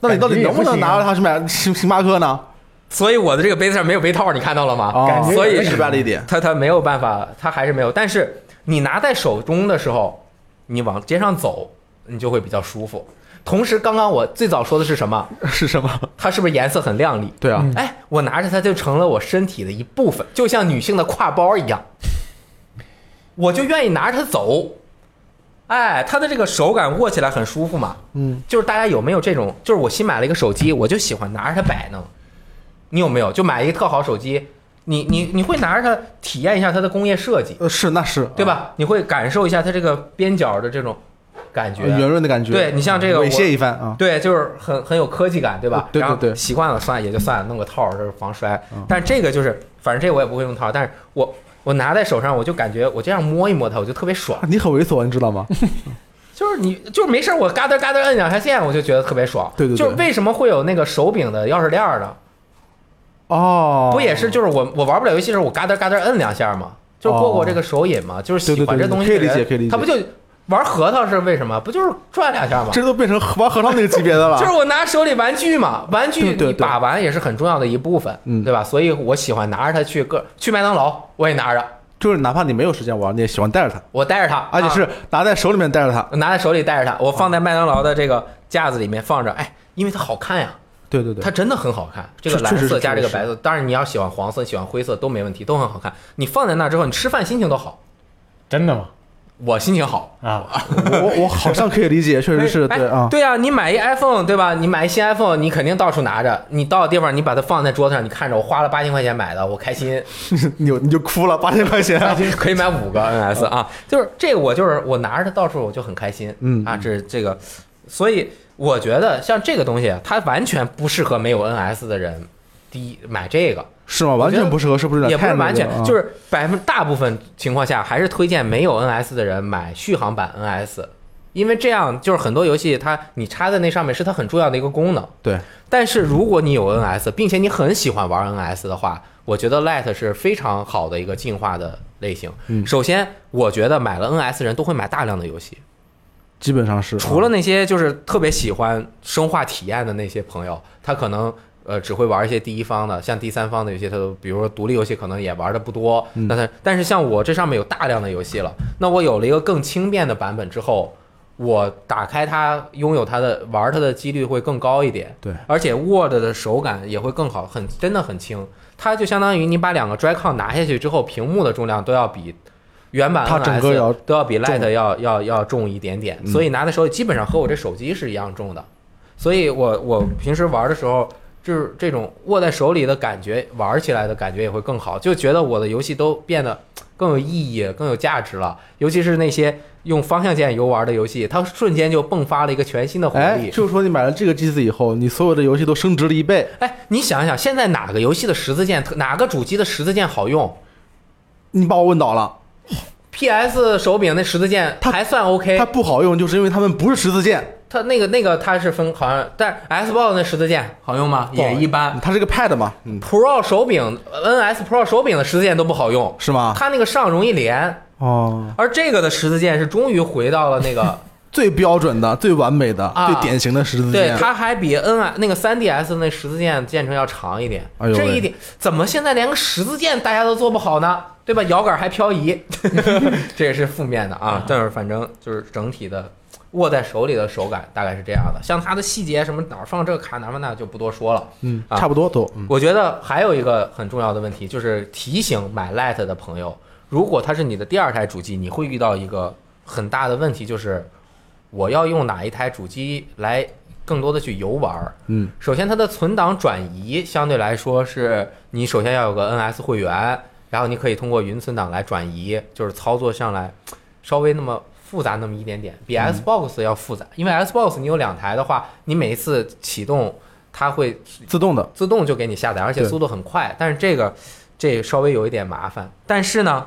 Speaker 2: 那你到底
Speaker 3: 感觉
Speaker 2: 能
Speaker 3: 也
Speaker 2: 不
Speaker 3: 不
Speaker 2: 能
Speaker 3: 行啊
Speaker 2: 拿着它去买 <laughs> 星星巴克呢？
Speaker 1: 所以我的这个杯子上没有杯套，你看到了吗？
Speaker 2: 哦
Speaker 3: 感觉
Speaker 1: 所以
Speaker 3: 也
Speaker 2: 失败了一点。
Speaker 1: 它它没有办法，它还是没有。但是你拿在手中的时候，你往街上走，你就会比较舒服。同时，刚刚我最早说的是什么？
Speaker 2: 是什么？
Speaker 1: 它是不是颜色很亮丽？
Speaker 2: 对啊，
Speaker 3: 嗯
Speaker 1: 哎，我拿着它就成了我身体的一部分，就像女性的挎包一样，我就愿意拿着它走。哎，它的这个手感握起来很舒服嘛。
Speaker 2: 嗯，
Speaker 1: 就是大家有没有这种？就是我新买了一个手机，我就喜欢拿着它摆弄。你有没有？就买一个特好手机，你你你会拿着它体验一下它的工业设计，
Speaker 2: 呃，是那是
Speaker 1: 对？吧？你会感受一下它这个边角的这种感觉。
Speaker 2: 呃圆润的感觉。
Speaker 1: 对你像这个
Speaker 2: 嗯
Speaker 1: 我
Speaker 2: 猥亵一番啊，
Speaker 1: 对，就是很很有科技感，对吧？
Speaker 2: 对对
Speaker 1: 然后
Speaker 2: 对嗯
Speaker 1: 习惯了算了也就算了，弄个套儿就是防摔。但这个就是，反正这个我也不会用套儿，但是我我拿在手上，我就感觉我这样摸一摸它，我就特别爽。
Speaker 2: 你很猥琐，你知道吗？
Speaker 1: 就是你就是没事儿，我嘎噔嘎噔摁两下键，我就觉得特别爽。
Speaker 2: 对对对
Speaker 1: 就是为什么会有那个手柄的钥匙链儿呢？
Speaker 2: 哦，
Speaker 1: 不也是就是我我玩不了游戏的时候，我嘎噔嘎噔摁两下嘛，就是过过这个手瘾嘛，就是喜欢
Speaker 2: 对对对
Speaker 1: 这东西的人。
Speaker 2: 可以理解可以理解
Speaker 1: 他不就玩核桃是为什么？不就是转两下吗？
Speaker 2: 这都变成玩核桃那个级别的了。
Speaker 1: <laughs> 就是我拿手里玩具嘛，玩具
Speaker 2: 嗯对对
Speaker 1: 你
Speaker 2: 对
Speaker 1: 把玩也是很重要的一部分，
Speaker 2: 嗯
Speaker 1: 对吧？所以我喜欢拿着它去个去麦当劳，我也拿着，
Speaker 2: 就是哪怕你没有时间玩，你也喜欢带着它，
Speaker 1: 我带着它，
Speaker 2: 而且啊是拿在手里面带着它。
Speaker 1: 啊拿在手里带着它，我放在麦当劳的这个架子里面放着，哎，因为它好看呀，
Speaker 2: 对嗯对对，
Speaker 1: 它真的很好看，这个
Speaker 2: 确
Speaker 1: 蓝
Speaker 2: 确实
Speaker 1: 色
Speaker 2: 是
Speaker 1: 加这个
Speaker 2: 确实
Speaker 1: 白色，当然你要喜欢黄色、喜欢灰色都没问题，都很好看。你放在那之后，你吃饭心情都好，
Speaker 3: 真的吗？
Speaker 1: 我心情好，
Speaker 3: 啊，
Speaker 2: 我我我好像可以理解，确实是
Speaker 1: 哎
Speaker 2: 对啊。
Speaker 1: 对啊，你买一 iPhone 对吧？你买一新 iPhone，你肯定到处拿着，你到地方你把它放在桌子上，你看着我花了八千块钱买的，我开心。
Speaker 2: 你就你就哭了，八千块钱。
Speaker 1: <laughs> 可以买五个 NS 啊，就是这个我就是我拿着它到处我就很开心，
Speaker 2: 嗯
Speaker 1: 啊，这这个，所以我觉得像这个东西，啊它完全不适合没有 NS 的人，第一买这个
Speaker 2: 是吗？完全不适合，是不是有
Speaker 1: 也
Speaker 2: 点
Speaker 1: 不
Speaker 2: 太
Speaker 1: 是
Speaker 2: 那个
Speaker 1: 完全
Speaker 2: 了啊，
Speaker 1: 就是百分大部分情况下还是推荐没有 NS 的人买续航版 NS，因为这样就是很多游戏它你插在那上面是它很重要的一个功能。
Speaker 2: 对，
Speaker 1: 但是如果你有 NS，并且你很喜欢玩 NS 的话，我觉得 Lite 是非常好的一个进化的类型。
Speaker 2: 嗯
Speaker 1: 首先，我觉得买了 NS 人都会买大量的游戏，
Speaker 2: 嗯基本上是啊
Speaker 1: 除了那些就是特别喜欢生化体验的那些朋友，他可能呃只会玩一些第一方的，像第三方的游戏，他都比如说独立游戏可能也玩的不多。
Speaker 2: 嗯
Speaker 1: 但是但是像我这上面有大量的游戏了，那我有了一个更轻便的版本之后，我打开它，拥有它的玩它的几率会更高一点。
Speaker 2: 对，
Speaker 1: 而且 Word 的手感也会更好，很真的很轻。它就相当于你把两个 Joy-Con 拿下去之后，屏幕的重量都要比原版
Speaker 2: 它
Speaker 1: NS
Speaker 2: 整个要
Speaker 1: 都要比 Lite
Speaker 2: 重嗯
Speaker 1: 要要要重一点点，所以拿在手里基本上和我这手机是一样重的。所以我我平时玩的时候，就是这种握在手里的感觉，玩起来的感觉也会更好，就觉得我的游戏都变得更有意义、更有价值了。尤其是那些用方向键游玩的游戏，它瞬间就迸发了一个全新的活
Speaker 2: 哎，
Speaker 1: 力。
Speaker 2: 就是说你买了这个机子以后，你所有的游戏都升值了一倍。
Speaker 1: 哎，你想一想，现在哪个游戏的十字键，哪个主机的十字键好用
Speaker 2: 你把我问倒了，
Speaker 1: ？PS 手柄那十字键
Speaker 2: 它
Speaker 1: 还算 OK，
Speaker 2: 它不好用，就是因为它们不是十字键，
Speaker 1: 它那个那个它是分好像，但是 Xbox 那十字键好用吗？
Speaker 3: 不好
Speaker 1: 也
Speaker 3: 用
Speaker 1: 一般。
Speaker 2: 它是个 Pad 嘛，嗯，
Speaker 1: Pro 手柄，NS Pro 手柄的十字键都不好用，
Speaker 2: 是吗？
Speaker 1: 它那个上容易连，
Speaker 2: 哦，
Speaker 1: 而这个的十字键是终于回到了那个，
Speaker 2: 最标准的、最完美的、
Speaker 1: 啊
Speaker 2: 最典型的十字
Speaker 1: 对
Speaker 2: 键，，
Speaker 1: 它还比 N 那个 3DS 那十字键键程要长一点。
Speaker 2: 哎呦喂
Speaker 1: 这一点怎么现在连个十字键大家都做不好呢？对吧？摇杆还漂移， <laughs> 这也是负面的
Speaker 2: 哎
Speaker 1: 啊。但是反正就是整体的握在手里的手感大概是这样的，像它的细节什么哪儿放这个卡哪儿放那个就不多说了。
Speaker 2: 嗯，
Speaker 1: 啊
Speaker 2: 差不多都，嗯，
Speaker 1: 我觉得还有一个很重要的问题，就是提醒买 Lite 的朋友，如果它是你的第二台主机，你会遇到一个很大的问题，就是我要用哪一台主机来更多的去游玩儿。
Speaker 2: 嗯，
Speaker 1: 首先它的存档转移相对来说是你首先要有个 NS 会员，然后你可以通过云存档来转移，就是操作上来稍微那么复杂那么一点点，比 Xbox 要复杂，因为 Xbox 你有两台的话，你每一次启动它会
Speaker 2: 自动的，
Speaker 1: 自动就给你下载，而且
Speaker 2: 对
Speaker 1: 速度很快。但是这个这稍微有一点麻烦。但是呢，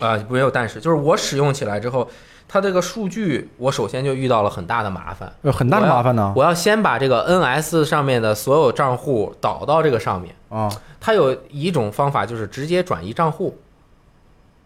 Speaker 1: 呃，没有但是，就是我使用起来之后，它这个数据我首先就遇到了很大的麻烦。
Speaker 2: 呃，很大的麻烦呢，
Speaker 1: 我要先把这个 NS 上面的所有账户导到这个上面。
Speaker 2: 啊，
Speaker 1: 它有一种方法就是直接转移账户，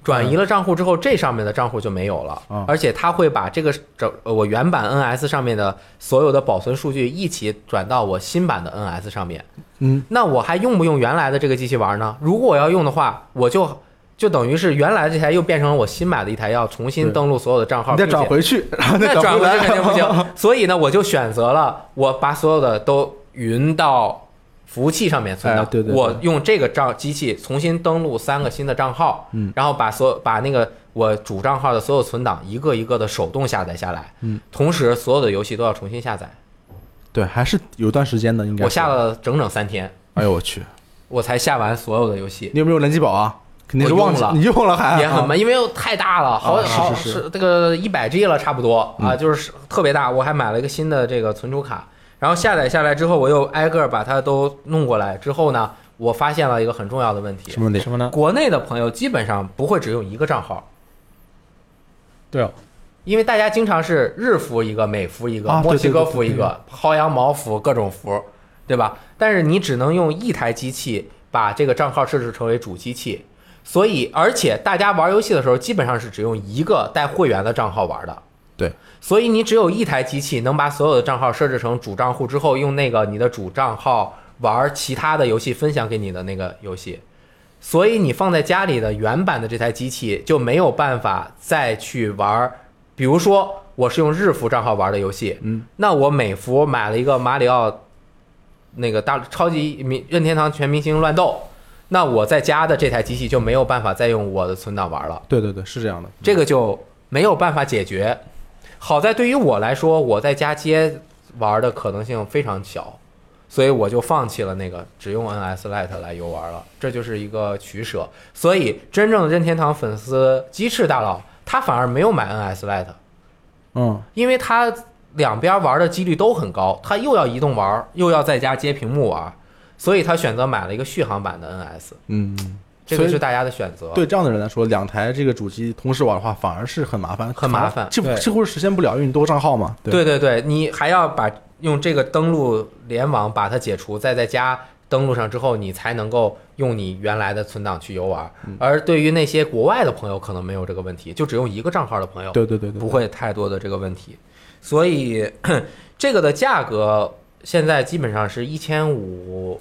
Speaker 1: 转移了账户之后，这上面的账户就没有了，
Speaker 2: 嗯
Speaker 1: 而且它会把这个整呃我原版 NS 上面的所有的保存数据一起转到我新版的 NS 上面。
Speaker 2: 嗯，
Speaker 1: 那我还用不用原来的这个机器玩呢？如果我要用的话，我就就等于是原来这台又变成了我新买的一台，要重新
Speaker 2: 对
Speaker 1: 登录所有的账号，
Speaker 2: 你再
Speaker 1: 并且
Speaker 2: 转回去， <laughs> 然后再
Speaker 1: 那转
Speaker 2: 回
Speaker 1: 回
Speaker 2: 来
Speaker 1: 去肯定不行。所以呢，我就选择了我把所有的都云到服务器上面存档，
Speaker 2: 哎对对对
Speaker 1: 我用这个账机器重新登录三个新的账号，
Speaker 2: 嗯，
Speaker 1: 然后把所有把那个我主账号的所有存档一个一个的手动下载下来，
Speaker 2: 嗯，
Speaker 1: 同时所有的游戏都要重新下载，
Speaker 2: <laughs> 对，还是有段时间的，应该。
Speaker 1: 我下，了整整三天，
Speaker 2: 哎呦我去，
Speaker 1: 我才下完所有的游戏。
Speaker 2: 你有没有人机宝啊？肯定是
Speaker 1: 我用
Speaker 2: 忘记
Speaker 1: 了
Speaker 2: 你用了还
Speaker 1: 也很
Speaker 2: 慢。
Speaker 1: 慢，因为又太大了，好
Speaker 2: 啊啊是
Speaker 1: 好
Speaker 2: 是是嗯
Speaker 1: 这个一百 G 了差不多啊，就是特别大。我还买了一个新的这个存储卡，然后下载下来之后，我又挨个把它都弄过来之后呢，我发现了一个很重要的问题
Speaker 2: 什，么问题？
Speaker 3: 什么呢？
Speaker 1: 国内的朋友基本上不会只用一个账号，
Speaker 3: 对哦，
Speaker 1: 因为大家经常是日服一个，美服一个，
Speaker 2: 啊
Speaker 1: 墨西哥
Speaker 2: 对对对
Speaker 1: 服一个，薅羊毛服各种服，对吧？但是你只能用一台机器把这个账号设置成为主机器，所以而且大家玩游戏的时候基本上是只用一个带会员的账号玩的。
Speaker 2: 对，
Speaker 1: 所以你只有一台机器能把所有的账号设置成主账户之后，用那个你的主账号玩其他的游戏分享给你的那个游戏。所以你放在家里的原版的这台机器就没有办法再去玩儿，比如说我是用日服账号玩的游戏，
Speaker 2: 嗯，
Speaker 1: 那我美服买了一个马里奥，那个大超级明任天堂全明星乱斗，那我在家的这台机器就没有办法再用我的存档玩了。
Speaker 2: 对对对，是这样的。
Speaker 1: 这个就没有办法解决。好在对于我来说，我在家接玩的可能性非常小，所以我就放弃了那个只用 NS Lite 来游玩了，这就是一个取舍。所以真正的任天堂粉丝鸡翅大佬，他反而没有买 NS Lite，
Speaker 2: 嗯，
Speaker 1: 因为他两边玩的几率都很高，他又要移动玩，又要在家接屏幕玩，所以他选择买了一个续航版的 NS。
Speaker 2: 嗯，
Speaker 1: 这
Speaker 2: 所
Speaker 1: 个
Speaker 2: 以
Speaker 1: 是大家的选择。
Speaker 2: 对这样的人来说，两台这个主机同时玩的话，反而是很麻烦，
Speaker 1: 很麻烦
Speaker 2: 几乎
Speaker 3: 对
Speaker 2: 几乎是实现不了，因为你多个账号嘛。
Speaker 1: 对对对，你还要把用这个登录联网把它解除，再在家登录上之后，你才能够用你原来的存档去游玩。
Speaker 2: 嗯
Speaker 1: 而对于那些国外的朋友，可能没有这个问题，就只用一个账号的朋友，
Speaker 2: 对对对对，
Speaker 1: 不会太多的这个问题。所以 <clears throat> 这个的价格现在基本上是一千五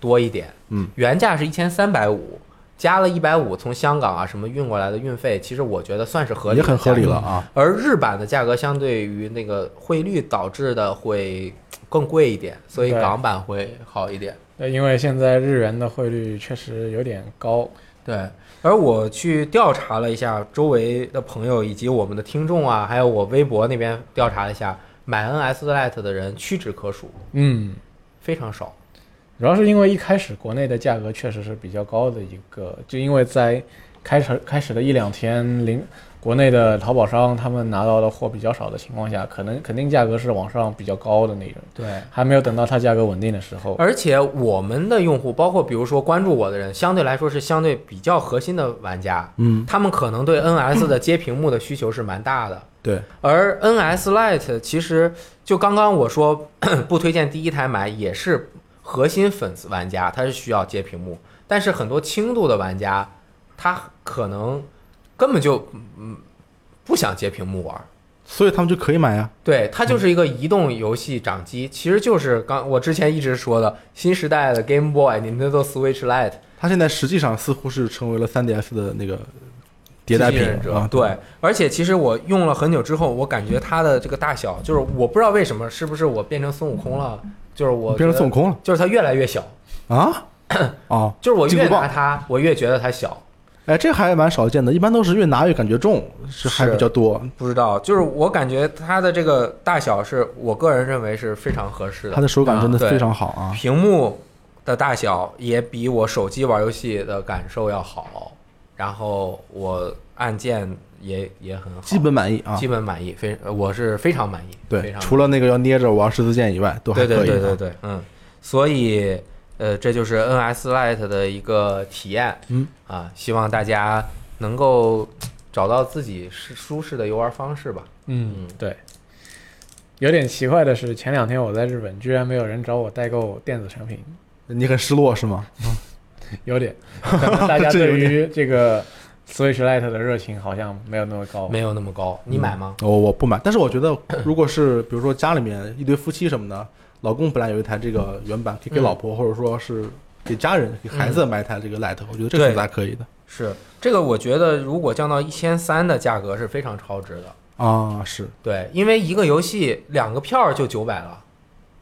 Speaker 1: 多一点，
Speaker 2: 嗯，
Speaker 1: 原价是一千三百五。加了一百五，从香港啊什么运过来的运费，其实我觉得算是合理
Speaker 2: 也
Speaker 1: 的价格，
Speaker 2: 很合理了啊。
Speaker 1: 而日版的价格相对于那个汇率导致的会更贵一点，所以
Speaker 3: 对
Speaker 1: 港版会好一点。
Speaker 3: 对，呃因为现在日元的汇率确实有点高，
Speaker 1: 对，而我去调查了一下周围的朋友以及我们的听众啊，还有我微博那边调查了一下，买 NS Lite 的人屈指可数，
Speaker 3: 嗯，
Speaker 1: 非常少。
Speaker 3: 主要是因为一开始国内的价格确实是比较高的一个，就因为在开始开始的一两天，零国内的淘宝商他们拿到的货比较少的情况下，可能肯定价格是往上比较高的那种，
Speaker 1: 对，
Speaker 3: 还没有等到它价格稳定的时候。
Speaker 1: 而且我们的用户，包括比如说关注我的人，相对来说是相对比较核心的玩家，
Speaker 2: 嗯，
Speaker 1: 他们可能对 NS 的接屏幕的需求是蛮大的。
Speaker 2: 对，
Speaker 1: 而 NS Lite 其实就刚刚我说 <coughs> 不推荐第一台买，也是核心粉丝玩家他是需要接屏幕，但是很多轻度的玩家他可能根本就嗯不想接屏幕玩儿，
Speaker 2: 所以他们就可以买呀。
Speaker 1: 对，它就是一个移动游戏掌机，其实就是刚我之前一直说的新时代的 Game Boy、Nintendo Switch Lite
Speaker 2: 它现在实际上似乎是成为了 3DS 的那个迭代
Speaker 1: 机器
Speaker 2: 品
Speaker 1: 忍者
Speaker 2: 啊。
Speaker 1: 对，而且其实我用了很久之后，我感觉它的这个大小，就是我不知道为什么，是不是我变成孙悟空了？就是我
Speaker 2: 变成孙悟
Speaker 1: 空，
Speaker 2: 空了
Speaker 1: 就是它越来越小， <coughs>
Speaker 2: 啊？哦，
Speaker 1: 就是我
Speaker 2: 金
Speaker 1: 越
Speaker 2: 箍棒
Speaker 1: 拿它，我越觉得它小。
Speaker 2: 哎，这还蛮少见的，一般都是越拿越感觉重，是还
Speaker 1: 是
Speaker 2: 比较多。
Speaker 1: 不知道，就是我感觉它的这个大小是我个人认为是非常合适
Speaker 2: 它
Speaker 1: 的，
Speaker 2: 的手感真
Speaker 1: 啊
Speaker 2: 的
Speaker 1: 对
Speaker 2: 非常好啊。
Speaker 1: 屏幕的大小也比我手机玩游戏的感受要好，然后我按键也也很好，
Speaker 2: 基本满意啊
Speaker 1: 基，本满意，非呃我是非常满意，非
Speaker 2: 对，
Speaker 1: 常满意
Speaker 2: 除了那个要捏着玩十字剑以外，都还
Speaker 1: 对
Speaker 2: 可以啊。
Speaker 1: 对对对对，嗯，所以呃，这就是 NS Lite 的一个体验，
Speaker 2: 嗯
Speaker 1: 啊，希望大家能够找到自己是舒适的游玩方式吧。
Speaker 3: 嗯，对。有点奇怪的是，前两天我在日本，居然没有人找我代购电子产品，
Speaker 2: 你很失落是吗？
Speaker 3: 有点。可能大家
Speaker 2: 这有
Speaker 3: 对于这个 Switch Lite 的热情好像没有那么高。
Speaker 1: 没有那么高，你买吗？
Speaker 2: 我我不买，但是我
Speaker 1: <coughs>
Speaker 2: 觉得如果是比如说家里面一对夫妻什么的，老公本来有一台这个原版，可以给
Speaker 1: 嗯
Speaker 2: 老婆、或者说是给家人、给孩子买一台这个 Lite，、我觉得这个
Speaker 1: 对
Speaker 2: 是还可以的
Speaker 1: 是这个，我觉得如果降到一千三的价格是非常超值的。
Speaker 2: 啊，是
Speaker 1: 对，因为一个游戏两个票就九百了，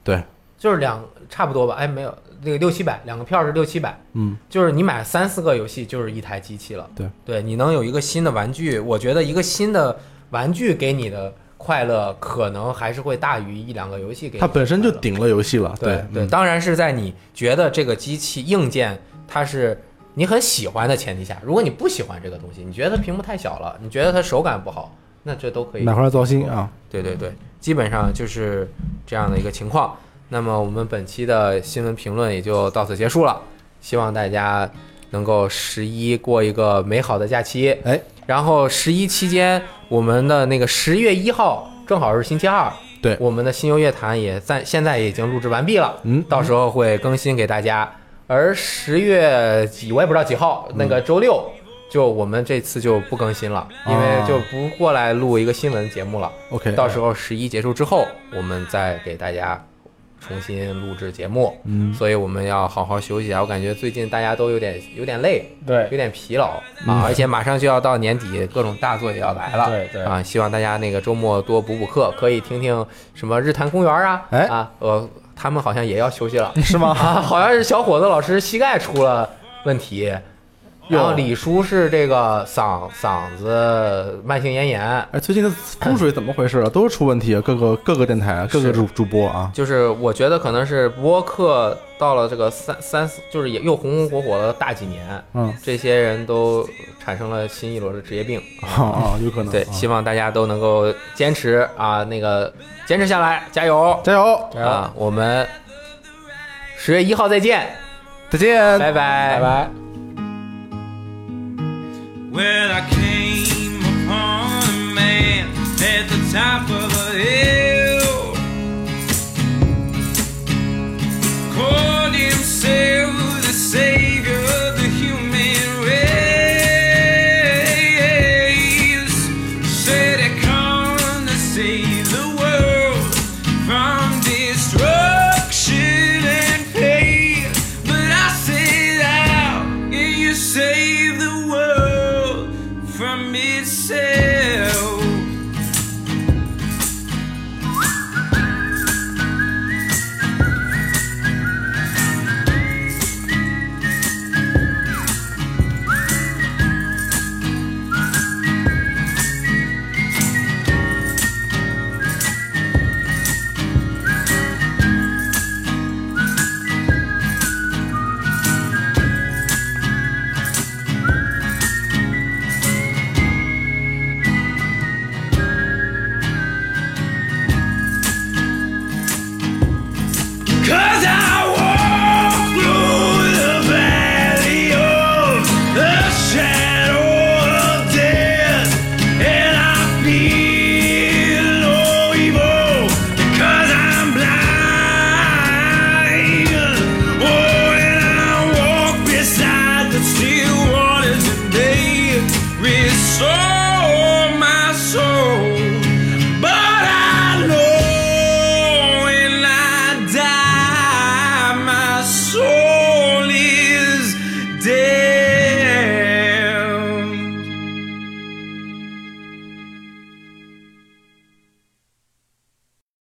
Speaker 2: 对，
Speaker 1: 就是两差不多吧？哎，没有那个六七百，两个票是六七百，
Speaker 2: 嗯，
Speaker 1: 就是你买三四个游戏就是一台机器了。
Speaker 2: 对，
Speaker 1: 对，你能有一个新的玩具，我觉得一个新的玩具给你的快乐，可能还是会大于一两个游戏给你的
Speaker 2: 它
Speaker 1: 快乐。
Speaker 2: 本身就顶了游戏了，
Speaker 1: 对
Speaker 2: 对嗯
Speaker 1: 当然是在你觉得这个机器硬件它是你很喜欢的前提下，如果你不喜欢这个东西，你觉得它屏幕太小了，你觉得它手感不好，那这都可以
Speaker 2: 买。回来糟心啊，
Speaker 1: 对对对，基本上就是这样的一个情况。那么我们本期的新闻评论也就到此结束了，希望大家能够十一过一个美好的假期。
Speaker 2: 哎，
Speaker 1: 然后十一期间，我们的那个十月一号正好是星期二，
Speaker 2: 对
Speaker 1: 我们的新游乐坛也在现在已经录制完毕了，
Speaker 2: 嗯
Speaker 1: 到时候会更新给大家。而十月几我也不知道几号，那
Speaker 2: 嗯
Speaker 1: 个周六就我们这次就不更新了，因为
Speaker 2: 啊
Speaker 1: 就不过来录一个新闻节目了。
Speaker 2: ，OK，
Speaker 1: 嗯到时候十一结束之后，我们再给大家重新录制节目。
Speaker 2: 嗯，
Speaker 1: 所以我们要好好休息啊！我感觉最近大家都有点有点累，
Speaker 3: 对
Speaker 1: 有点疲劳
Speaker 2: 嗯
Speaker 1: 啊，而且马上就要到年底，各种大作也要来了。
Speaker 3: 对对
Speaker 1: 啊，希望大家那个周末多补补课，可以听听什么日坛公园啊，
Speaker 2: 哎
Speaker 1: 啊，呃，他们好像也要休息了
Speaker 2: 是吗？
Speaker 1: 啊，好像是小伙子老师膝盖出了问题。然后
Speaker 2: 哟
Speaker 1: 李叔是这个嗓嗓子慢性咽炎，
Speaker 2: 哎，最近的风水怎么回事 <clears throat> 啊？都是出问题啊，各个各个电台啊，各个主主播啊，
Speaker 1: 就是我觉得可能是播客到了这个三三四，就是也又红红火火了大几年，
Speaker 2: 嗯，
Speaker 1: 这些人都产生了新一轮的职业病。
Speaker 2: 啊 <laughs> 啊，有可
Speaker 3: 嗯
Speaker 2: 能，
Speaker 1: 对，
Speaker 2: 啊
Speaker 1: 希望大家都能够坚持啊，那个坚持下来，加油
Speaker 2: 加油，
Speaker 3: 加油
Speaker 1: 啊！我们十月一号再见，
Speaker 2: 再见，
Speaker 1: 拜拜
Speaker 3: 拜拜。
Speaker 4: Thank time for the end.